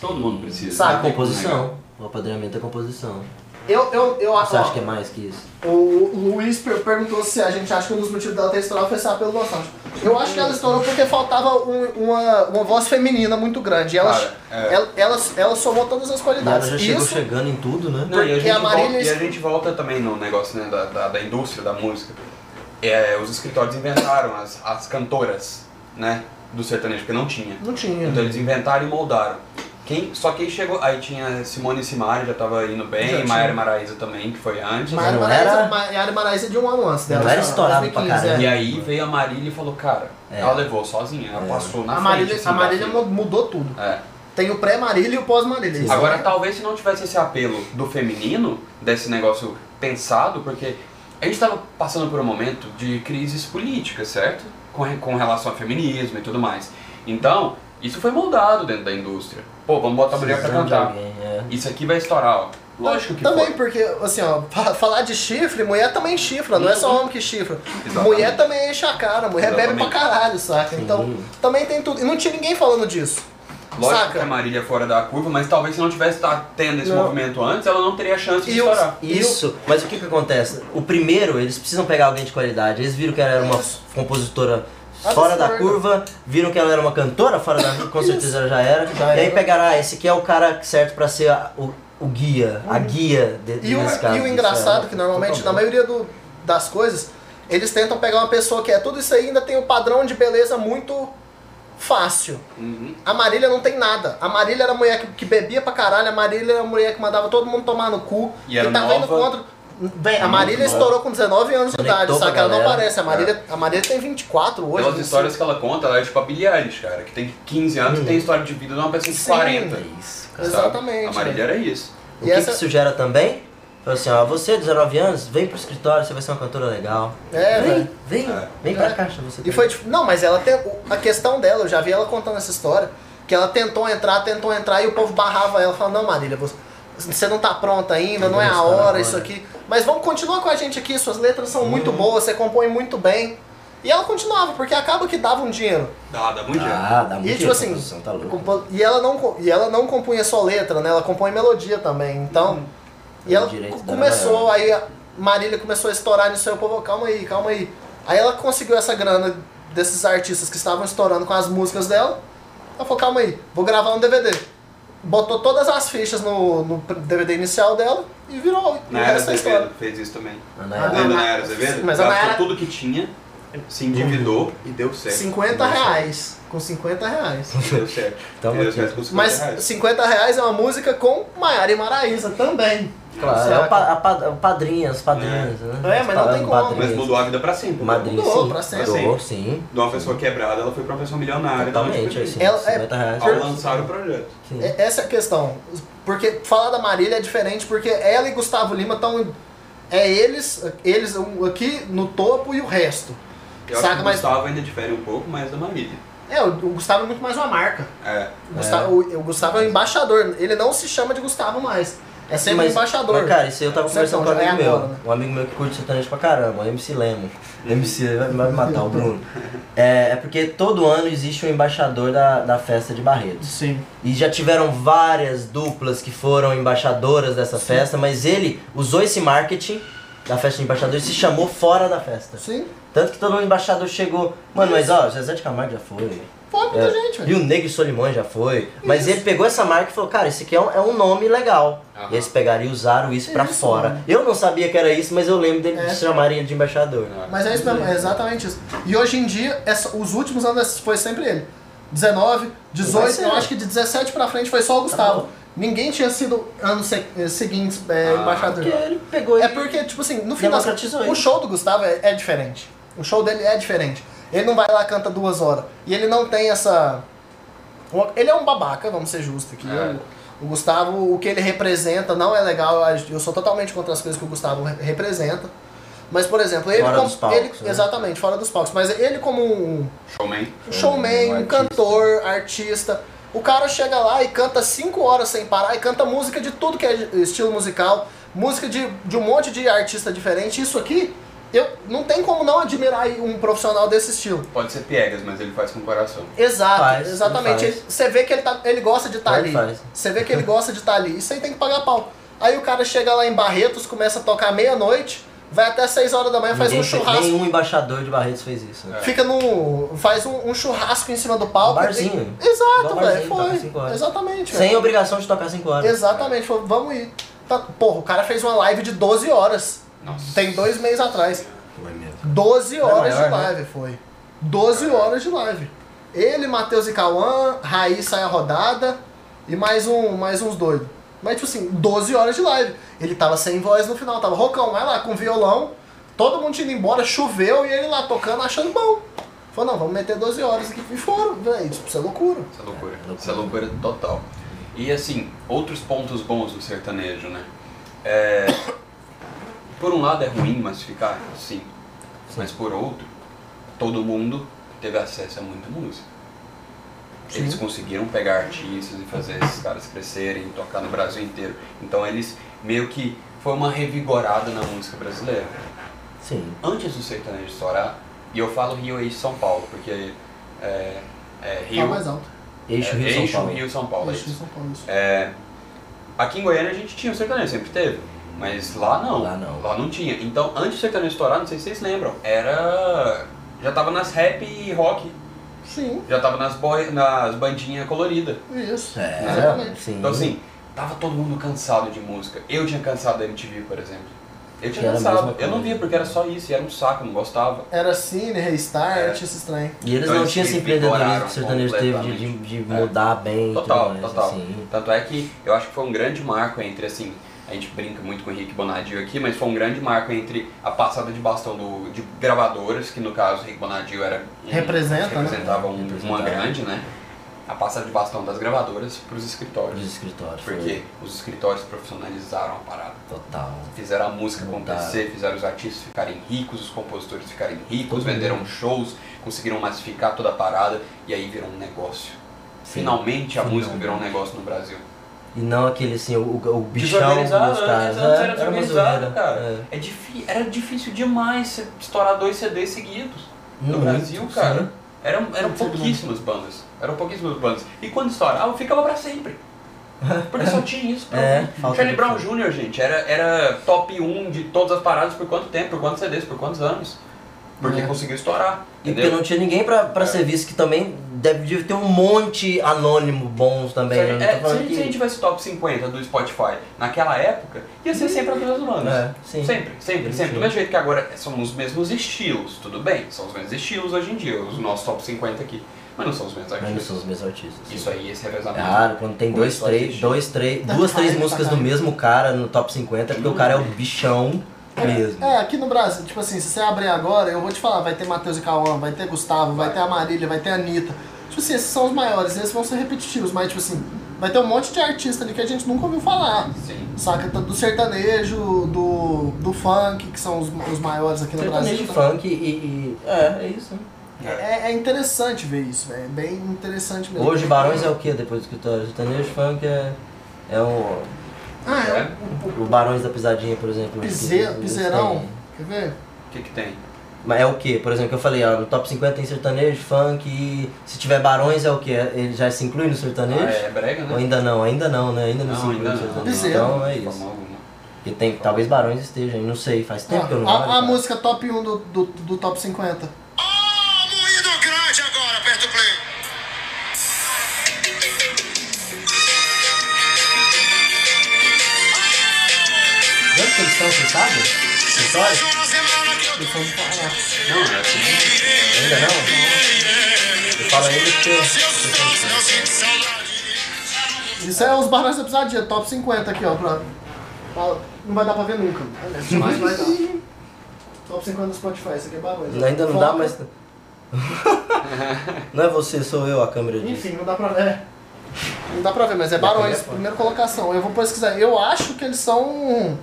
Speaker 6: Todo mundo precisa.
Speaker 2: Sabe,
Speaker 1: né?
Speaker 6: Não
Speaker 3: A
Speaker 6: tem
Speaker 3: composição. O apadrinhamento é composição.
Speaker 2: Eu, eu, eu
Speaker 3: Você
Speaker 2: Ah, ó,
Speaker 3: acha que é mais que isso?
Speaker 2: O Luiz per- perguntou se a gente acha que um dos motivos dela ter estourado foi esse apelo nostálgico. Eu acho que ela estourou porque faltava um- uma, uma voz feminina muito grande. E Ela,
Speaker 1: Cara, é.
Speaker 2: ela, ela, ela somou todas as
Speaker 3: E ela
Speaker 2: qualidades.
Speaker 3: já chegou
Speaker 2: Isso,
Speaker 3: chegando em tudo, né?
Speaker 1: Não, e, a
Speaker 2: Porque
Speaker 1: gente
Speaker 2: a Marília
Speaker 1: volta, e a
Speaker 2: es-
Speaker 1: gente volta também no negócio né, da, da, da indústria da música. É, os escritórios inventaram as, as cantoras né, do sertanejo, porque não tinha.
Speaker 2: não tinha.
Speaker 1: Então eles inventaram e moldaram. Quem, só quem chegou. Aí tinha Simone e Simari, já tava indo
Speaker 2: Já
Speaker 1: bem,
Speaker 2: tinha.
Speaker 1: e Maiara Maraíza também, que foi antes.
Speaker 3: Mas
Speaker 2: Maiara
Speaker 3: não
Speaker 2: Maraíza,
Speaker 3: era-
Speaker 2: Maiara Maraíza é de um ano antes dela.
Speaker 3: Não era estourado pra caralho.
Speaker 1: E
Speaker 2: é.
Speaker 1: aí veio a Marília e falou, cara,
Speaker 3: É.
Speaker 1: ela levou sozinha, ela passou na
Speaker 2: A Marília,
Speaker 1: frente. assim,
Speaker 2: a Marília
Speaker 1: da-
Speaker 2: mu- mudou tudo.
Speaker 1: É.
Speaker 2: Tem o pré-Marília e o pós-Marília. Isso
Speaker 1: Agora,
Speaker 2: é-
Speaker 1: talvez se não tivesse esse apelo do feminino, desse negócio pensado, porque a gente estava passando por um momento de crises políticas, certo? Com, re- com relação ao feminismo e tudo mais. Então, isso foi moldado dentro da indústria. Pô, vamos botar a mulher pra
Speaker 3: Precisando de
Speaker 1: cantar.
Speaker 3: alguém, é.
Speaker 1: Isso aqui vai estourar, ó. Lógico que
Speaker 2: Também,
Speaker 1: foi.
Speaker 2: porque, assim, ó, fa- falar de chifre, mulher também chifra, não é só homem que chifra.
Speaker 1: Uhum. Exatamente.
Speaker 2: Mulher também enche a cara, mulher bebe
Speaker 1: Exatamente.
Speaker 2: pra caralho, saca? Então, também tem tudo. E não tinha ninguém falando disso.
Speaker 1: Lógico
Speaker 2: saca?
Speaker 1: que a Marília é fora da curva, mas talvez se não tivesse tá tendo esse
Speaker 2: Não.
Speaker 1: movimento antes, ela não teria chance de
Speaker 2: E os-
Speaker 1: estourar.
Speaker 3: Isso, mas o que que acontece? O primeiro, eles precisam pegar alguém de qualidade. Eles viram que ela era uma
Speaker 2: Isso.
Speaker 3: compositora
Speaker 2: Absurdo.
Speaker 3: fora da curva, viram que ela era uma cantora fora da curva, com certeza ela já era.
Speaker 2: Já
Speaker 3: e aí
Speaker 2: era.
Speaker 3: pegaram, ah, esse aqui é o cara certo pra ser a- o, o guia, a guia de,
Speaker 2: Uhum. E o,
Speaker 3: nesse caso.
Speaker 2: e o
Speaker 3: Isso
Speaker 2: engraçado
Speaker 3: é
Speaker 2: que normalmente, na
Speaker 3: totalmente-
Speaker 2: maioria do- das coisas, eles tentam pegar uma pessoa que é tudo isso aí, ainda tem um padrão de beleza muito fácil.
Speaker 1: Uhum.
Speaker 2: A Marília não tem nada. A Marília era a mulher que, que bebia pra caralho, a Marília era a mulher que mandava todo mundo tomar no cu,
Speaker 1: E era
Speaker 2: que tava indo
Speaker 1: nova.
Speaker 2: contra. Bem, a Marília
Speaker 3: nova.
Speaker 2: estourou com 19 anos de
Speaker 3: Conectou
Speaker 2: idade,
Speaker 3: com a
Speaker 2: só que ela não
Speaker 3: galera.
Speaker 2: aparece. A Marília, a Marília tem 24 hoje.
Speaker 1: Pelas
Speaker 2: 25.
Speaker 1: histórias que ela conta, ela é tipo a Billie Eilish, cara, que tem 15 anos e tem história de vida de uma pessoa de
Speaker 2: Sim. é
Speaker 1: 40.
Speaker 3: Isso, cara.
Speaker 1: sabe?
Speaker 2: Exatamente,
Speaker 1: A Marília era isso.
Speaker 3: O
Speaker 2: E
Speaker 3: que
Speaker 2: essa-
Speaker 3: que isso gera também? Falou assim, ó, você, 19 anos, vem pro escritório, você vai ser uma cantora legal.
Speaker 2: É,
Speaker 3: vem,
Speaker 2: velho.
Speaker 3: vem,
Speaker 1: É.
Speaker 3: vem pra
Speaker 2: É.
Speaker 3: caixa
Speaker 2: E
Speaker 3: você também.
Speaker 2: foi tipo, não, mas ela tem a questão dela, eu já vi ela contando essa história, que ela tentou entrar, tentou entrar e o povo barrava ela, falando: "Não, Marília, você, você não tá pronta ainda, não é a
Speaker 3: Não está na
Speaker 2: hora
Speaker 3: hora."
Speaker 2: isso aqui. Mas vamos continuar com a gente aqui, suas letras são muito boas, você compõe muito bem". E ela continuava, porque acaba que dava um dinheiro.
Speaker 1: Dá, dá muito jeito.
Speaker 3: Ah, dá muito
Speaker 2: E tipo
Speaker 3: jeito,
Speaker 2: assim,
Speaker 3: composição, tá louco.
Speaker 2: compo- e ela não co- e ela não compunha só letra, né? Ela compõe melodia também. Então,
Speaker 1: Uhum.
Speaker 2: e
Speaker 3: É o
Speaker 2: ela
Speaker 3: direito dela, é-
Speaker 2: começou aí a Marília começou a estourar nisso aí, eu povo, calma aí, calma aí. Aí ela conseguiu essa grana desses artistas que estavam estourando com as músicas dela. Ela falou, calma aí, vou gravar um DVD. Botou todas as fichas no, no DVD inicial dela e virou
Speaker 1: Na
Speaker 2: o
Speaker 1: Era
Speaker 2: resto da história. Ah,
Speaker 1: Azevedo fez isso também.
Speaker 3: Ana-
Speaker 1: Lembra
Speaker 2: mas-
Speaker 1: na Era Azevedo?
Speaker 2: mas a
Speaker 1: Gastou
Speaker 2: Nayara-
Speaker 1: tudo que tinha, se endividou e deu certo.
Speaker 2: 50 reais. Com 50 reais.
Speaker 1: E Deu certo.
Speaker 3: Tamo
Speaker 1: E deu
Speaker 3: aqui.
Speaker 1: certo com 50
Speaker 2: Mas
Speaker 1: reais.
Speaker 2: 50 reais é uma música com Maiara e Maraísa também.
Speaker 3: Claro, é
Speaker 2: Saca.
Speaker 3: o, pa- a pad- o padrinho, as padrinhas, né?
Speaker 2: É, mas não
Speaker 3: As
Speaker 2: tem
Speaker 3: padrinhas,
Speaker 2: como.
Speaker 1: Mas mudou a vida pra sempre.
Speaker 3: Madrinha,
Speaker 2: Mudou,
Speaker 3: sim.
Speaker 2: pra sempre.
Speaker 3: Mudou, sim.
Speaker 1: De uma pessoa quebrada, ela foi pra uma pessoa milionária. da noite
Speaker 3: Totalmente,
Speaker 1: pra
Speaker 3: aí
Speaker 1: dia.
Speaker 3: sim.
Speaker 2: Ela- é-
Speaker 3: 50 reais.
Speaker 1: Ao lançar o projeto.
Speaker 3: sim.
Speaker 2: É- Essa é a questão. Porque falar da Marília é diferente, porque ela e Gustavo Lima estão. É eles, eles um aqui no topo e o resto.
Speaker 1: Eu
Speaker 2: Saca,
Speaker 1: acho que o
Speaker 2: mas-
Speaker 1: Gustavo ainda difere um pouco mais da Marília.
Speaker 2: É, o o Gustavo é muito mais uma marca.
Speaker 1: É.
Speaker 2: O Gustavo- o, o Gustavo é um embaixador. Ele não se chama de Gustavo mais. É sempre um
Speaker 3: Mas-
Speaker 2: embaixador.
Speaker 3: Mas, cara, isso aí eu tava
Speaker 2: Sempre
Speaker 3: conversando com um
Speaker 2: não, já
Speaker 3: amigo
Speaker 2: é
Speaker 3: meu.
Speaker 2: agora, né?
Speaker 3: Um amigo meu que curte sertanejo pra caramba, o MC Lemo. MC, ele vai vai me matar o Bruno. É, é porque todo ano existe um embaixador da, da festa de Barretos.
Speaker 2: Sim.
Speaker 3: E já tiveram várias duplas que foram embaixadoras dessa festa, mas ele usou esse marketing da festa de embaixador e se chamou fora da festa.
Speaker 2: Sim.
Speaker 3: Tanto que todo mundo embaixador chegou. Mano, mas ó, Zezé de Camargo já foi.
Speaker 2: Foi muita
Speaker 3: É.
Speaker 2: gente, velho.
Speaker 3: E o Negro Solimões já foi. Mas ele pegou essa marca e falou, cara, esse aqui é um, é um nome legal.
Speaker 1: Aham.
Speaker 3: E eles pegaram e usaram isso pra
Speaker 2: Isso,
Speaker 3: fora.
Speaker 2: mano.
Speaker 3: Eu não sabia que era isso, mas eu lembro deles
Speaker 2: É.
Speaker 3: chamarem ele de embaixador.
Speaker 2: Mas é isso mesmo, é exatamente isso. E hoje em dia, essa- os últimos anos foi sempre ele. 19, 18,
Speaker 3: ser. Tá
Speaker 2: eu acho que de 17 pra frente foi só o Gustavo.
Speaker 3: bom.
Speaker 2: Ninguém tinha sido anos se- eh, seguintes é,
Speaker 1: Ah,
Speaker 2: embaixador.
Speaker 3: Porque ele pegou e-
Speaker 2: É porque, tipo assim, no final,
Speaker 3: Democratizou
Speaker 2: o
Speaker 3: ele.
Speaker 2: show do Gustavo é, é diferente. O show dele é diferente. Ele não vai lá e canta duas horas. E ele não tem essa... Ele é um babaca, vamos ser justos aqui.
Speaker 1: É.
Speaker 2: O, o Gustavo, o que ele representa não é legal. Eu sou totalmente contra as coisas que o Gustavo re- representa. Mas, por exemplo, ele...
Speaker 3: Fora
Speaker 2: como-
Speaker 3: dos palcos,
Speaker 2: ele-
Speaker 3: né?
Speaker 2: Exatamente, fora dos palcos. Mas ele como um
Speaker 1: Showman.
Speaker 2: um showman, um
Speaker 1: artista.
Speaker 2: cantor, artista. O cara chega lá e canta 5 horas sem parar e canta música de tudo que é estilo musical, música de, de um monte de artista diferente. Isso aqui, eu não tem como não admirar um profissional desse estilo.
Speaker 1: Pode ser piegas, mas ele faz com o coração.
Speaker 2: Exato,
Speaker 3: Faz, ele
Speaker 2: exatamente.
Speaker 3: faz.
Speaker 2: Ele- Você vê que ele, tá- ele gosta de estar
Speaker 3: Ele
Speaker 2: ali.
Speaker 3: faz.
Speaker 2: Você vê que ele gosta de estar ali. Isso aí tem que pagar pau. Aí o cara chega lá em Barretos, começa a tocar meia-noite, vai até 6 horas da manhã, faz um
Speaker 3: Ninguém fez-
Speaker 2: churrasco.
Speaker 3: Nenhum embaixador de Barretos fez isso.
Speaker 1: É.
Speaker 3: né?
Speaker 2: Fica no. faz um, um churrasco em cima do palco.
Speaker 3: Um barzinho.
Speaker 2: E- Exato,
Speaker 3: Igual barzinho,
Speaker 2: velho.
Speaker 3: toca
Speaker 2: Foi.
Speaker 3: cinco horas.
Speaker 2: Exatamente,
Speaker 3: Sem
Speaker 2: velho.
Speaker 3: obrigação de tocar 5 horas.
Speaker 2: Exatamente, foi, vamos ir. Tá- porra, o cara fez uma live de 12 horas.
Speaker 1: Nossa. é
Speaker 2: Tem dois meses atrás.
Speaker 1: Foi mesmo.
Speaker 2: 12 horas
Speaker 3: maior,
Speaker 2: de
Speaker 1: né?
Speaker 2: live, foi. 12 horas de live. Ele, Matheus e Cauã, Raí sai a rodada e mais um, mais uns doidos. Mas tipo assim, 12 horas de live. Ele tava sem voz no final, tava rocão, vai lá com violão, todo mundo tinha ido embora, choveu e ele lá tocando, achando bom. Falou, não, vamos meter 12 horas aqui. E foram, velho, tipo, isso é loucura.
Speaker 1: Essa loucura. Essa loucura total. E assim, outros pontos bons do sertanejo, né? É, Por um lado é ruim massificar, sim. Mas por outro, todo mundo teve acesso a muita música. Eles conseguiram pegar artistas e fazer esses caras crescerem, tocar no Brasil inteiro. Então eles meio que foi uma revigorada na música brasileira.
Speaker 3: Sim.
Speaker 1: Antes do sertanejo estourar, e eu falo Rio e São Paulo, porque é, é,
Speaker 2: Fala
Speaker 1: Rio,
Speaker 2: Tá mais alto.
Speaker 3: Eixo Rio
Speaker 1: É, Eixo,
Speaker 3: São Paulo.
Speaker 1: Rio, São Paulo, é
Speaker 2: Deixa eu
Speaker 1: isso.
Speaker 2: só falar isso.
Speaker 1: É, aqui em Goiânia a gente tinha o sertanejo, sempre teve. Mas lá não.
Speaker 3: Lá não.
Speaker 1: Lá não tinha. Então, antes do sertanejo estourar, não sei se vocês lembram, era. Já tava nas rap e rock.
Speaker 2: Sim,
Speaker 1: Já tava nas, boy, nas bandinhas coloridas.
Speaker 2: isso.
Speaker 3: É,
Speaker 2: Exatamente.
Speaker 3: sim.
Speaker 1: Então, assim, tava todo mundo cansado de música. Eu tinha cansado da MTV, por exemplo. Eu tinha
Speaker 3: Era a
Speaker 1: cansado.
Speaker 3: mesma
Speaker 1: Eu não
Speaker 3: coisa.
Speaker 1: via porque era só isso, e era um saco, eu não gostava.
Speaker 2: Era cine, restart,
Speaker 1: É.
Speaker 2: artista estranho.
Speaker 3: E eles
Speaker 1: Então,
Speaker 3: não
Speaker 1: eles
Speaker 3: tinham esse
Speaker 1: revigoraram
Speaker 3: empreendedorismo que o sertanejo teve de, de, de
Speaker 1: completamente.
Speaker 3: mudar bem. e tudo
Speaker 1: Total,
Speaker 3: mais,
Speaker 1: total.
Speaker 3: assim.
Speaker 1: Tanto é que eu acho que foi um grande marco entre, assim, a gente brinca muito com o Henrique Bonadio aqui, mas foi um grande marco entre a passada de bastão do, de gravadoras, que no caso o Henrique Bonadio era. um-
Speaker 2: Representa, né?
Speaker 1: representava um- uma
Speaker 3: Representava.
Speaker 1: grande, né? A passada de bastão das gravadoras para os escritórios.
Speaker 3: Dos escritórios. foi
Speaker 1: Porque os escritórios profissionalizaram a parada.
Speaker 3: Total.
Speaker 1: Fizeram a música
Speaker 3: Mudaram.
Speaker 1: acontecer, fizeram os artistas ficarem ricos, os compositores ficarem ricos,
Speaker 3: Todo
Speaker 1: venderam
Speaker 3: mundo.
Speaker 1: shows, conseguiram massificar toda a parada e aí virou um negócio.
Speaker 3: Sim.
Speaker 1: Finalmente a
Speaker 3: Finalmente.
Speaker 1: música virou um negócio no Brasil.
Speaker 3: E não aquele assim, o, o o bichão dos
Speaker 1: Desorganizado, antes, antes
Speaker 3: caras. É,
Speaker 1: era
Speaker 3: era uma
Speaker 1: desorganizado,
Speaker 3: zoeira,
Speaker 1: cara.
Speaker 3: é.
Speaker 1: É. difí- era difícil demais você estourar dois CDs seguidos. No
Speaker 3: Muito,
Speaker 1: Brasil,
Speaker 3: sim.
Speaker 1: cara, eram, eram
Speaker 2: Muito
Speaker 1: pouquíssimas bandas. Eram pouquíssimas bandas. E quando estourava, ficava pra sempre. Porque só tinha isso pra
Speaker 3: É,
Speaker 1: ouvir.
Speaker 3: falta
Speaker 1: Charlie
Speaker 3: de
Speaker 1: Brown Jr., gente, era, era top 1 de todas as paradas por quanto tempo, por quantos CDs, por quantos anos. Porque
Speaker 2: É.
Speaker 1: conseguiu estourar.
Speaker 3: E porque
Speaker 1: Entendeu?
Speaker 3: não tinha ninguém pra, pra
Speaker 1: É.
Speaker 3: ser visto, que também deve, deve ter um monte anônimo bons também.
Speaker 1: se, a
Speaker 3: né?
Speaker 1: gente,
Speaker 3: Não
Speaker 1: é,
Speaker 3: tô
Speaker 1: se
Speaker 3: falando
Speaker 1: a gente-
Speaker 3: que-
Speaker 1: se a gente tivesse top 50 do Spotify naquela época, ia ser sempre as mesmas bandas.
Speaker 3: Hum. É, sim.
Speaker 1: Sempre, sempre, sempre. Do mesmo jeito que agora são os mesmos estilos, tudo bem, são os mesmos estilos hoje em dia, os nossos top 50 aqui. Mas não são os mesmos
Speaker 3: Mas não são
Speaker 1: artistas.
Speaker 3: os mesmos artistas.
Speaker 1: Isso aí, esse
Speaker 3: É
Speaker 1: revezamento.
Speaker 3: raro, quando tem dois,
Speaker 1: Começou a
Speaker 3: três,
Speaker 1: existir.
Speaker 3: dois, três, duas, três
Speaker 5: Caralho,
Speaker 3: músicas do
Speaker 5: caralho.
Speaker 3: mesmo cara no top 50, é porque o cara é o bichão mesmo.
Speaker 2: É, aqui no Brasil, tipo assim, se você abrir agora, eu vou te falar, vai ter Matheus e Cauã, vai ter Gustavo, vai, ter a Marília, vai ter a Anitta. Tipo assim, esses são os maiores, esses vão ser repetitivos, mas tipo assim, vai ter um monte de artista ali que a gente nunca ouviu falar.
Speaker 1: Sim.
Speaker 2: Saca? Tá Do sertanejo, do, do funk, que são os, os maiores aqui no
Speaker 3: Sertanejo
Speaker 2: Brasil.
Speaker 3: de funk e, e- É, é isso. né?
Speaker 2: É, é interessante ver isso, velho. É bem interessante mesmo.
Speaker 3: Hoje Barões é o que depois do escritório? Sertanejo de funk é. É o.
Speaker 2: Ah, é
Speaker 1: É?
Speaker 2: o, o,
Speaker 3: O Barões da Pisadinha, por exemplo.
Speaker 2: o
Speaker 3: eles-
Speaker 2: Pize-
Speaker 3: eles
Speaker 2: Piseirão.
Speaker 3: têm.
Speaker 2: Quer ver?
Speaker 1: O que que tem?
Speaker 3: Mas é o que? Por exemplo, que eu falei, ó, no top 50 tem sertanejo, funk e. Se tiver Barões é o que? Ele já se inclui no sertanejo?
Speaker 1: Ah, é brega, né?
Speaker 3: Ou ainda não, ainda não, né? Ainda não,
Speaker 1: Não,
Speaker 3: se inclui
Speaker 1: ainda
Speaker 3: no
Speaker 1: não.
Speaker 3: sertanejo.
Speaker 2: Piseiro.
Speaker 3: Então é
Speaker 1: De forma
Speaker 3: isso.
Speaker 1: alguma.
Speaker 3: E tem, talvez Barões esteja, aí, não sei, faz tempo que eu não
Speaker 2: Ah,
Speaker 3: olho,
Speaker 2: a, a
Speaker 3: cara.
Speaker 2: música top 1 do, do, do top 50.
Speaker 4: Ó, moído grande agora, perto do play.
Speaker 3: Quantos que eles são, você sabe? Escritório?
Speaker 4: Uma semana que eu
Speaker 1: Não, é assim.
Speaker 3: Ainda não? Eu falo ainda porque.
Speaker 4: eu sinto saudade.
Speaker 2: Isso é os Barões da Pisadinha, top 50 aqui, ó. Pra, pra- não vai dar pra ver nunca.
Speaker 1: É,
Speaker 2: Aliás, Mas vai dar. Top 50 do Spotify, isso aqui é Barões. ó.
Speaker 3: Ainda não
Speaker 2: Foca.
Speaker 3: dá, mas. não é você, sou eu a câmera disso.
Speaker 2: Enfim, não dá pra ver. Não dá pra ver, mas é Barões, primeira colocação. Eu vou pesquisar. Eu acho que eles são.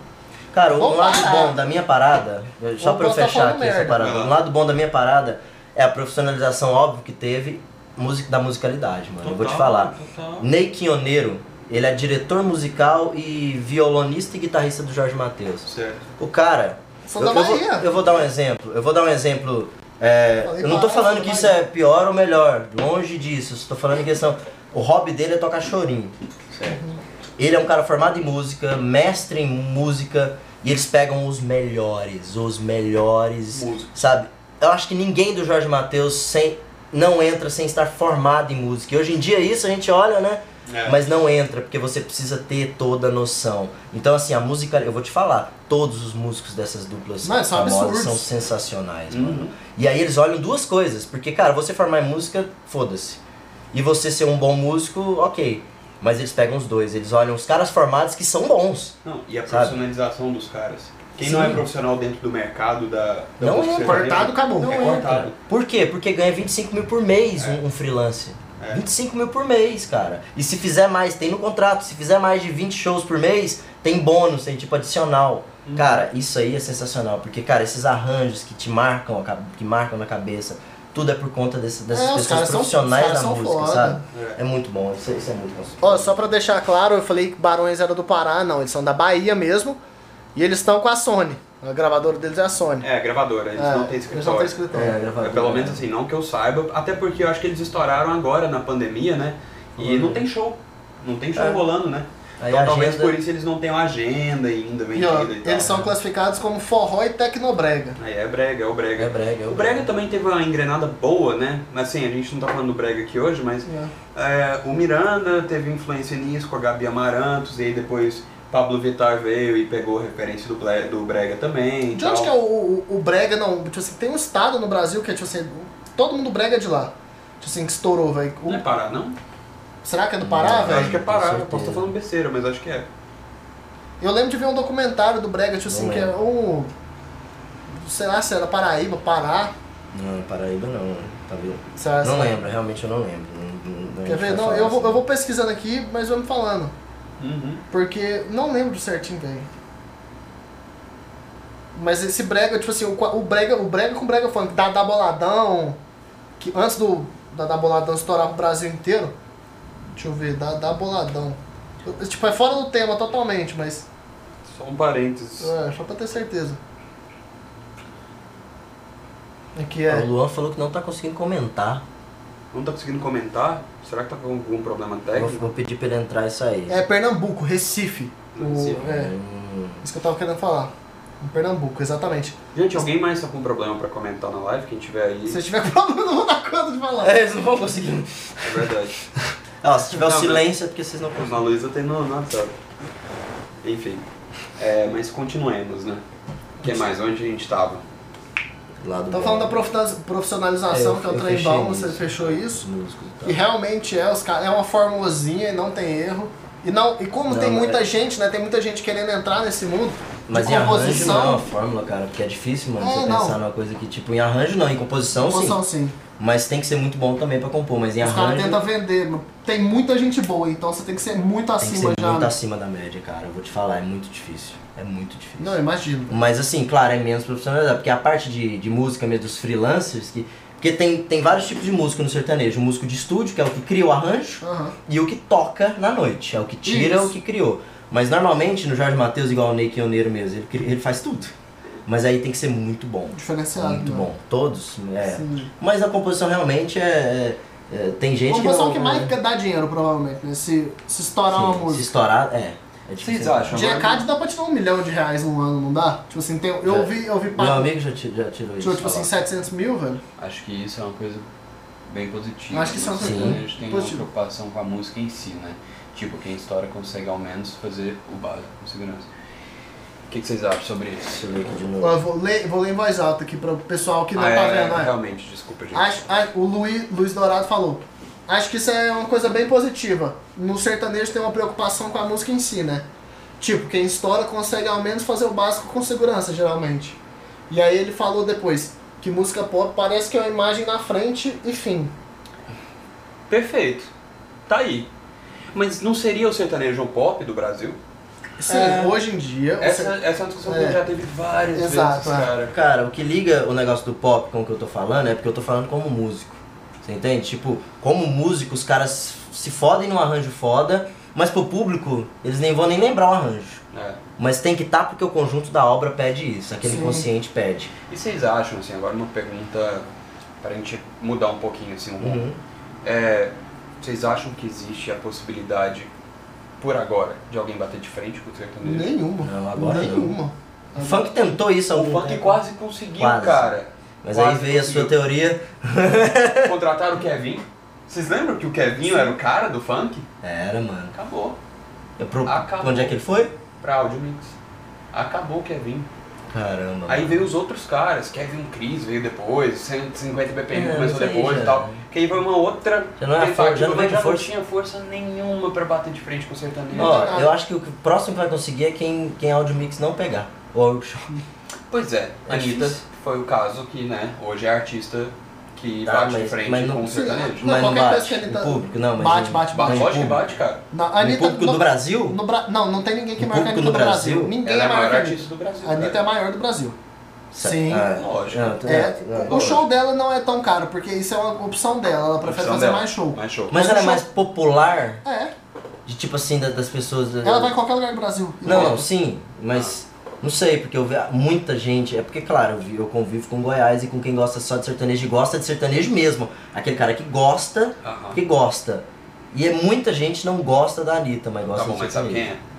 Speaker 3: Cara, um
Speaker 2: Vamos
Speaker 3: lado
Speaker 2: parar.
Speaker 3: bom da minha parada, só
Speaker 2: Vamos
Speaker 3: pra eu
Speaker 2: postar
Speaker 3: fechar
Speaker 2: falando
Speaker 3: aqui essa
Speaker 2: merda.
Speaker 3: parada,
Speaker 1: Vai lá.
Speaker 3: um lado bom da minha parada é a profissionalização óbvio que teve música da musicalidade, mano. eu vou te
Speaker 1: Total,
Speaker 3: falar.
Speaker 1: total.
Speaker 3: Ney Quinhoneiro, ele é diretor musical e violonista e guitarrista do Jorge Matheus.
Speaker 1: Certo.
Speaker 3: O cara.
Speaker 2: Sou
Speaker 3: eu,
Speaker 2: da
Speaker 3: eu vou,
Speaker 2: Bahia.
Speaker 3: eu vou dar um exemplo. Eu vou dar um exemplo. é,
Speaker 2: Falei
Speaker 3: eu não tô
Speaker 2: pra-
Speaker 3: falando
Speaker 2: sou
Speaker 3: que
Speaker 2: da
Speaker 3: isso é pior ou melhor. Longe disso. Eu tô falando em questão. O hobby dele é tocar chorinho.
Speaker 1: Certo.
Speaker 3: Ele é um cara formado em música, mestre em música, e eles pegam os melhores, os melhores,
Speaker 1: Músicos.
Speaker 3: sabe? Eu acho que ninguém do Jorge Matheus sem, não entra sem estar formado em música. E hoje em dia isso a gente olha, né?
Speaker 1: É.
Speaker 3: Mas não entra, porque você precisa ter toda a noção. Então, assim, a música, eu vou te falar, todos os músicos dessas duplas
Speaker 2: Mas são
Speaker 3: famosas
Speaker 2: absurdos.
Speaker 3: são sensacionais, mano. E aí eles olham duas coisas, porque, cara, você formar em música, foda-se. E você ser um bom músico, ok. Mas eles pegam os dois, eles olham os caras formados que são bons.
Speaker 1: Não, e a
Speaker 3: Sabe?
Speaker 1: profissionalização dos caras. Quem não é
Speaker 3: Sim.
Speaker 1: profissional dentro do mercado da. da
Speaker 3: Não
Speaker 1: música
Speaker 3: é,
Speaker 1: sertaneja,
Speaker 2: Cortado, acabou.
Speaker 1: É cortado.
Speaker 3: Por quê? Porque ganha 25 mil por mês um, um freelancer.
Speaker 1: É.
Speaker 3: 25 mil por mês, cara. E se fizer mais, tem no contrato, se fizer mais de 20 shows por mês, tem bônus, tem tipo adicional.
Speaker 2: Hum.
Speaker 3: Cara, isso aí é sensacional, porque, cara, esses arranjos que te marcam, a ca- que marcam na cabeça, tudo é por conta desse- dessas
Speaker 2: É, os
Speaker 3: pessoas
Speaker 2: caras são- os
Speaker 3: profissionais
Speaker 2: caras
Speaker 3: da
Speaker 2: são
Speaker 3: música,
Speaker 2: foda.
Speaker 3: sabe?
Speaker 1: É.
Speaker 3: É. muito bom, isso, isso é muito bom.
Speaker 2: Ó, só pra deixar claro, eu falei que Barões era do Pará, não, eles são da Bahia mesmo. E eles estão com a Sony. A gravadora deles é a Sony.
Speaker 1: É, gravadora, eles não têm
Speaker 2: eles não
Speaker 1: escritório.
Speaker 2: têm escritório.
Speaker 1: É, pelo menos assim, não que eu saiba, até porque eu acho que eles estouraram agora na pandemia, né? E não tem show. Não tem show
Speaker 3: É.
Speaker 1: rolando, né?
Speaker 3: Aí
Speaker 1: então
Speaker 3: a
Speaker 1: talvez
Speaker 3: agenda-
Speaker 1: por isso eles não tenham agenda ainda
Speaker 2: E,
Speaker 1: vendida
Speaker 2: ó,
Speaker 1: e tal. né?
Speaker 2: eles
Speaker 3: né?
Speaker 2: são classificados como forró e tecnobrega.
Speaker 1: Aí é brega, é o brega.
Speaker 3: É brega, é o
Speaker 1: o brega
Speaker 3: brega.
Speaker 1: também teve uma engrenada boa, né? Assim, a gente não tá falando do brega aqui hoje, mas
Speaker 2: É.
Speaker 1: é, o Miranda teve influência nisso com a Gabi Amarantos, e aí depois Pablo Vittar veio e pegou referência do, ble- do brega também. e
Speaker 2: De onde
Speaker 1: tal.
Speaker 2: que é o, o, o brega, não? Tipo assim, tem um estado no Brasil que é, tipo assim, todo mundo brega de lá. Tipo assim, que estourou, velho. O-
Speaker 1: Não é Pará, não?
Speaker 2: Será que é do Pará,
Speaker 3: Não,
Speaker 1: Eu acho que
Speaker 2: velho?
Speaker 1: é Pará,
Speaker 3: com
Speaker 1: eu posso estar
Speaker 3: certeza.
Speaker 1: falando besteira, mas acho que é.
Speaker 2: Eu lembro de ver um documentário do brega, tipo assim,
Speaker 3: Não
Speaker 2: que é
Speaker 3: lembro.
Speaker 2: um... Sei lá se era Paraíba, Pará.
Speaker 3: Não, Paraíba não, tá vendo?
Speaker 2: Será
Speaker 3: Não
Speaker 2: será-
Speaker 3: lembro, realmente eu não lembro. Não- não- não-
Speaker 2: Quer ver?
Speaker 3: não
Speaker 2: Não,
Speaker 3: falo
Speaker 2: eu vou,
Speaker 3: assim.
Speaker 2: eu vou pesquisando aqui, mas vamos falando.
Speaker 1: Uhum.
Speaker 2: Porque não lembro certinho, velho. Mas esse brega, tipo assim, o, qua- o brega, o brega com brega funk, Dadá Boladão, que antes do Dadá Boladão estourar pro Brasil inteiro, deixa eu ver, Dadá Boladão. Eu- Tipo, é fora do tema totalmente, mas
Speaker 1: Só um parênteses.
Speaker 2: é, só pra ter certeza. Aqui
Speaker 3: O
Speaker 2: é...
Speaker 3: Luan falou que não tá conseguindo comentar.
Speaker 1: Não tá conseguindo comentar? Será que tá com algum problema
Speaker 3: Vou,
Speaker 1: técnico?
Speaker 3: vou pedir pra ele entrar e sair.
Speaker 2: É Pernambuco, Recife. O-
Speaker 1: Recife.
Speaker 2: é,
Speaker 3: Hum,
Speaker 2: isso que eu tava querendo falar. Em Pernambuco, exatamente.
Speaker 1: Gente, alguém mais tá com problema pra comentar na live? Quem tiver aí,
Speaker 2: Se eu tiver problema, eu não vou dar conta de falar.
Speaker 3: É, eles não vão conseguir.
Speaker 1: é verdade.
Speaker 3: Ó, se tiver o
Speaker 1: Não, mas-
Speaker 3: silêncio é porque vocês não
Speaker 1: A
Speaker 3: conseguem.
Speaker 1: Ana Luísa tem no no WhatsApp. Enfim. É, mas continuemos, né? O que mais? Onde a gente tava?
Speaker 3: Lado
Speaker 2: Então
Speaker 3: bom.
Speaker 2: falando da profina- profissionalização,
Speaker 3: É, eu-
Speaker 2: que é o
Speaker 3: eu
Speaker 2: trem
Speaker 3: fechei
Speaker 2: bom,
Speaker 3: nisso.
Speaker 2: você fechou isso.
Speaker 3: Músicos e tal.
Speaker 2: E realmente é, os cara, é uma formulazinha e não tem erro. E, não, e como
Speaker 3: Não, é.
Speaker 2: tem
Speaker 3: mas-
Speaker 2: muita gente, né? Tem muita gente querendo entrar nesse mundo de
Speaker 3: Mas em arranjo não é uma
Speaker 2: composição.
Speaker 3: fórmula, cara, porque é difícil, mano,
Speaker 2: É,
Speaker 3: você
Speaker 2: não.
Speaker 3: pensar numa coisa que, tipo, em arranjo não, em composição,
Speaker 2: composição,
Speaker 3: Então, sim.
Speaker 2: sim.
Speaker 3: Mas tem que ser muito bom também pra compor, mas em
Speaker 2: Os caras
Speaker 3: arranjo
Speaker 2: tentam
Speaker 3: tem
Speaker 2: vender. mas Tem muita gente boa, então você tem que ser muito
Speaker 3: que
Speaker 2: acima
Speaker 3: ser
Speaker 2: já. né?
Speaker 3: muito acima da média, cara. Eu vou te falar, é muito difícil. É muito difícil.
Speaker 2: Não, imagino.
Speaker 3: Mas assim, claro, é menos profissionalizado, porque a parte de, de música mesmo dos freelancers, que. Porque tem, tem vários tipos de músico no sertanejo. O músico de estúdio, que é o que cria o arranjo,
Speaker 2: Aham.
Speaker 3: e o que toca na noite. É o que tira,
Speaker 2: Isso.
Speaker 3: o que criou. Mas normalmente no Jorge Matheus, igual o Ney Quioneiro mesmo, ele, cri- ele faz tudo. Mas aí tem que ser muito bom.
Speaker 2: Diferenciado.
Speaker 3: muito
Speaker 2: né?
Speaker 3: bom. Todos, é.
Speaker 2: Sim.
Speaker 3: Mas a composição realmente é. é- é- tem gente
Speaker 2: Composição que
Speaker 3: que. não-
Speaker 2: mais dá dinheiro, provavelmente, né? Se, se estourar uma
Speaker 3: Sim, se
Speaker 2: música.
Speaker 3: estourar, é. É difícil.
Speaker 1: Vocês acham?
Speaker 2: De ECAD dá pra tirar um milhão de reais num ano, não dá? Tipo assim, tem, eu
Speaker 3: Já.
Speaker 2: ouvi, eu ouvi
Speaker 3: Meu
Speaker 2: papo.
Speaker 3: amigo já, ti- já tirou isso.
Speaker 2: Tirou, tipo assim, 700 mil, velho.
Speaker 6: Acho que isso é uma coisa bem positiva.
Speaker 2: Acho que isso é uma
Speaker 6: Sim.
Speaker 3: coisa
Speaker 6: A gente tem
Speaker 2: positiva.
Speaker 6: uma preocupação com a música em si, né? Tipo, quem estoura consegue ao menos fazer o básico com segurança. O que, que vocês acham sobre isso?
Speaker 3: Deixa eu ler aqui de
Speaker 2: Ó,
Speaker 3: novo.
Speaker 2: eu vou ler, vou ler em voz alta aqui pro pessoal que não
Speaker 1: Ah,
Speaker 2: tá
Speaker 1: é,
Speaker 2: vendo. né?
Speaker 1: realmente, desculpa, gente.
Speaker 2: Acho- ah, o Luiz, Luiz Dourado falou. Acho que isso é uma coisa bem positiva. No sertanejo tem uma preocupação com a música em si, né? Tipo, quem estoura consegue ao menos fazer o básico com segurança, geralmente. E aí ele falou depois que música pop parece que é uma imagem na frente e fim.
Speaker 1: Perfeito. Tá aí. Mas não seria o sertanejo pop do Brasil?
Speaker 2: Sim, hoje em dia. o ser-
Speaker 1: Essa, essa é uma discussão que a
Speaker 2: É.
Speaker 1: gente já teve várias
Speaker 2: Exato,
Speaker 1: vezes,
Speaker 2: é.
Speaker 1: cara.
Speaker 3: Cara, o que liga o negócio do pop com o que eu tô falando é porque eu tô falando como músico. Você entende? Tipo, como músico, os caras se fodem num arranjo foda, mas pro público, eles nem vão nem lembrar o arranjo.
Speaker 1: É.
Speaker 3: Mas tem que estar porque o conjunto da obra pede isso, aquele
Speaker 2: Sim.
Speaker 3: inconsciente pede.
Speaker 1: E vocês acham, assim, agora uma pergunta pra gente mudar um pouquinho, assim, o
Speaker 2: Uhum.
Speaker 1: rumo. É, vocês acham que existe a possibilidade, por agora, de alguém bater de frente com o sertanejo?
Speaker 2: Nenhuma.
Speaker 3: Não, agora não.
Speaker 2: Nenhuma.
Speaker 3: O funk tentou isso há
Speaker 1: O
Speaker 3: algum
Speaker 1: funk
Speaker 2: né?
Speaker 3: tempo.
Speaker 1: quase conseguiu,
Speaker 3: Quase.
Speaker 1: cara.
Speaker 3: Mas
Speaker 1: Quase
Speaker 3: aí veio a sua
Speaker 1: conseguiu.
Speaker 3: teoria.
Speaker 1: Contrataram o Kevin. Vocês lembram que o Kevin era o cara do funk?
Speaker 3: Era, mano.
Speaker 1: Acabou.
Speaker 3: Eu pro...
Speaker 1: Acabou.
Speaker 3: Onde é que ele foi?
Speaker 1: Pra Audio Mix. Acabou o Kevin.
Speaker 3: Caramba.
Speaker 1: Aí veio os outros caras, Kevin Cris veio depois, 150 BPM
Speaker 3: É,
Speaker 1: começou
Speaker 3: isso aí
Speaker 1: depois
Speaker 3: já-
Speaker 1: e tal. Que aí foi uma outra
Speaker 3: Já não é
Speaker 1: tentativa,
Speaker 3: força, já não
Speaker 1: mas
Speaker 3: vem
Speaker 1: já
Speaker 3: com
Speaker 1: não
Speaker 3: força.
Speaker 1: tinha força nenhuma pra bater de frente com o sertanejo.
Speaker 3: Ó, eu acho que o que- o próximo que vai conseguir é quem, quem áudio mix não pegar. O workshop.
Speaker 1: Pois é,
Speaker 3: É
Speaker 1: Anitta
Speaker 3: difícil.
Speaker 1: foi o caso que, né, hoje é a artista que
Speaker 3: Ah,
Speaker 1: bate de
Speaker 3: mas-
Speaker 1: frente
Speaker 3: mas não-
Speaker 1: com o sertanejo.
Speaker 2: Não,
Speaker 3: mas não
Speaker 2: qualquer
Speaker 3: bate.
Speaker 2: coisa que ele tá-
Speaker 3: No público, não, mas.
Speaker 2: Bate, bate,
Speaker 3: no-
Speaker 1: Bate,
Speaker 3: mas no
Speaker 1: lógico que
Speaker 3: público.
Speaker 1: bate, cara.
Speaker 2: Na- a
Speaker 3: No
Speaker 2: Anitta-
Speaker 3: público do
Speaker 2: no-
Speaker 3: Brasil?
Speaker 2: no Bra- Não, não tem ninguém que
Speaker 3: No
Speaker 2: marca a
Speaker 3: público
Speaker 2: Anitta no
Speaker 3: do
Speaker 2: Brasil.
Speaker 3: Brasil?
Speaker 2: Ninguém
Speaker 1: Ela é a
Speaker 2: marca
Speaker 1: maior
Speaker 2: a Anitta.
Speaker 1: artista do Brasil.
Speaker 2: A Anitta é a
Speaker 1: cara.
Speaker 2: maior do Brasil. Sim.
Speaker 3: Ah,
Speaker 1: Lógico.
Speaker 3: não, tá-
Speaker 2: É,
Speaker 3: tá-
Speaker 2: o show dela não é tão caro, porque isso é uma opção dela. Ela prefere
Speaker 1: Opção
Speaker 2: fazer
Speaker 1: dela.
Speaker 2: mais show.
Speaker 1: Mais show.
Speaker 3: Mas ela é mais popular,
Speaker 2: É,
Speaker 3: de tipo assim, da- das pessoas.
Speaker 2: ela vai em qualquer lugar do Brasil.
Speaker 3: Não, não, sim, mas não sei, porque eu vejo muita gente. É porque, claro, eu, vi- eu convivo com Goiás e com quem gosta só de sertanejo e gosta de sertanejo mesmo. Aquele cara que gosta,
Speaker 1: Aham.
Speaker 3: que gosta. E é muita gente não gosta da Anitta, mas
Speaker 1: Tá
Speaker 3: gosta
Speaker 1: bom,
Speaker 3: de
Speaker 1: mas sabe
Speaker 3: sertanejo.
Speaker 1: quem é?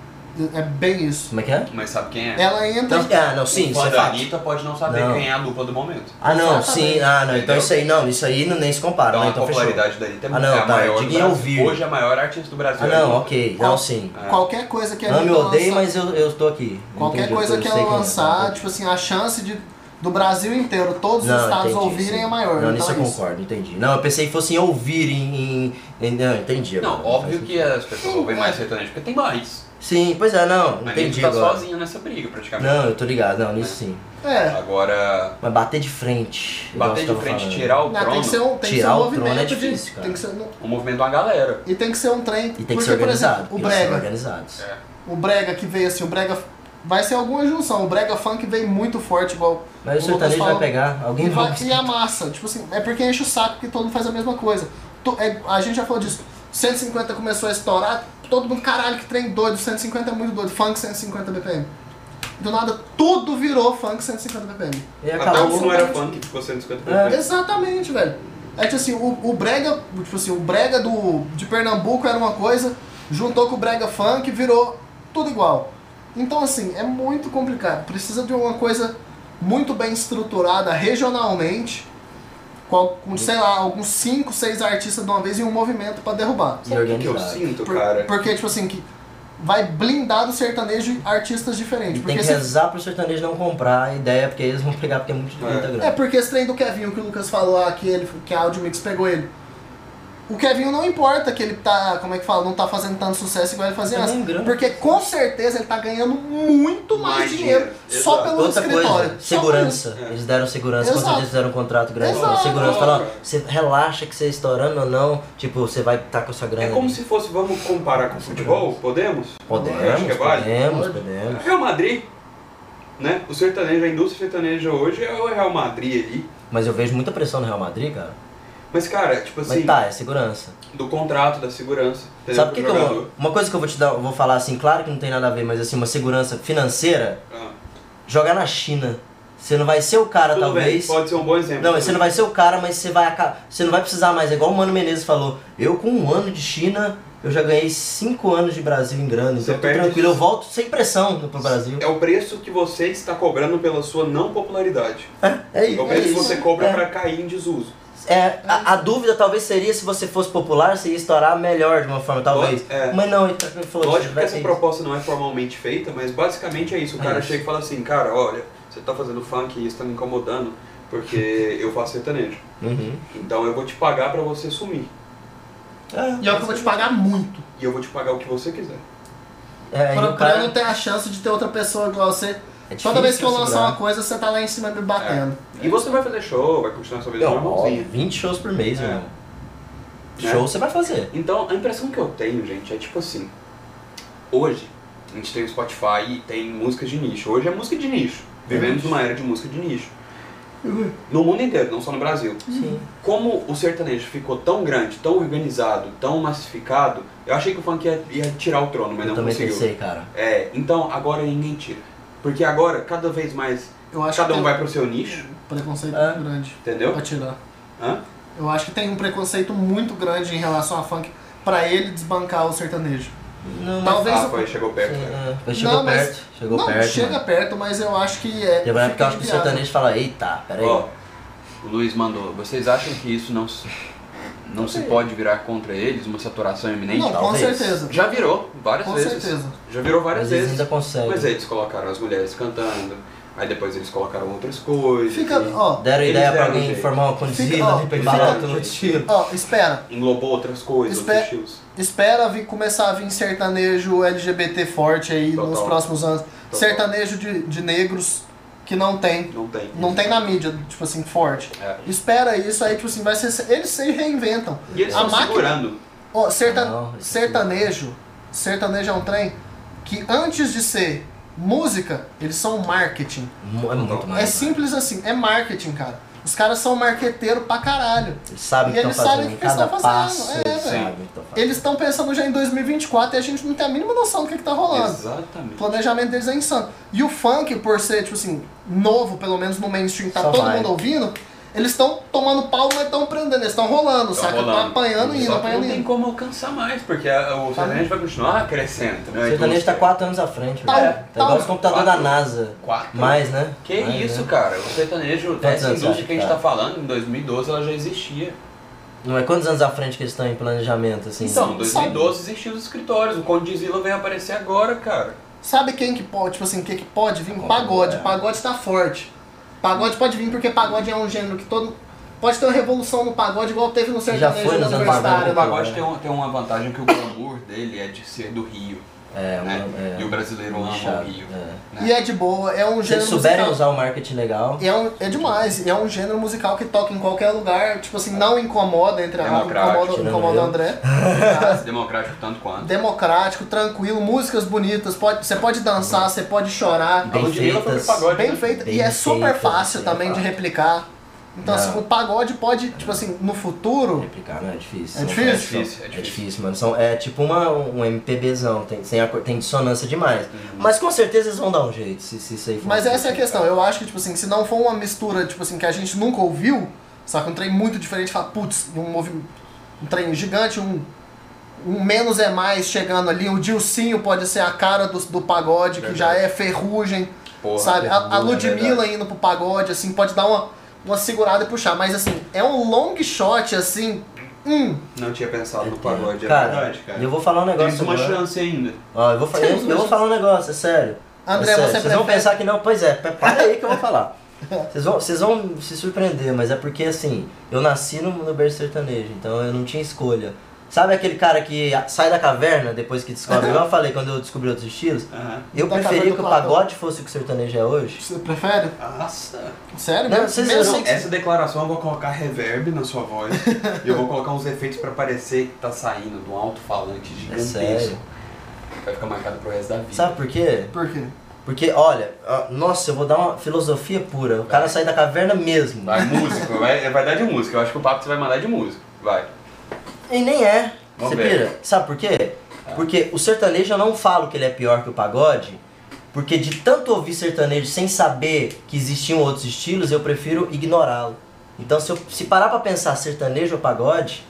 Speaker 2: É bem isso.
Speaker 3: Como é que é?
Speaker 1: Mas sabe quem é?
Speaker 2: Ela entra.
Speaker 3: Não, ah, não, sim,
Speaker 1: o
Speaker 3: isso
Speaker 1: fã
Speaker 3: é
Speaker 1: da
Speaker 3: fato.
Speaker 1: Anitta pode não saber
Speaker 3: Não.
Speaker 1: quem é a dupla do momento.
Speaker 3: Ah, não,
Speaker 2: Exatamente.
Speaker 3: sim, ah, não, então
Speaker 1: Entendeu?
Speaker 3: isso aí não, isso aí não, nem se compara,
Speaker 1: Então
Speaker 3: né?
Speaker 1: a
Speaker 3: Então fechou.
Speaker 1: popularidade da Anitta é
Speaker 3: Ah, não,
Speaker 1: é a
Speaker 3: tá,
Speaker 1: maior do
Speaker 3: diga em
Speaker 1: Brasil.
Speaker 3: ouvir.
Speaker 1: Hoje é a maior artista do Brasil.
Speaker 3: Ah,
Speaker 1: é a
Speaker 3: não,
Speaker 1: Anitta.
Speaker 3: ok,
Speaker 2: Qual-
Speaker 3: não, sim.
Speaker 2: Qualquer coisa que a
Speaker 3: Amo e
Speaker 2: Anitta
Speaker 3: odeio,
Speaker 2: lança-
Speaker 3: mas eu, eu tô aqui.
Speaker 2: Qualquer
Speaker 3: Entendi, eu
Speaker 2: coisa
Speaker 3: tô-
Speaker 2: que
Speaker 3: eu sei
Speaker 2: ela
Speaker 3: quem é.
Speaker 2: lançar, tipo assim, a chance de do Brasil inteiro, todos os
Speaker 3: Não,
Speaker 2: estados
Speaker 3: entendi,
Speaker 2: ouvirem
Speaker 3: sim.
Speaker 2: é maior.
Speaker 3: Não,
Speaker 2: então
Speaker 3: nisso
Speaker 2: é
Speaker 3: eu concordo, entendi. Não, eu pensei que fosse em ouvir, em. em- em- não, entendi.
Speaker 1: Não,
Speaker 3: agora,
Speaker 1: óbvio
Speaker 3: faz
Speaker 1: que as pessoas ouvem mais sertanejo, porque tem mais.
Speaker 3: sentido. Sim, pois é, não,
Speaker 1: A
Speaker 3: entendi
Speaker 1: gente tá
Speaker 3: agora.
Speaker 1: sozinho nessa briga, praticamente.
Speaker 3: Não, eu tô ligado, não, nisso sim.
Speaker 2: Isso. É.
Speaker 1: Agora,
Speaker 3: Mas bater de frente. igual
Speaker 1: bater
Speaker 3: você
Speaker 1: de
Speaker 3: tava
Speaker 1: frente,
Speaker 3: falando.
Speaker 1: tirar o
Speaker 2: Não, tem que ser
Speaker 1: trono,
Speaker 2: um, tem que ser
Speaker 3: Tirar
Speaker 2: um
Speaker 3: o trono
Speaker 2: movimento
Speaker 3: é difícil,
Speaker 2: de.
Speaker 3: cara.
Speaker 2: Tem que ser, um-
Speaker 1: o movimento de uma galera.
Speaker 2: e tem que ser um trem.
Speaker 3: E tem que
Speaker 2: porque,
Speaker 3: ser organizado.
Speaker 2: por exemplo, o
Speaker 3: porque eles são
Speaker 2: Brega.
Speaker 3: organizados.
Speaker 1: É.
Speaker 2: O Brega que veio assim, o Brega. Vai ser alguma junção. O Brega Funk veio muito forte, igual.
Speaker 3: Mas o
Speaker 2: Lucas
Speaker 3: sertanejo vai
Speaker 2: falou.
Speaker 3: pegar, alguém
Speaker 2: E, vai,
Speaker 3: vai.
Speaker 2: e a massa, tipo assim, é porque enche o saco porque todo mundo faz a mesma coisa. To- é, a gente já falou disso. 150 começou a estourar, todo mundo, caralho, que trem doido, 150 é muito doido, funk 150 BPM. Do nada, tudo virou funk 150 BPM.
Speaker 3: E
Speaker 1: Até o
Speaker 3: acabou.
Speaker 1: que não era funk, ficou 150
Speaker 3: É.
Speaker 1: é.
Speaker 2: Exatamente, velho. É tipo assim, o, o brega, tipo assim, o brega do, de Pernambuco era uma coisa, juntou com o brega funk, virou tudo igual. Então assim, é muito complicado. Precisa de uma coisa muito bem estruturada regionalmente, com, al- com sei lá, alguns 5, 6 artistas de uma vez em um movimento pra derrubar.
Speaker 3: E
Speaker 1: O que eu
Speaker 3: organizado.
Speaker 1: sinto,
Speaker 2: Por-
Speaker 1: cara?
Speaker 2: porque tipo assim, que vai blindar do sertanejo de artistas diferentes.
Speaker 3: Tem
Speaker 2: Porque
Speaker 3: que
Speaker 2: se-
Speaker 3: rezar pro sertanejo não comprar a ideia, porque eles vão pegar porque é muito, muita
Speaker 2: É
Speaker 3: grana.
Speaker 2: porque esse trem do Kevinho que o Lucas falou lá, que, ele, que a Audio Mix pegou ele. O Kevinho não importa que ele tá, como é que fala, não tá fazendo tanto sucesso igual ele fazia
Speaker 3: Tá
Speaker 2: antes.
Speaker 3: ganhando grana.
Speaker 2: Porque com certeza ele tá ganhando muito mais,
Speaker 7: Mais
Speaker 2: dinheiro,
Speaker 7: dinheiro.
Speaker 2: só
Speaker 7: Exato.
Speaker 2: pelo
Speaker 3: Outra
Speaker 2: tá escritório.
Speaker 3: coisa,
Speaker 2: Só
Speaker 3: segurança.
Speaker 7: por isso.
Speaker 3: Eles deram segurança, quando
Speaker 2: Exato.
Speaker 3: eles fizeram um contrato grande,
Speaker 2: Exato.
Speaker 3: falaram segurança, falaram, ó, você relaxa que você estourando ou não, tipo, você vai estar com a sua grana.
Speaker 1: É como se fosse, vamos comparar com o futebol? Podemos? Acho que é válido.
Speaker 3: Podemos, podemos, podemos.
Speaker 1: Real Madrid, né? O sertanejo, a indústria sertaneja hoje é o Real Madrid ali.
Speaker 3: Mas eu vejo muita pressão no Real Madrid, cara.
Speaker 1: Mas, cara, tipo assim,
Speaker 3: Mas tá, é segurança.
Speaker 1: do contrato, da segurança. entendeu?
Speaker 3: Sabe o que,
Speaker 1: Pro
Speaker 3: que
Speaker 1: jogador.
Speaker 3: eu. Uma coisa que eu vou te dar, eu vou falar assim, claro que não tem nada a ver, mas assim, uma segurança financeira,
Speaker 1: Ah,
Speaker 3: jogar na China. Você não vai ser o cara,
Speaker 1: tudo
Speaker 3: talvez.
Speaker 1: bem, pode ser um bom exemplo.
Speaker 3: Não, você não vai ser o cara, mas você vai aca- você não vai precisar mais. É igual o Mano Menezes falou. Eu com um ano de China, eu já ganhei cinco anos de Brasil em grana.
Speaker 1: Você
Speaker 3: Então eu tô
Speaker 1: perde-
Speaker 3: tranquilo, eu volto sem pressão pro Brasil.
Speaker 1: É o preço que você está cobrando pela sua não popularidade.
Speaker 3: É
Speaker 1: É
Speaker 3: isso.
Speaker 1: o preço
Speaker 3: é
Speaker 1: que você cobra
Speaker 3: É.
Speaker 1: pra cair em desuso.
Speaker 3: É, a, a dúvida talvez seria se você fosse popular, você ia estourar melhor de uma forma, talvez.
Speaker 1: É.
Speaker 3: Mas não, ele tá- ele falou
Speaker 1: Lógico que
Speaker 3: vai
Speaker 1: essa
Speaker 3: ter
Speaker 1: proposta não é formalmente feita, mas basicamente é isso. O
Speaker 3: É
Speaker 1: cara
Speaker 3: isso.
Speaker 1: chega e fala assim, cara, olha, você tá fazendo funk e isso tá me incomodando, porque eu faço sertanejo.
Speaker 3: isso. Uhum.
Speaker 1: Então eu vou te pagar pra você sumir.
Speaker 3: É.
Speaker 2: E é o que eu vou te pagar muito.
Speaker 1: E eu vou te pagar o que você quiser.
Speaker 3: É,
Speaker 2: Pra,
Speaker 3: e o
Speaker 2: pra eu
Speaker 3: cara-
Speaker 2: não ter a chance de ter outra pessoa igual você.
Speaker 3: é difícil
Speaker 2: Toda vez que eu
Speaker 3: segurar.
Speaker 2: lançar uma coisa, você tá lá em cima me batendo.
Speaker 1: E você vai fazer show, vai continuar sua vida
Speaker 3: É. Não, ó,
Speaker 1: normalzinha.
Speaker 3: 20 shows por mês,
Speaker 1: É.
Speaker 3: meu.
Speaker 1: É.
Speaker 3: Show você vai fazer.
Speaker 1: Então, a impressão que eu tenho, gente, é tipo assim. Hoje, a gente tem o Spotify e tem música de nicho. Hoje é música de nicho. Vivemos numa era de música de nicho. No mundo inteiro, não só no Brasil.
Speaker 3: Sim.
Speaker 1: Como o sertanejo ficou tão grande, tão organizado, tão massificado, eu achei que o funk ia, ia tirar o trono, mas
Speaker 3: eu
Speaker 1: não
Speaker 3: também
Speaker 1: conseguiu.
Speaker 3: pensei, cara.
Speaker 1: É, então agora ninguém tira. Porque agora, cada vez mais,
Speaker 2: Eu acho
Speaker 1: cada
Speaker 2: que
Speaker 1: um
Speaker 2: tem
Speaker 1: vai pro seu nicho,
Speaker 2: preconceito
Speaker 3: É.
Speaker 2: grande
Speaker 1: entendeu?
Speaker 2: pra tirar.
Speaker 1: Hã?
Speaker 2: Eu acho que tem um preconceito muito grande em relação a funk pra ele desbancar o sertanejo.
Speaker 3: Não, mas-
Speaker 2: Talvez
Speaker 1: Ah,
Speaker 2: o-
Speaker 1: foi, chegou perto.
Speaker 3: Sim,
Speaker 1: cara.
Speaker 3: é. Chegou
Speaker 2: Não, mas-
Speaker 3: perto. Chegou
Speaker 2: não,
Speaker 3: perto.
Speaker 2: chega
Speaker 3: mano.
Speaker 2: perto, mas eu acho que é.
Speaker 3: Tem uma época que eu acho que o
Speaker 2: fica inviável.
Speaker 3: sertanejo fala, eita, peraí.
Speaker 1: Ó, o Luiz mandou. Vocês acham que isso não se, não se pode virar contra eles, uma saturação iminente?
Speaker 2: Não, com
Speaker 3: talvez.
Speaker 2: certeza.
Speaker 1: Já virou várias
Speaker 2: Com
Speaker 1: vezes.
Speaker 2: certeza.
Speaker 1: Já virou várias
Speaker 3: mas eles ainda
Speaker 1: vezes.
Speaker 3: conseguem.
Speaker 1: Mas aí eles colocaram as mulheres cantando, aí depois eles colocaram outras coisas.
Speaker 2: Fica,
Speaker 1: e
Speaker 2: ó,
Speaker 3: Deram
Speaker 1: Eles
Speaker 3: ideia pra
Speaker 1: deram um
Speaker 3: alguém
Speaker 1: jeito.
Speaker 3: formar uma
Speaker 2: Fica-
Speaker 3: conduzida,
Speaker 2: ó,
Speaker 3: de um repente
Speaker 1: fica-
Speaker 3: falar outro tiro.
Speaker 2: ó, espera.
Speaker 1: Englobou outras coisas,
Speaker 2: Espe-
Speaker 1: outros estilos.
Speaker 2: Espera vir, começar a vir sertanejo LGBT forte aí
Speaker 1: Total.
Speaker 2: nos próximos anos. Sertanejo de, de negros que não tem.
Speaker 1: Não tem.
Speaker 2: Não tem na mídia, tipo assim, forte.
Speaker 1: É.
Speaker 2: Espera isso aí, tipo assim, vai ser. Eles se reinventam.
Speaker 1: E eles
Speaker 2: A
Speaker 1: estão
Speaker 2: máquina- tá
Speaker 1: segurando.
Speaker 2: Ó, serta-
Speaker 3: Não, isso
Speaker 2: sertanejo. Sertanejo é um trem que antes de ser música, eles são marketing.
Speaker 3: Mu- É
Speaker 1: Então,
Speaker 3: muito mais.
Speaker 2: É
Speaker 3: mano.
Speaker 2: simples assim, é marketing, cara. Os caras são marqueteiro pra caralho.
Speaker 3: Eles sabem o
Speaker 2: E
Speaker 3: que estão
Speaker 2: eles sabem
Speaker 3: fazendo.
Speaker 2: o que eles
Speaker 3: Cada
Speaker 2: estão
Speaker 3: passo,
Speaker 2: fazendo, é,
Speaker 3: eles
Speaker 2: velho.
Speaker 3: sabem o que estão fazendo.
Speaker 2: Eles estão pensando já em 2024 e a gente não tem a mínima noção do que, que tá rolando. O
Speaker 1: Exatamente.
Speaker 2: planejamento deles é insano. E o funk, por ser, tipo assim, novo, pelo menos no mainstream, tá
Speaker 3: Só
Speaker 2: todo
Speaker 3: vai.
Speaker 2: mundo ouvindo, eles estão tomando pau, mas estão prendendo, eles estão rolando,
Speaker 1: Tão
Speaker 2: saca? Estão
Speaker 1: Tá rolando.
Speaker 2: apanhando e indo,
Speaker 1: Só que não
Speaker 2: apanhando e
Speaker 1: tem
Speaker 2: indo.
Speaker 1: como alcançar mais, porque a- o
Speaker 2: Tá.
Speaker 1: sertanejo vai continuar crescendo. né?
Speaker 3: O sertanejo tá
Speaker 1: Então,
Speaker 3: 4 anos à frente, velho.
Speaker 2: Tá,
Speaker 3: É, Tá
Speaker 2: tá.
Speaker 3: igual os computadores da
Speaker 1: Quatro.
Speaker 3: NASA.
Speaker 1: Quatro?
Speaker 3: Mais, né?
Speaker 1: Que
Speaker 3: Mais,
Speaker 1: isso,
Speaker 3: né?
Speaker 1: cara? O sertanejo,
Speaker 3: anos
Speaker 1: essa
Speaker 3: você acha
Speaker 1: indústria que a gente
Speaker 3: que tá?
Speaker 1: tá falando, em 2012 ela já existia.
Speaker 3: Não é quantos anos à frente que eles estão em planejamento, assim?
Speaker 1: Então, em
Speaker 3: né?
Speaker 1: 2012 existiam os escritórios. O Condizila vem aparecer agora, cara.
Speaker 2: Sabe quem que pode, tipo assim, o que, que pode vir?
Speaker 3: Conta,
Speaker 2: Pagode.
Speaker 3: é.
Speaker 2: Pagode tá forte. Pagode pode vir porque pagode é um gênero que todo. Pode ter uma revolução no pagode igual teve no sertanejo né?
Speaker 3: foi nos anos
Speaker 1: O
Speaker 2: universitário.
Speaker 3: 90.
Speaker 1: pagode tem, um- tem uma vantagem que o glamour dele é de ser do Rio,
Speaker 3: É, uma,
Speaker 1: né?
Speaker 3: é,
Speaker 1: E o brasileiro
Speaker 3: um
Speaker 1: ama
Speaker 3: nichado,
Speaker 1: o Rio. né?
Speaker 3: é.
Speaker 2: E é de boa, é um
Speaker 3: Se
Speaker 2: gênero
Speaker 3: eles souberem
Speaker 2: musical-
Speaker 3: usar o marketing legal,
Speaker 2: É, um- é demais, e é um gênero musical que toca em qualquer lugar, tipo assim, não incomoda entre a
Speaker 1: Democrático,
Speaker 2: incomoda,
Speaker 3: né,
Speaker 2: incomoda o
Speaker 3: meu?
Speaker 2: André.
Speaker 1: Democrático tanto quanto.
Speaker 2: Democrático, tranquilo, músicas bonitas, pode, você pode dançar, você pode chorar.
Speaker 1: A
Speaker 3: Bem
Speaker 1: Ludmilla foi pro
Speaker 3: feitas.
Speaker 1: pagode.
Speaker 2: Bem
Speaker 1: né?
Speaker 2: feito,
Speaker 3: Bem
Speaker 2: e é super
Speaker 3: feito,
Speaker 2: fácil
Speaker 3: bem
Speaker 2: também de
Speaker 3: fácil.
Speaker 2: replicar. Então,
Speaker 3: Não.
Speaker 2: assim, o pagode pode, tipo assim, no futuro,
Speaker 3: replicar não é difícil.
Speaker 2: É
Speaker 3: São-
Speaker 2: difícil?
Speaker 3: É
Speaker 1: Difícil,
Speaker 3: difícil,
Speaker 1: é
Speaker 3: é
Speaker 1: difícil.
Speaker 3: difícil, mano. São, é tipo uma, um MPBzão, tem, sem acor- tem dissonância demais.
Speaker 1: Uhum.
Speaker 3: Mas com certeza eles vão dar um jeito, se, se isso aí for
Speaker 2: Mas
Speaker 3: um
Speaker 2: essa é a
Speaker 3: jeito.
Speaker 2: questão, eu acho que, tipo assim, se não for uma mistura, tipo assim, que a gente nunca ouviu, só que um trem muito diferente, fala, putz, um movimento, um trem gigante, um, um menos é mais chegando ali, o Dilcinho pode ser a cara do, do pagode, que já é ferrugem,
Speaker 1: Porra,
Speaker 2: sabe? A, a
Speaker 3: ferrugem, é
Speaker 2: Ludmilla
Speaker 3: verdade.
Speaker 2: indo pro pagode, assim, pode dar uma, uma segurada e puxar, mas assim, é um long shot, assim,
Speaker 1: Não tinha pensado no pagode, é
Speaker 3: Cara,
Speaker 1: verdade, cara.
Speaker 3: E eu vou falar um
Speaker 1: Temos
Speaker 3: negócio
Speaker 1: uma
Speaker 3: agora.
Speaker 1: chance ainda.
Speaker 3: Ó, eu, vou fa- eu- eu vou falar um negócio, é sério.
Speaker 2: André,
Speaker 3: é
Speaker 2: você
Speaker 3: sério. Vocês vão
Speaker 2: prefere-
Speaker 3: pensar que não, pois é, pe- para aí que eu vou falar. Vocês vão, vocês vão se surpreender, mas é porque assim, eu nasci no, no berço sertanejo, então eu não tinha escolha. Sabe aquele cara que a- sai da caverna depois que descobre? Igual eu falei quando eu descobri outros estilos.
Speaker 1: Aham.
Speaker 3: Eu
Speaker 2: Da
Speaker 3: preferia
Speaker 2: caverna
Speaker 3: que
Speaker 2: do
Speaker 3: o
Speaker 2: Platão.
Speaker 3: pagode fosse o que o sertanejo é hoje.
Speaker 2: Você prefere?
Speaker 1: Nossa!
Speaker 2: Sério?
Speaker 3: Não,
Speaker 2: mesmo?
Speaker 3: vocês-
Speaker 2: Mesmo?
Speaker 3: eu sei que-
Speaker 1: Essa declaração eu vou colocar reverb na sua voz e eu vou colocar uns efeitos pra parecer que tá saindo de um alto-falante
Speaker 3: É
Speaker 1: gigantesco.
Speaker 3: sério.
Speaker 1: Vai ficar marcado pro resto da vida.
Speaker 3: Sabe por quê?
Speaker 2: Por quê?
Speaker 3: Porque, olha, ó, nossa, eu vou dar uma filosofia pura. O cara sai da caverna mesmo.
Speaker 1: Vai, música, vai, vai dar de música. Eu acho que o papo você vai mandar é de música. Vai.
Speaker 3: E nem é.
Speaker 1: Vamos
Speaker 3: Você
Speaker 1: ver. Ah.
Speaker 3: pira? Sabe por quê? Porque o sertanejo eu não falo que ele é pior que o pagode. Porque de tanto ouvir sertanejo sem saber que existiam outros estilos, eu prefiro ignorá-lo. Então se eu se parar pra pensar sertanejo ou pagode.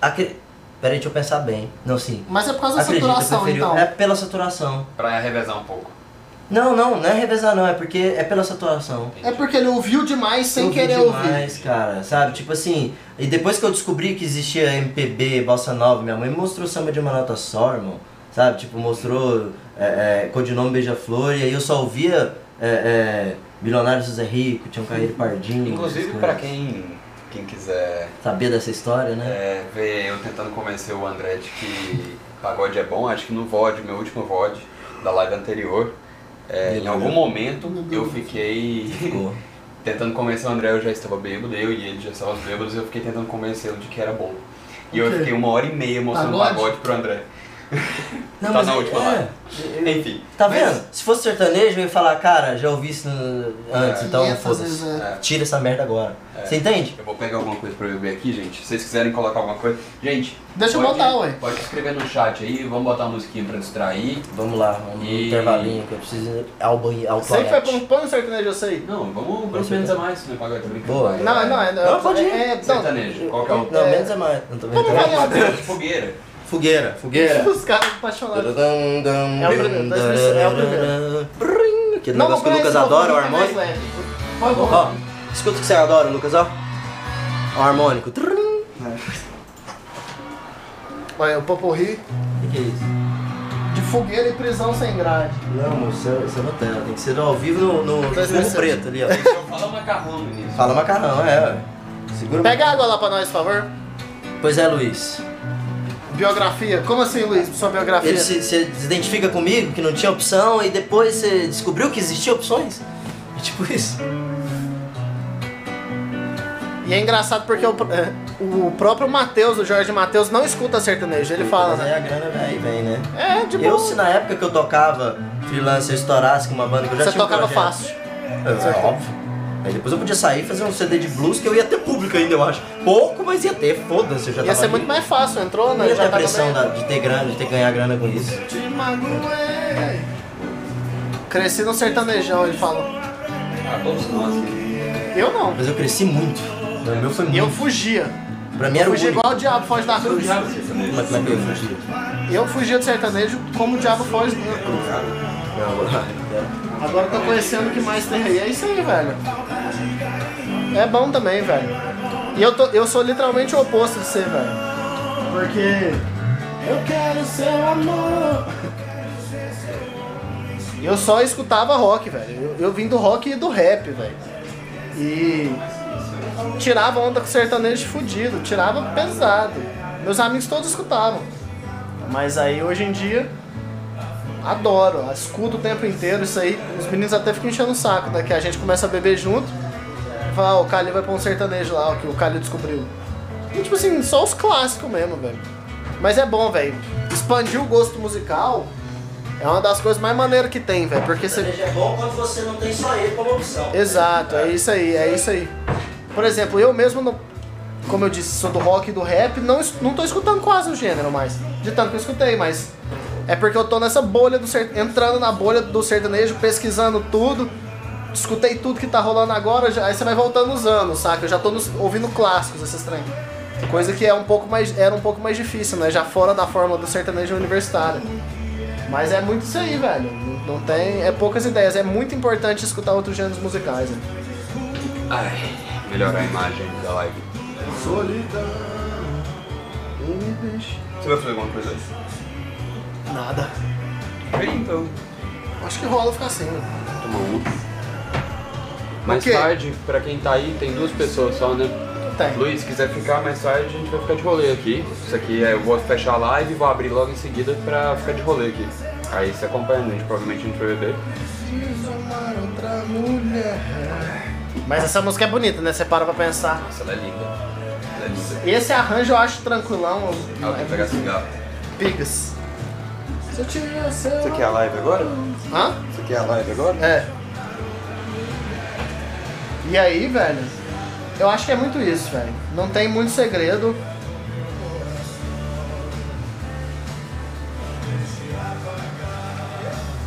Speaker 3: Acre... Peraí, deixa eu pensar bem. Não, sim.
Speaker 2: Mas é por causa da
Speaker 3: Acredito, eu
Speaker 2: saturação,
Speaker 3: preferi-
Speaker 2: então.
Speaker 3: É pela saturação.
Speaker 1: Pra revezar um pouco.
Speaker 3: Não, não, não é revezar não, é porque é pela saturação.
Speaker 2: É porque ele ouviu demais sem
Speaker 3: Eu ouvi
Speaker 2: querer ouvir.
Speaker 3: demais, cara, sabe? Tipo assim, e depois que eu descobri que existia MPB, Bossa Nova, minha mãe me mostrou samba de uma nota só, irmão. Sabe? Tipo, mostrou é, é, Codinome Beija-Flor, e aí eu só ouvia é, é, Milionários José Rico, Tião Carreiro Pardinho.
Speaker 1: Uhum. Inclusive,
Speaker 3: essas
Speaker 1: pra
Speaker 3: coisas.
Speaker 1: quem, quem quiser
Speaker 3: Sabia dessa história, né?
Speaker 1: é, ver eu tentando convencer o André de que pagode é bom, acho que no VOD, meu último VOD da live anterior, é, em
Speaker 3: Beleza.
Speaker 1: algum momento eu fiquei
Speaker 3: Ficou.
Speaker 1: tentando convencer o André, eu já estava bêbado, eu e ele já estávamos bêbados, eu fiquei tentando convencê-lo de que era bom. E eu
Speaker 2: Ok.
Speaker 1: fiquei uma hora e meia mostrando
Speaker 2: Pagode?
Speaker 1: pagode pro André.
Speaker 3: Não,
Speaker 1: tá
Speaker 3: mas
Speaker 1: na
Speaker 3: é-
Speaker 1: última
Speaker 3: é.
Speaker 1: live. Enfim.
Speaker 3: Tá
Speaker 1: mas-
Speaker 3: vendo? Se fosse sertanejo, eu ia falar, cara, já ouvi isso no- antes, então
Speaker 2: 500
Speaker 3: foda-se.
Speaker 2: vezes, é.
Speaker 1: É.
Speaker 3: Tira essa merda agora.
Speaker 1: É.
Speaker 3: Você entende?
Speaker 1: Eu vou pegar alguma coisa pra beber aqui, gente. Se vocês quiserem colocar alguma coisa. Gente,
Speaker 2: Deixa eu
Speaker 1: pode-
Speaker 2: botar, ué.
Speaker 1: Pode escrever no chat aí, vamos botar uma musiquinha pra distrair.
Speaker 3: Vamos lá, um
Speaker 1: E-
Speaker 3: intervalinho que eu preciso ir ao banheiro. Ao
Speaker 2: Sempre foi
Speaker 3: toalete.
Speaker 2: pra um pão sertanejo, eu sei.
Speaker 1: Não, vamos bruxar mais, né? Pagode também.
Speaker 3: Boa.
Speaker 2: Não, não, é.
Speaker 3: Não, pode ir.
Speaker 2: É, é, não.
Speaker 1: Sertanejo, qualquer um.
Speaker 3: Não,
Speaker 2: É.
Speaker 3: menos é mais. Não tô
Speaker 2: Vamos
Speaker 3: brincando.
Speaker 2: variar.
Speaker 1: Fogueira.
Speaker 3: Fogueira, fogueira.
Speaker 2: Os caras apaixonados.
Speaker 3: É
Speaker 2: primeiro, dois mil- é o
Speaker 3: primeiro. Aquele negócio que o
Speaker 2: por
Speaker 3: Lucas
Speaker 2: esse, vou
Speaker 3: adora, o
Speaker 2: por esse mais
Speaker 3: harmônico.
Speaker 2: leve. Vai, vou.
Speaker 3: Ó, escuta o que você adora, Lucas, ó. O harmônico. Trrrrim.
Speaker 2: Vai, o poporri
Speaker 3: O que é isso?
Speaker 2: de fogueira e prisão sem grade.
Speaker 3: Não, moço, isso é no tela. Tem que ser ao vivo no, no, no
Speaker 2: Dois mil e
Speaker 3: Morro
Speaker 2: sete.
Speaker 3: preto ali, ó.
Speaker 1: Deixa eu falar macarrão, menino.
Speaker 3: Fala macarrão, é, ué. Segura
Speaker 2: Pega água lá pra nós, por favor.
Speaker 3: Pois é, Luiz.
Speaker 2: Biografia. Como assim, Luiz? Sua biografia?
Speaker 3: Ele se, se identifica comigo que não tinha opção e depois você descobriu que existia opções? É tipo isso.
Speaker 2: E é engraçado porque o, pr- é, o próprio Matheus, o Jorge Matheus, não escuta sertanejo. Ele fala,
Speaker 3: Mas aí
Speaker 2: né?
Speaker 3: a grana vai aí vem, né?
Speaker 2: É, de boa.
Speaker 3: Eu, se na época que eu tocava freelancer, eu estourasse com uma banda que eu já
Speaker 2: Você
Speaker 3: tinha um
Speaker 2: tocava
Speaker 3: projeto.
Speaker 2: fácil.
Speaker 3: É, é óbvio. Aí depois eu podia sair e fazer um CD de blues que eu ia ter público ainda, eu acho. Pouco, mas ia ter, foda-se, eu já
Speaker 2: Ia
Speaker 3: tava
Speaker 2: ser
Speaker 3: ali.
Speaker 2: muito mais fácil, entrou,
Speaker 3: Não
Speaker 2: né?
Speaker 3: ia ter
Speaker 2: Já
Speaker 3: a
Speaker 2: tava
Speaker 3: pressão
Speaker 2: bem.
Speaker 3: da- de ter grana, de ter ganhar grana com isso.
Speaker 5: é
Speaker 2: Cresci no sertanejão, ele falou.
Speaker 1: Ah, todos nós.
Speaker 2: Eu não.
Speaker 3: Mas eu cresci muito. O meu foi
Speaker 2: E
Speaker 3: muito.
Speaker 2: eu fugia.
Speaker 3: Pra mim era o
Speaker 2: Fugia
Speaker 3: único.
Speaker 2: igual o diabo foge da cruz.
Speaker 3: Como é como é que eu fugi?
Speaker 2: Eu fugia do sertanejo como o diabo foge da cruz.
Speaker 3: Não,
Speaker 2: Agora eu tô conhecendo o que mais tem aí. É isso aí, velho. É bom também, velho. E eu, tô- eu sou literalmente o oposto de você, velho. Porque eu quero seu amor. Eu só escutava rock, velho. Eu, eu vim do rock e do rap, velho. E tirava onda com sertanejo fudido, tirava pesado. Meus amigos todos escutavam. Mas aí hoje em dia Adoro, escuto o tempo inteiro isso aí. Os meninos até ficam enchendo o saco, né? Que a gente começa a beber junto. Fala, ah, o Calil vai pra um sertanejo lá, o que o Calil descobriu. E, tipo assim, só os clássicos mesmo, velho. Mas é bom, velho. Expandir o gosto musical é uma das coisas mais maneiras que tem, velho. Porque você.
Speaker 3: é bom quando você não tem só ele como opção.
Speaker 2: Exato, é isso aí, é isso aí. Por exemplo, eu mesmo, não- como eu disse, sou do rock e do rap, não, es- não tô escutando quase o gênero mais. De tanto que eu escutei, mas é porque eu tô nessa bolha do sertanejo, entrando na bolha do sertanejo, pesquisando tudo. Escutei tudo que tá rolando agora, já- aí você vai voltando os anos, saca? Eu já tô nos- ouvindo clássicos esses trem. Coisa que é um pouco mais, era um pouco mais difícil, né? Já fora da forma do sertanejo universitário. Mas é muito isso aí, velho. Não- Não tem. É poucas ideias. É muito importante escutar outros gêneros musicais. Né?
Speaker 1: Ai, melhorar a imagem da live.
Speaker 8: Solidão.
Speaker 6: Você vai fazer alguma coisa?
Speaker 2: Nada.
Speaker 6: Bem, então.
Speaker 2: Acho que rola ficar assim, né?
Speaker 1: Toma um. Mais
Speaker 2: quê?
Speaker 1: tarde, pra quem tá aí, tem duas pessoas só, né?
Speaker 2: Tem.
Speaker 1: Luiz, se quiser ficar mais tarde, a gente vai ficar de rolê aqui. Isso aqui é, eu vou fechar a live e vou abrir logo em seguida pra ficar de rolê aqui. Aí você acompanha a gente, provavelmente a gente vai beber.
Speaker 2: Mas essa música é bonita, né? Você para pra pensar.
Speaker 1: Nossa, ela é linda. Ela é linda.
Speaker 2: Esse arranjo eu acho tranquilão.
Speaker 1: Ah, tem que pegar cigarro.
Speaker 2: Pigas. Se eu tiver seu...
Speaker 6: Isso aqui é a live agora?
Speaker 2: Hã?
Speaker 6: Isso aqui é a live agora?
Speaker 2: É. E aí, velho, eu acho que é muito isso, velho. Não tem muito segredo.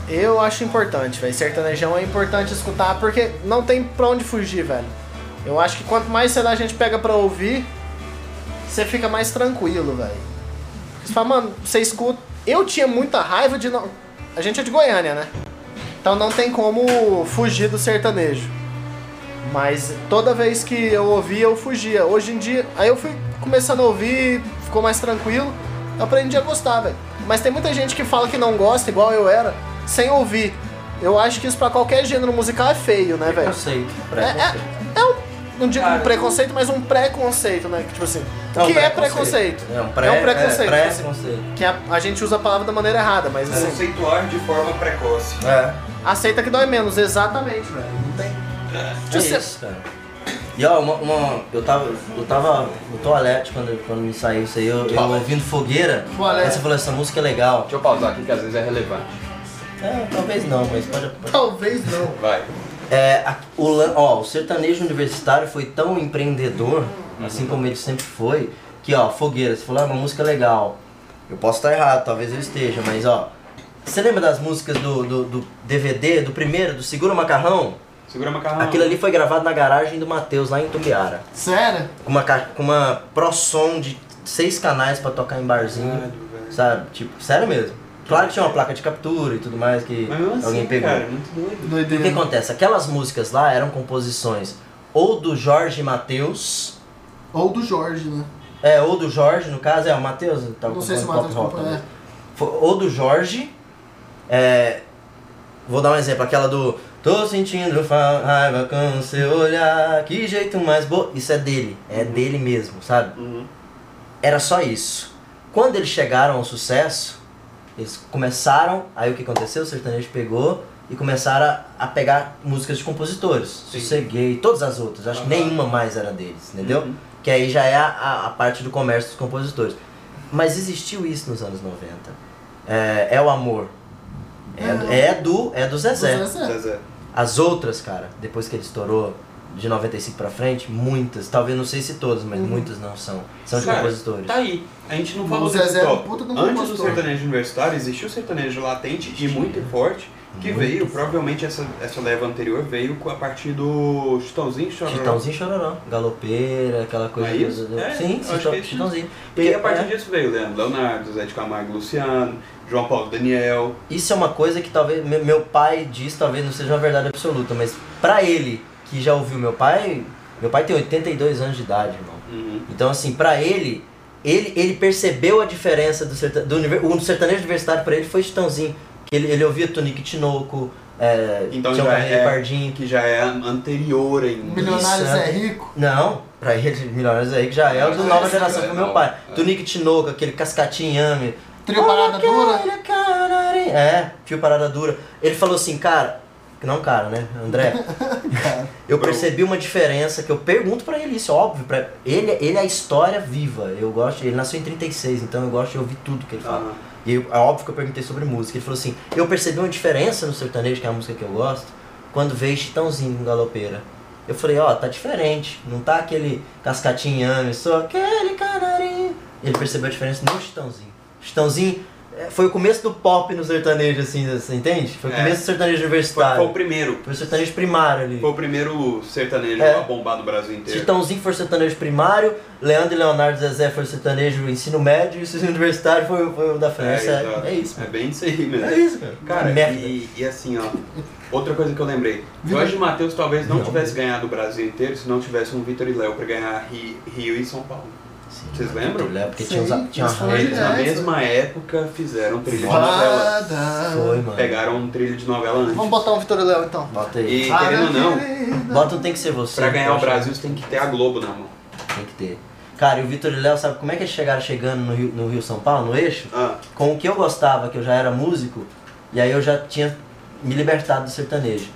Speaker 2: Eu acho importante, velho. Sertanejão é importante escutar porque não tem pra onde fugir, velho. Eu acho que quanto mais cedo a gente pega pra ouvir, você fica mais tranquilo, velho. Você fala, mano, você escuta. Eu tinha muita raiva de não. A gente é de Goiânia, né? Então não tem como fugir do sertanejo. Mas toda vez que eu ouvia, eu fugia. Hoje em dia, aí eu fui começando a ouvir, ficou mais tranquilo, eu aprendi a gostar, velho. Mas tem muita gente que fala que não gosta, igual eu era, sem ouvir. Eu acho que isso pra qualquer gênero musical é feio, né, velho?
Speaker 3: Preconceito.
Speaker 2: É, é,
Speaker 3: preconceito.
Speaker 2: é um, não digo um preconceito, mas um preconceito, né? Tipo assim, que é preconceito.
Speaker 3: um É um, pré,
Speaker 2: É um preconceito,
Speaker 3: É,
Speaker 2: assim.
Speaker 3: preconceito.
Speaker 2: Que a, a gente usa a palavra da maneira errada, mas assim.
Speaker 6: Conceituar de forma precoce.
Speaker 3: É,
Speaker 2: Aceita que dói menos, exatamente, velho. Não tem.
Speaker 3: é
Speaker 2: Você-
Speaker 3: isso, cara. E ó, uma, uma- eu tava, eu tava no toalete quando, quando me saiu isso aí, eu, eu
Speaker 1: Toalete.
Speaker 3: ouvindo fogueira,
Speaker 2: Toalete.
Speaker 3: aí você falou, essa música é legal.
Speaker 1: Deixa eu pausar aqui que às vezes é relevante.
Speaker 3: É, talvez não, mas pode... pode-
Speaker 2: Talvez não.
Speaker 1: Vai.
Speaker 3: É, a- o, lan- ó, o sertanejo universitário foi tão empreendedor,
Speaker 6: Uhum.
Speaker 3: assim como ele sempre foi, que ó, Fogueira, você falou, ah, uma música legal. Eu posso estar errado, talvez eu esteja, mas ó. Você lembra das músicas do, do, do DVD, do primeiro, do Segura o Macarrão?
Speaker 6: Segura macarrão.
Speaker 3: Aquilo ali foi gravado na garagem do Matheus, lá em Tumbiara.
Speaker 2: Sério?
Speaker 3: Com uma, ca- com uma pró-som de seis canais pra tocar em barzinho,
Speaker 6: Caralho, velho.
Speaker 3: sabe? Tipo, sério mesmo. Claro que tinha uma placa de captura e tudo mais que
Speaker 6: Mas mesmo assim,
Speaker 3: alguém pegou.
Speaker 6: cara, muito doido.
Speaker 3: O que acontece? Aquelas músicas lá eram composições ou do Jorge Matheus,
Speaker 2: Ou do Jorge, né?
Speaker 3: é, ou do Jorge, no caso, é o Matheus, tava
Speaker 2: Não sei se o é.
Speaker 3: compondo
Speaker 2: Matheus
Speaker 3: pop rock,
Speaker 2: compõe,
Speaker 3: talvez. Fo- Ou do Jorge, é, vou dar um exemplo, aquela do Tô sentindo fa- raiva com seu olhar, que jeito mais bom. Isso é dele, é dele mesmo, sabe? Era só isso. Quando eles chegaram ao sucesso, eles começaram, aí o que aconteceu? O sertanejo pegou e começaram a, a pegar músicas de compositores. Sosseguei, todas as outras. Acho que nenhuma mais era deles, entendeu? Que aí já é a, a- a parte do comércio dos compositores. Mas existiu isso nos anos 90. É, é o amor. É, do- é do, é do Zezé.
Speaker 6: Zezé.
Speaker 3: As outras, cara, depois que ele estourou, de 95 pra frente, muitas, talvez não sei se todas, mas muitas não são. São de
Speaker 6: Cara,
Speaker 3: compositores.
Speaker 6: Tá aí. A gente não
Speaker 2: O
Speaker 6: falou
Speaker 2: Zezé
Speaker 6: desse
Speaker 2: é um
Speaker 6: top.
Speaker 2: puta de um
Speaker 6: Antes do
Speaker 2: compositor.
Speaker 6: sertanejo universitário, existiu o sertanejo latente e muito forte, que veio, provavelmente essa, essa leva anterior veio com a partir do Chitãozinho, Chororó.
Speaker 3: Chitãozinho chororó, galopeira, aquela coisa.
Speaker 6: É isso?
Speaker 3: do-
Speaker 6: É,
Speaker 3: sim,
Speaker 6: eu
Speaker 3: sim,
Speaker 6: acho
Speaker 3: Chitão-
Speaker 6: que é isso.
Speaker 3: Chitãozinho.
Speaker 6: E aí, a partir
Speaker 3: é,
Speaker 6: disso veio Leandro Leonardo, Zé de Camargo, Luciano, João Paulo Daniel.
Speaker 3: Isso é uma coisa que talvez me- meu pai diz, talvez não seja uma verdade absoluta, mas pra ele, que já ouviu meu pai, meu pai tem 82 anos de idade, irmão.
Speaker 6: Uhum.
Speaker 3: Então, assim, pra ele, ele, ele percebeu a diferença do, serta, do univer- o sertanejo universitário pra ele foi Chitãozinho. Que ele, ele ouvia Tonique Tinoco, é,
Speaker 6: Então
Speaker 3: Tião
Speaker 6: já
Speaker 3: Carreiro
Speaker 6: é-
Speaker 3: Pardinho.
Speaker 6: Que já é anterior ainda.
Speaker 2: Milionários
Speaker 3: Isso,
Speaker 2: é
Speaker 3: é.
Speaker 2: rico.
Speaker 3: Não, pra ele, Milionários aí que já é o do nova geração pro meu pai. Tonique Tinoco, aquele cascatinhame.
Speaker 2: é. Trio Parada Dura.
Speaker 3: Olha, cara, É, fio parada dura. Ele falou assim, cara. Não, cara, né, André? eu percebi uma diferença que eu pergunto pra ele isso, óbvio. Pra ele, ele é a história viva. Eu gosto. Ele nasceu em 36, então eu gosto de ouvir tudo que ele fala.
Speaker 6: Ah.
Speaker 3: E eu- é óbvio que eu perguntei sobre música. Ele falou assim: eu percebi uma diferença no sertanejo, que é a música que eu gosto, quando veio Chitãozinho com Galopeira. Eu falei, ó, tá diferente. Não tá aquele cascatinhame, só aquele canarinho. Ele percebeu a diferença no Chitãozinho. Chitãozinho é, foi o começo do pop no sertanejo, assim, você entende? Foi o
Speaker 6: É.
Speaker 3: começo do sertanejo
Speaker 6: Foi, foi o
Speaker 3: universitário.
Speaker 6: primeiro.
Speaker 3: Foi o sertanejo primário ali.
Speaker 6: Foi o primeiro sertanejo
Speaker 3: É.
Speaker 6: a bombar no Brasil inteiro.
Speaker 3: Chitãozinho foi o sertanejo primário, Leandro e Leonardo Zezé foi o sertanejo ensino médio e o sertanejo universitário foi, o- foi o da França.
Speaker 6: exato.
Speaker 3: É, isso,
Speaker 6: É
Speaker 3: mano.
Speaker 6: bem isso aí mesmo.
Speaker 3: É isso, cara.
Speaker 6: Cara,
Speaker 3: Merda.
Speaker 6: e, e assim, ó. Outra coisa que eu lembrei. Jorge Matheus talvez não, tivesse ganhado o Brasil inteiro se não tivesse um Vitor e Léo pra ganhar Ri- Rio e São Paulo.
Speaker 1: Vocês lembram?
Speaker 3: Eu lembro, porque
Speaker 2: Sim,
Speaker 3: tinha, usa- tinha uma
Speaker 2: isso foi-
Speaker 1: Eles, na
Speaker 2: É,
Speaker 1: mesma época, fizeram trilha de novela.
Speaker 2: Vada.
Speaker 3: né? Foi, mano.
Speaker 1: Pegaram um trilho de novela antes.
Speaker 2: Vamos botar um Vitor e Léo então.
Speaker 3: Bota
Speaker 1: E,
Speaker 3: aí. Ah,
Speaker 1: querendo ou não,
Speaker 3: Bota o Tem Que Ser Você.
Speaker 1: pra ganhar
Speaker 3: assim, eu
Speaker 1: o
Speaker 3: acho.
Speaker 1: Brasil, você tem que ter a Globo na mão.
Speaker 3: Tem que ter. Cara, e o Vitor e Léo, sabe como é que eles chegaram chegando no Rio, no Rio São Paulo, no eixo?
Speaker 1: Ah,
Speaker 3: Com o que eu gostava, que eu já era músico, e aí eu já tinha me libertado do sertanejo.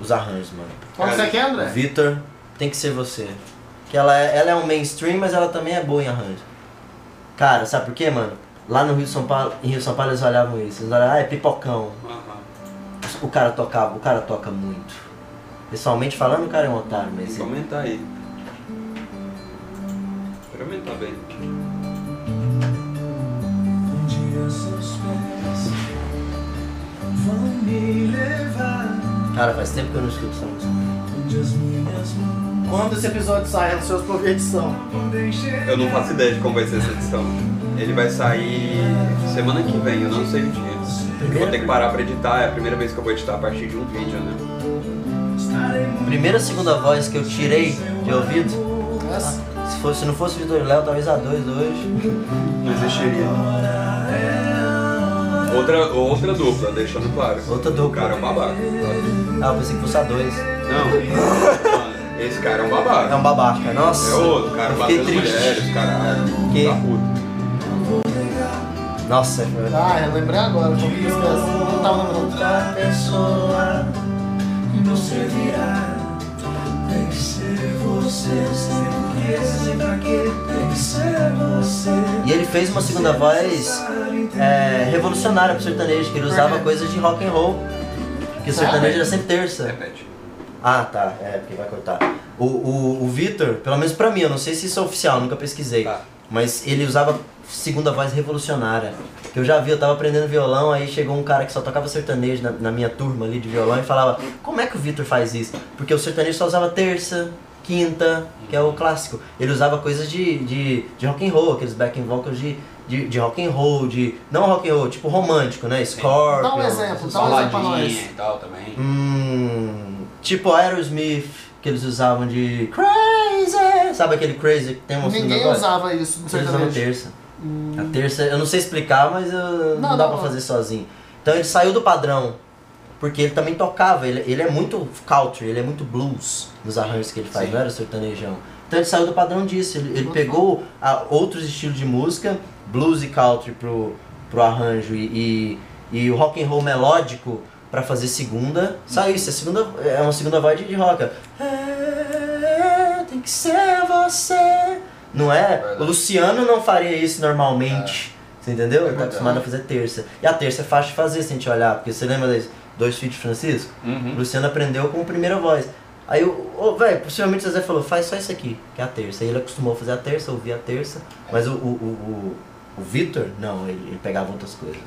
Speaker 3: Os arranjos, mano.
Speaker 9: Qual que você quer,
Speaker 3: O
Speaker 9: André?
Speaker 3: Vitor, tem que ser você. Que ela é, ela é um mainstream, mas ela também é boa em arranjo. Cara, sabe por quê, mano? Lá no Rio São Paulo, em Rio São Paulo eles olhavam isso, eles olhavam, ah, é pipocão.
Speaker 1: aham.
Speaker 3: O cara tocava, o cara toca muito. Pessoalmente falando, o cara é um otário, mas
Speaker 1: Tem que
Speaker 3: ele-
Speaker 1: aumentar aí. Pra aumentar bem.
Speaker 5: Um
Speaker 3: Cara, faz tempo que eu não escuto essa música.
Speaker 2: Quando esse episódio sai, nos seus planos de edição.
Speaker 1: Eu não faço ideia de como vai ser essa edição. Ele vai sair semana que vem, eu não sei o dia. Eu vou ter que parar pra editar, é a primeira vez que eu vou editar a partir de um vídeo, né?
Speaker 3: Primeira segunda voz que eu tirei de ouvido,
Speaker 2: Nossa.
Speaker 3: se, fosse, se não fosse Vitor e Léo, talvez a dois hoje.
Speaker 1: Não existiria. Outra, outra dupla, deixando claro.
Speaker 3: Outra dupla.
Speaker 1: O cara é um babaca.
Speaker 3: Ah, eu pensei que fosse a dois.
Speaker 1: Não, esse cara é um babaca.
Speaker 3: É um babaca, nossa.
Speaker 1: É outro, o cara
Speaker 3: Eu fiquei
Speaker 1: batendo
Speaker 3: triste.
Speaker 1: mulheres, caralho.
Speaker 3: Que-
Speaker 1: Tá puto.
Speaker 3: Nossa, é foi-
Speaker 2: Ah, eu lembrei agora, eu tinha que esquecer. Não tá tava lembrando.
Speaker 3: E ele fez uma segunda voz é, revolucionária pro sertanejo, que ele usava coisas de rock and roll. Porque o sertanejo era sempre terça.
Speaker 1: Repete.
Speaker 3: Ah, tá. É, porque vai cortar. O, o, o Vitor, pelo menos pra mim, eu não sei se isso é oficial, nunca pesquisei.
Speaker 1: Tá.
Speaker 3: Mas ele usava segunda voz revolucionária. Que eu já vi, eu tava aprendendo violão, aí chegou um cara que só tocava sertanejo na, na minha turma ali de violão e falava, como é que o Vitor faz isso? Porque o sertanejo só usava terça, quinta, que é o clássico. Ele usava coisas de, de, de rock and roll, aqueles backing vocals de, de, de rock and roll, de. Não rock and roll, tipo romântico, né? Scorpion.
Speaker 2: Dá um exemplo, dá um exemplo pra
Speaker 1: Baladinha
Speaker 2: nós.
Speaker 1: e tal também.
Speaker 3: Hum, tipo Aerosmith, que eles usavam de Crazy. Sabe aquele Crazy que tem um uma
Speaker 2: Ninguém
Speaker 3: segunda
Speaker 2: usava isso no
Speaker 3: Eles usavam
Speaker 2: sertanejo.
Speaker 3: terça. A terça, eu não sei explicar, mas eu, não,
Speaker 2: Não,
Speaker 3: dá
Speaker 2: não,
Speaker 3: pra
Speaker 2: não.
Speaker 3: fazer sozinho. Então ele saiu do padrão, porque ele também tocava, ele, ele é muito country, ele é muito blues nos arranjos que ele faz,
Speaker 1: Sim.
Speaker 3: não era sertanejão. Então ele saiu do padrão disso, ele, ele
Speaker 2: Muito
Speaker 3: pegou a- outros estilos de música, blues e country pro, pro arranjo e, e, e o rock and roll melódico pra fazer segunda. Saiu isso, é, segunda, é uma segunda voz de, de rock. É, tem que ser você. Não é?
Speaker 1: Verdade. É.
Speaker 3: O Luciano não faria isso normalmente. Você entendeu? Ele tá
Speaker 1: verdade.
Speaker 3: acostumado a fazer terça. E a terça é fácil de fazer se a gente olhar, porque você lembra das dois filhos de Francisco? O
Speaker 1: Uhum.
Speaker 3: Luciano aprendeu com a primeira voz. Aí o. ô, velho, possivelmente o Zé falou, faz só isso aqui, que é a terça. Aí ele acostumou a fazer a terça, ouvia a terça. Mas o, o, o, o, o Vitor, não, ele, ele pegava outras coisas.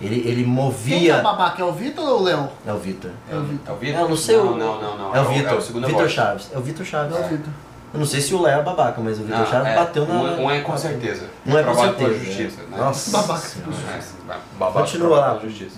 Speaker 3: Ele,
Speaker 2: Quem que é
Speaker 3: ele
Speaker 2: o
Speaker 3: movia.
Speaker 2: babaca? É o Vitor ou o Leão?
Speaker 3: É o Vitor.
Speaker 1: É o- é o Vitor?
Speaker 3: É, eu não sei o.
Speaker 1: Não, não, não. não.
Speaker 3: É
Speaker 1: É
Speaker 3: o
Speaker 1: o
Speaker 3: Vitor.
Speaker 1: segundo
Speaker 3: Vitor
Speaker 1: voz.
Speaker 3: Chaves. É o Vitor Chaves.
Speaker 2: É o Vitor.
Speaker 3: Eu não sei se o Léo é babaca, mas o Vitor
Speaker 1: Não,
Speaker 3: Chaves
Speaker 1: é,
Speaker 3: bateu na.
Speaker 1: Um, um é com certeza.
Speaker 3: Um é com
Speaker 1: Aprovado pela
Speaker 3: certeza,
Speaker 1: justiça,
Speaker 3: é.
Speaker 1: né?
Speaker 3: Nossa.
Speaker 2: Babaca.
Speaker 3: Senhora.
Speaker 1: É, ba- babaca
Speaker 3: Continua
Speaker 1: aprovado
Speaker 3: lá.
Speaker 1: pela Justiça.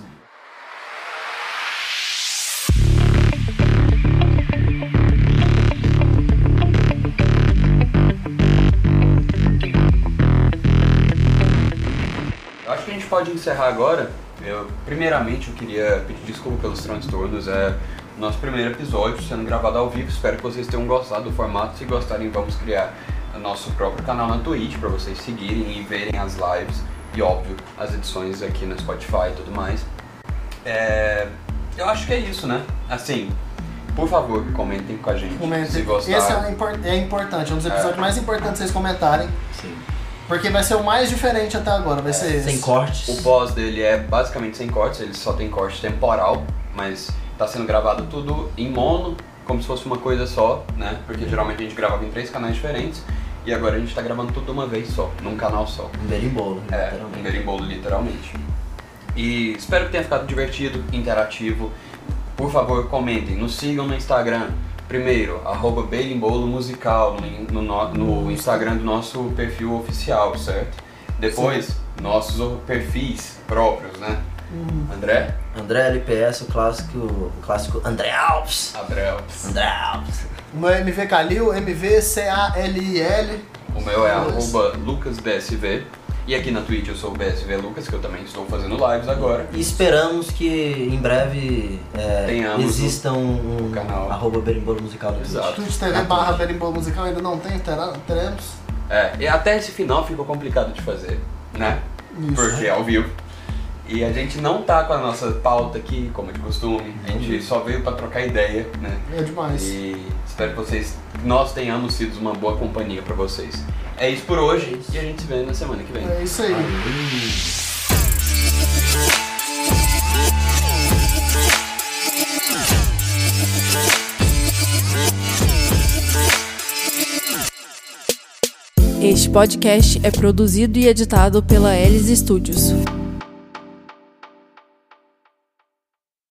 Speaker 1: Eu acho que a gente pode encerrar agora. Eu, primeiramente, eu queria pedir desculpa pelos transtornos. É o nosso primeiro episódio sendo gravado ao vivo. Espero que vocês tenham gostado do formato. Se gostarem, vamos criar o nosso próprio canal na Twitch para vocês seguirem e verem as lives e, óbvio, as edições aqui no Spotify e tudo mais. É, eu acho que é isso, né? Assim, por favor, comentem com a gente se
Speaker 2: Comentem.
Speaker 1: gostaram.
Speaker 2: Esse é, um impor- é importante, é um dos episódios mais importantes vocês comentarem.
Speaker 3: Sim.
Speaker 2: Porque vai ser o mais diferente até agora, vai ser esse.
Speaker 3: Sem cortes.
Speaker 1: O pós dele é basicamente sem cortes, ele só tem corte temporal, mas tá sendo gravado tudo em mono, como se fosse uma coisa só, né? Porque geralmente a gente gravava em três canais diferentes e agora a gente tá gravando tudo de uma vez só, num canal só.
Speaker 3: Um berimbolo,
Speaker 1: É, um
Speaker 3: literalmente.
Speaker 1: berimbolo literalmente. E espero que tenha ficado divertido, interativo. Por favor, comentem, nos sigam no Instagram. Primeiro, arroba Berimbolo Musical no, no- no Instagram do nosso perfil oficial, certo? Depois, nossos perfis próprios, né? André,
Speaker 3: André LPS, o clássico, o clássico André Alves.
Speaker 1: Abreu.
Speaker 2: é
Speaker 3: André Alves.
Speaker 2: O meu MV Calil, MV C-A-L-I-L.
Speaker 1: O meu é arroba lucasbsv. E aqui na Twitch eu sou o BSV Lucas, que eu também estou fazendo lives agora.
Speaker 3: E esperamos que em breve é,
Speaker 1: Tenhamos
Speaker 3: exista um, um
Speaker 1: canal.
Speaker 3: arroba berimbolo musical no
Speaker 1: Exato.
Speaker 2: Twitch TV barra Berimbolo Musical ainda não tem, terá- teremos.
Speaker 1: É, e até esse final ficou complicado de fazer, né?
Speaker 2: Isso.
Speaker 1: Porque é ao vivo. E a gente não tá com a nossa pauta aqui, como de costume. A gente só veio pra trocar ideia, né?
Speaker 2: É demais.
Speaker 1: E espero que vocês, nós tenhamos sido uma boa companhia pra vocês. É isso por hoje e a gente se vê na semana que vem.
Speaker 2: É isso aí.
Speaker 4: Este podcast é produzido e editado pela Elis Studios.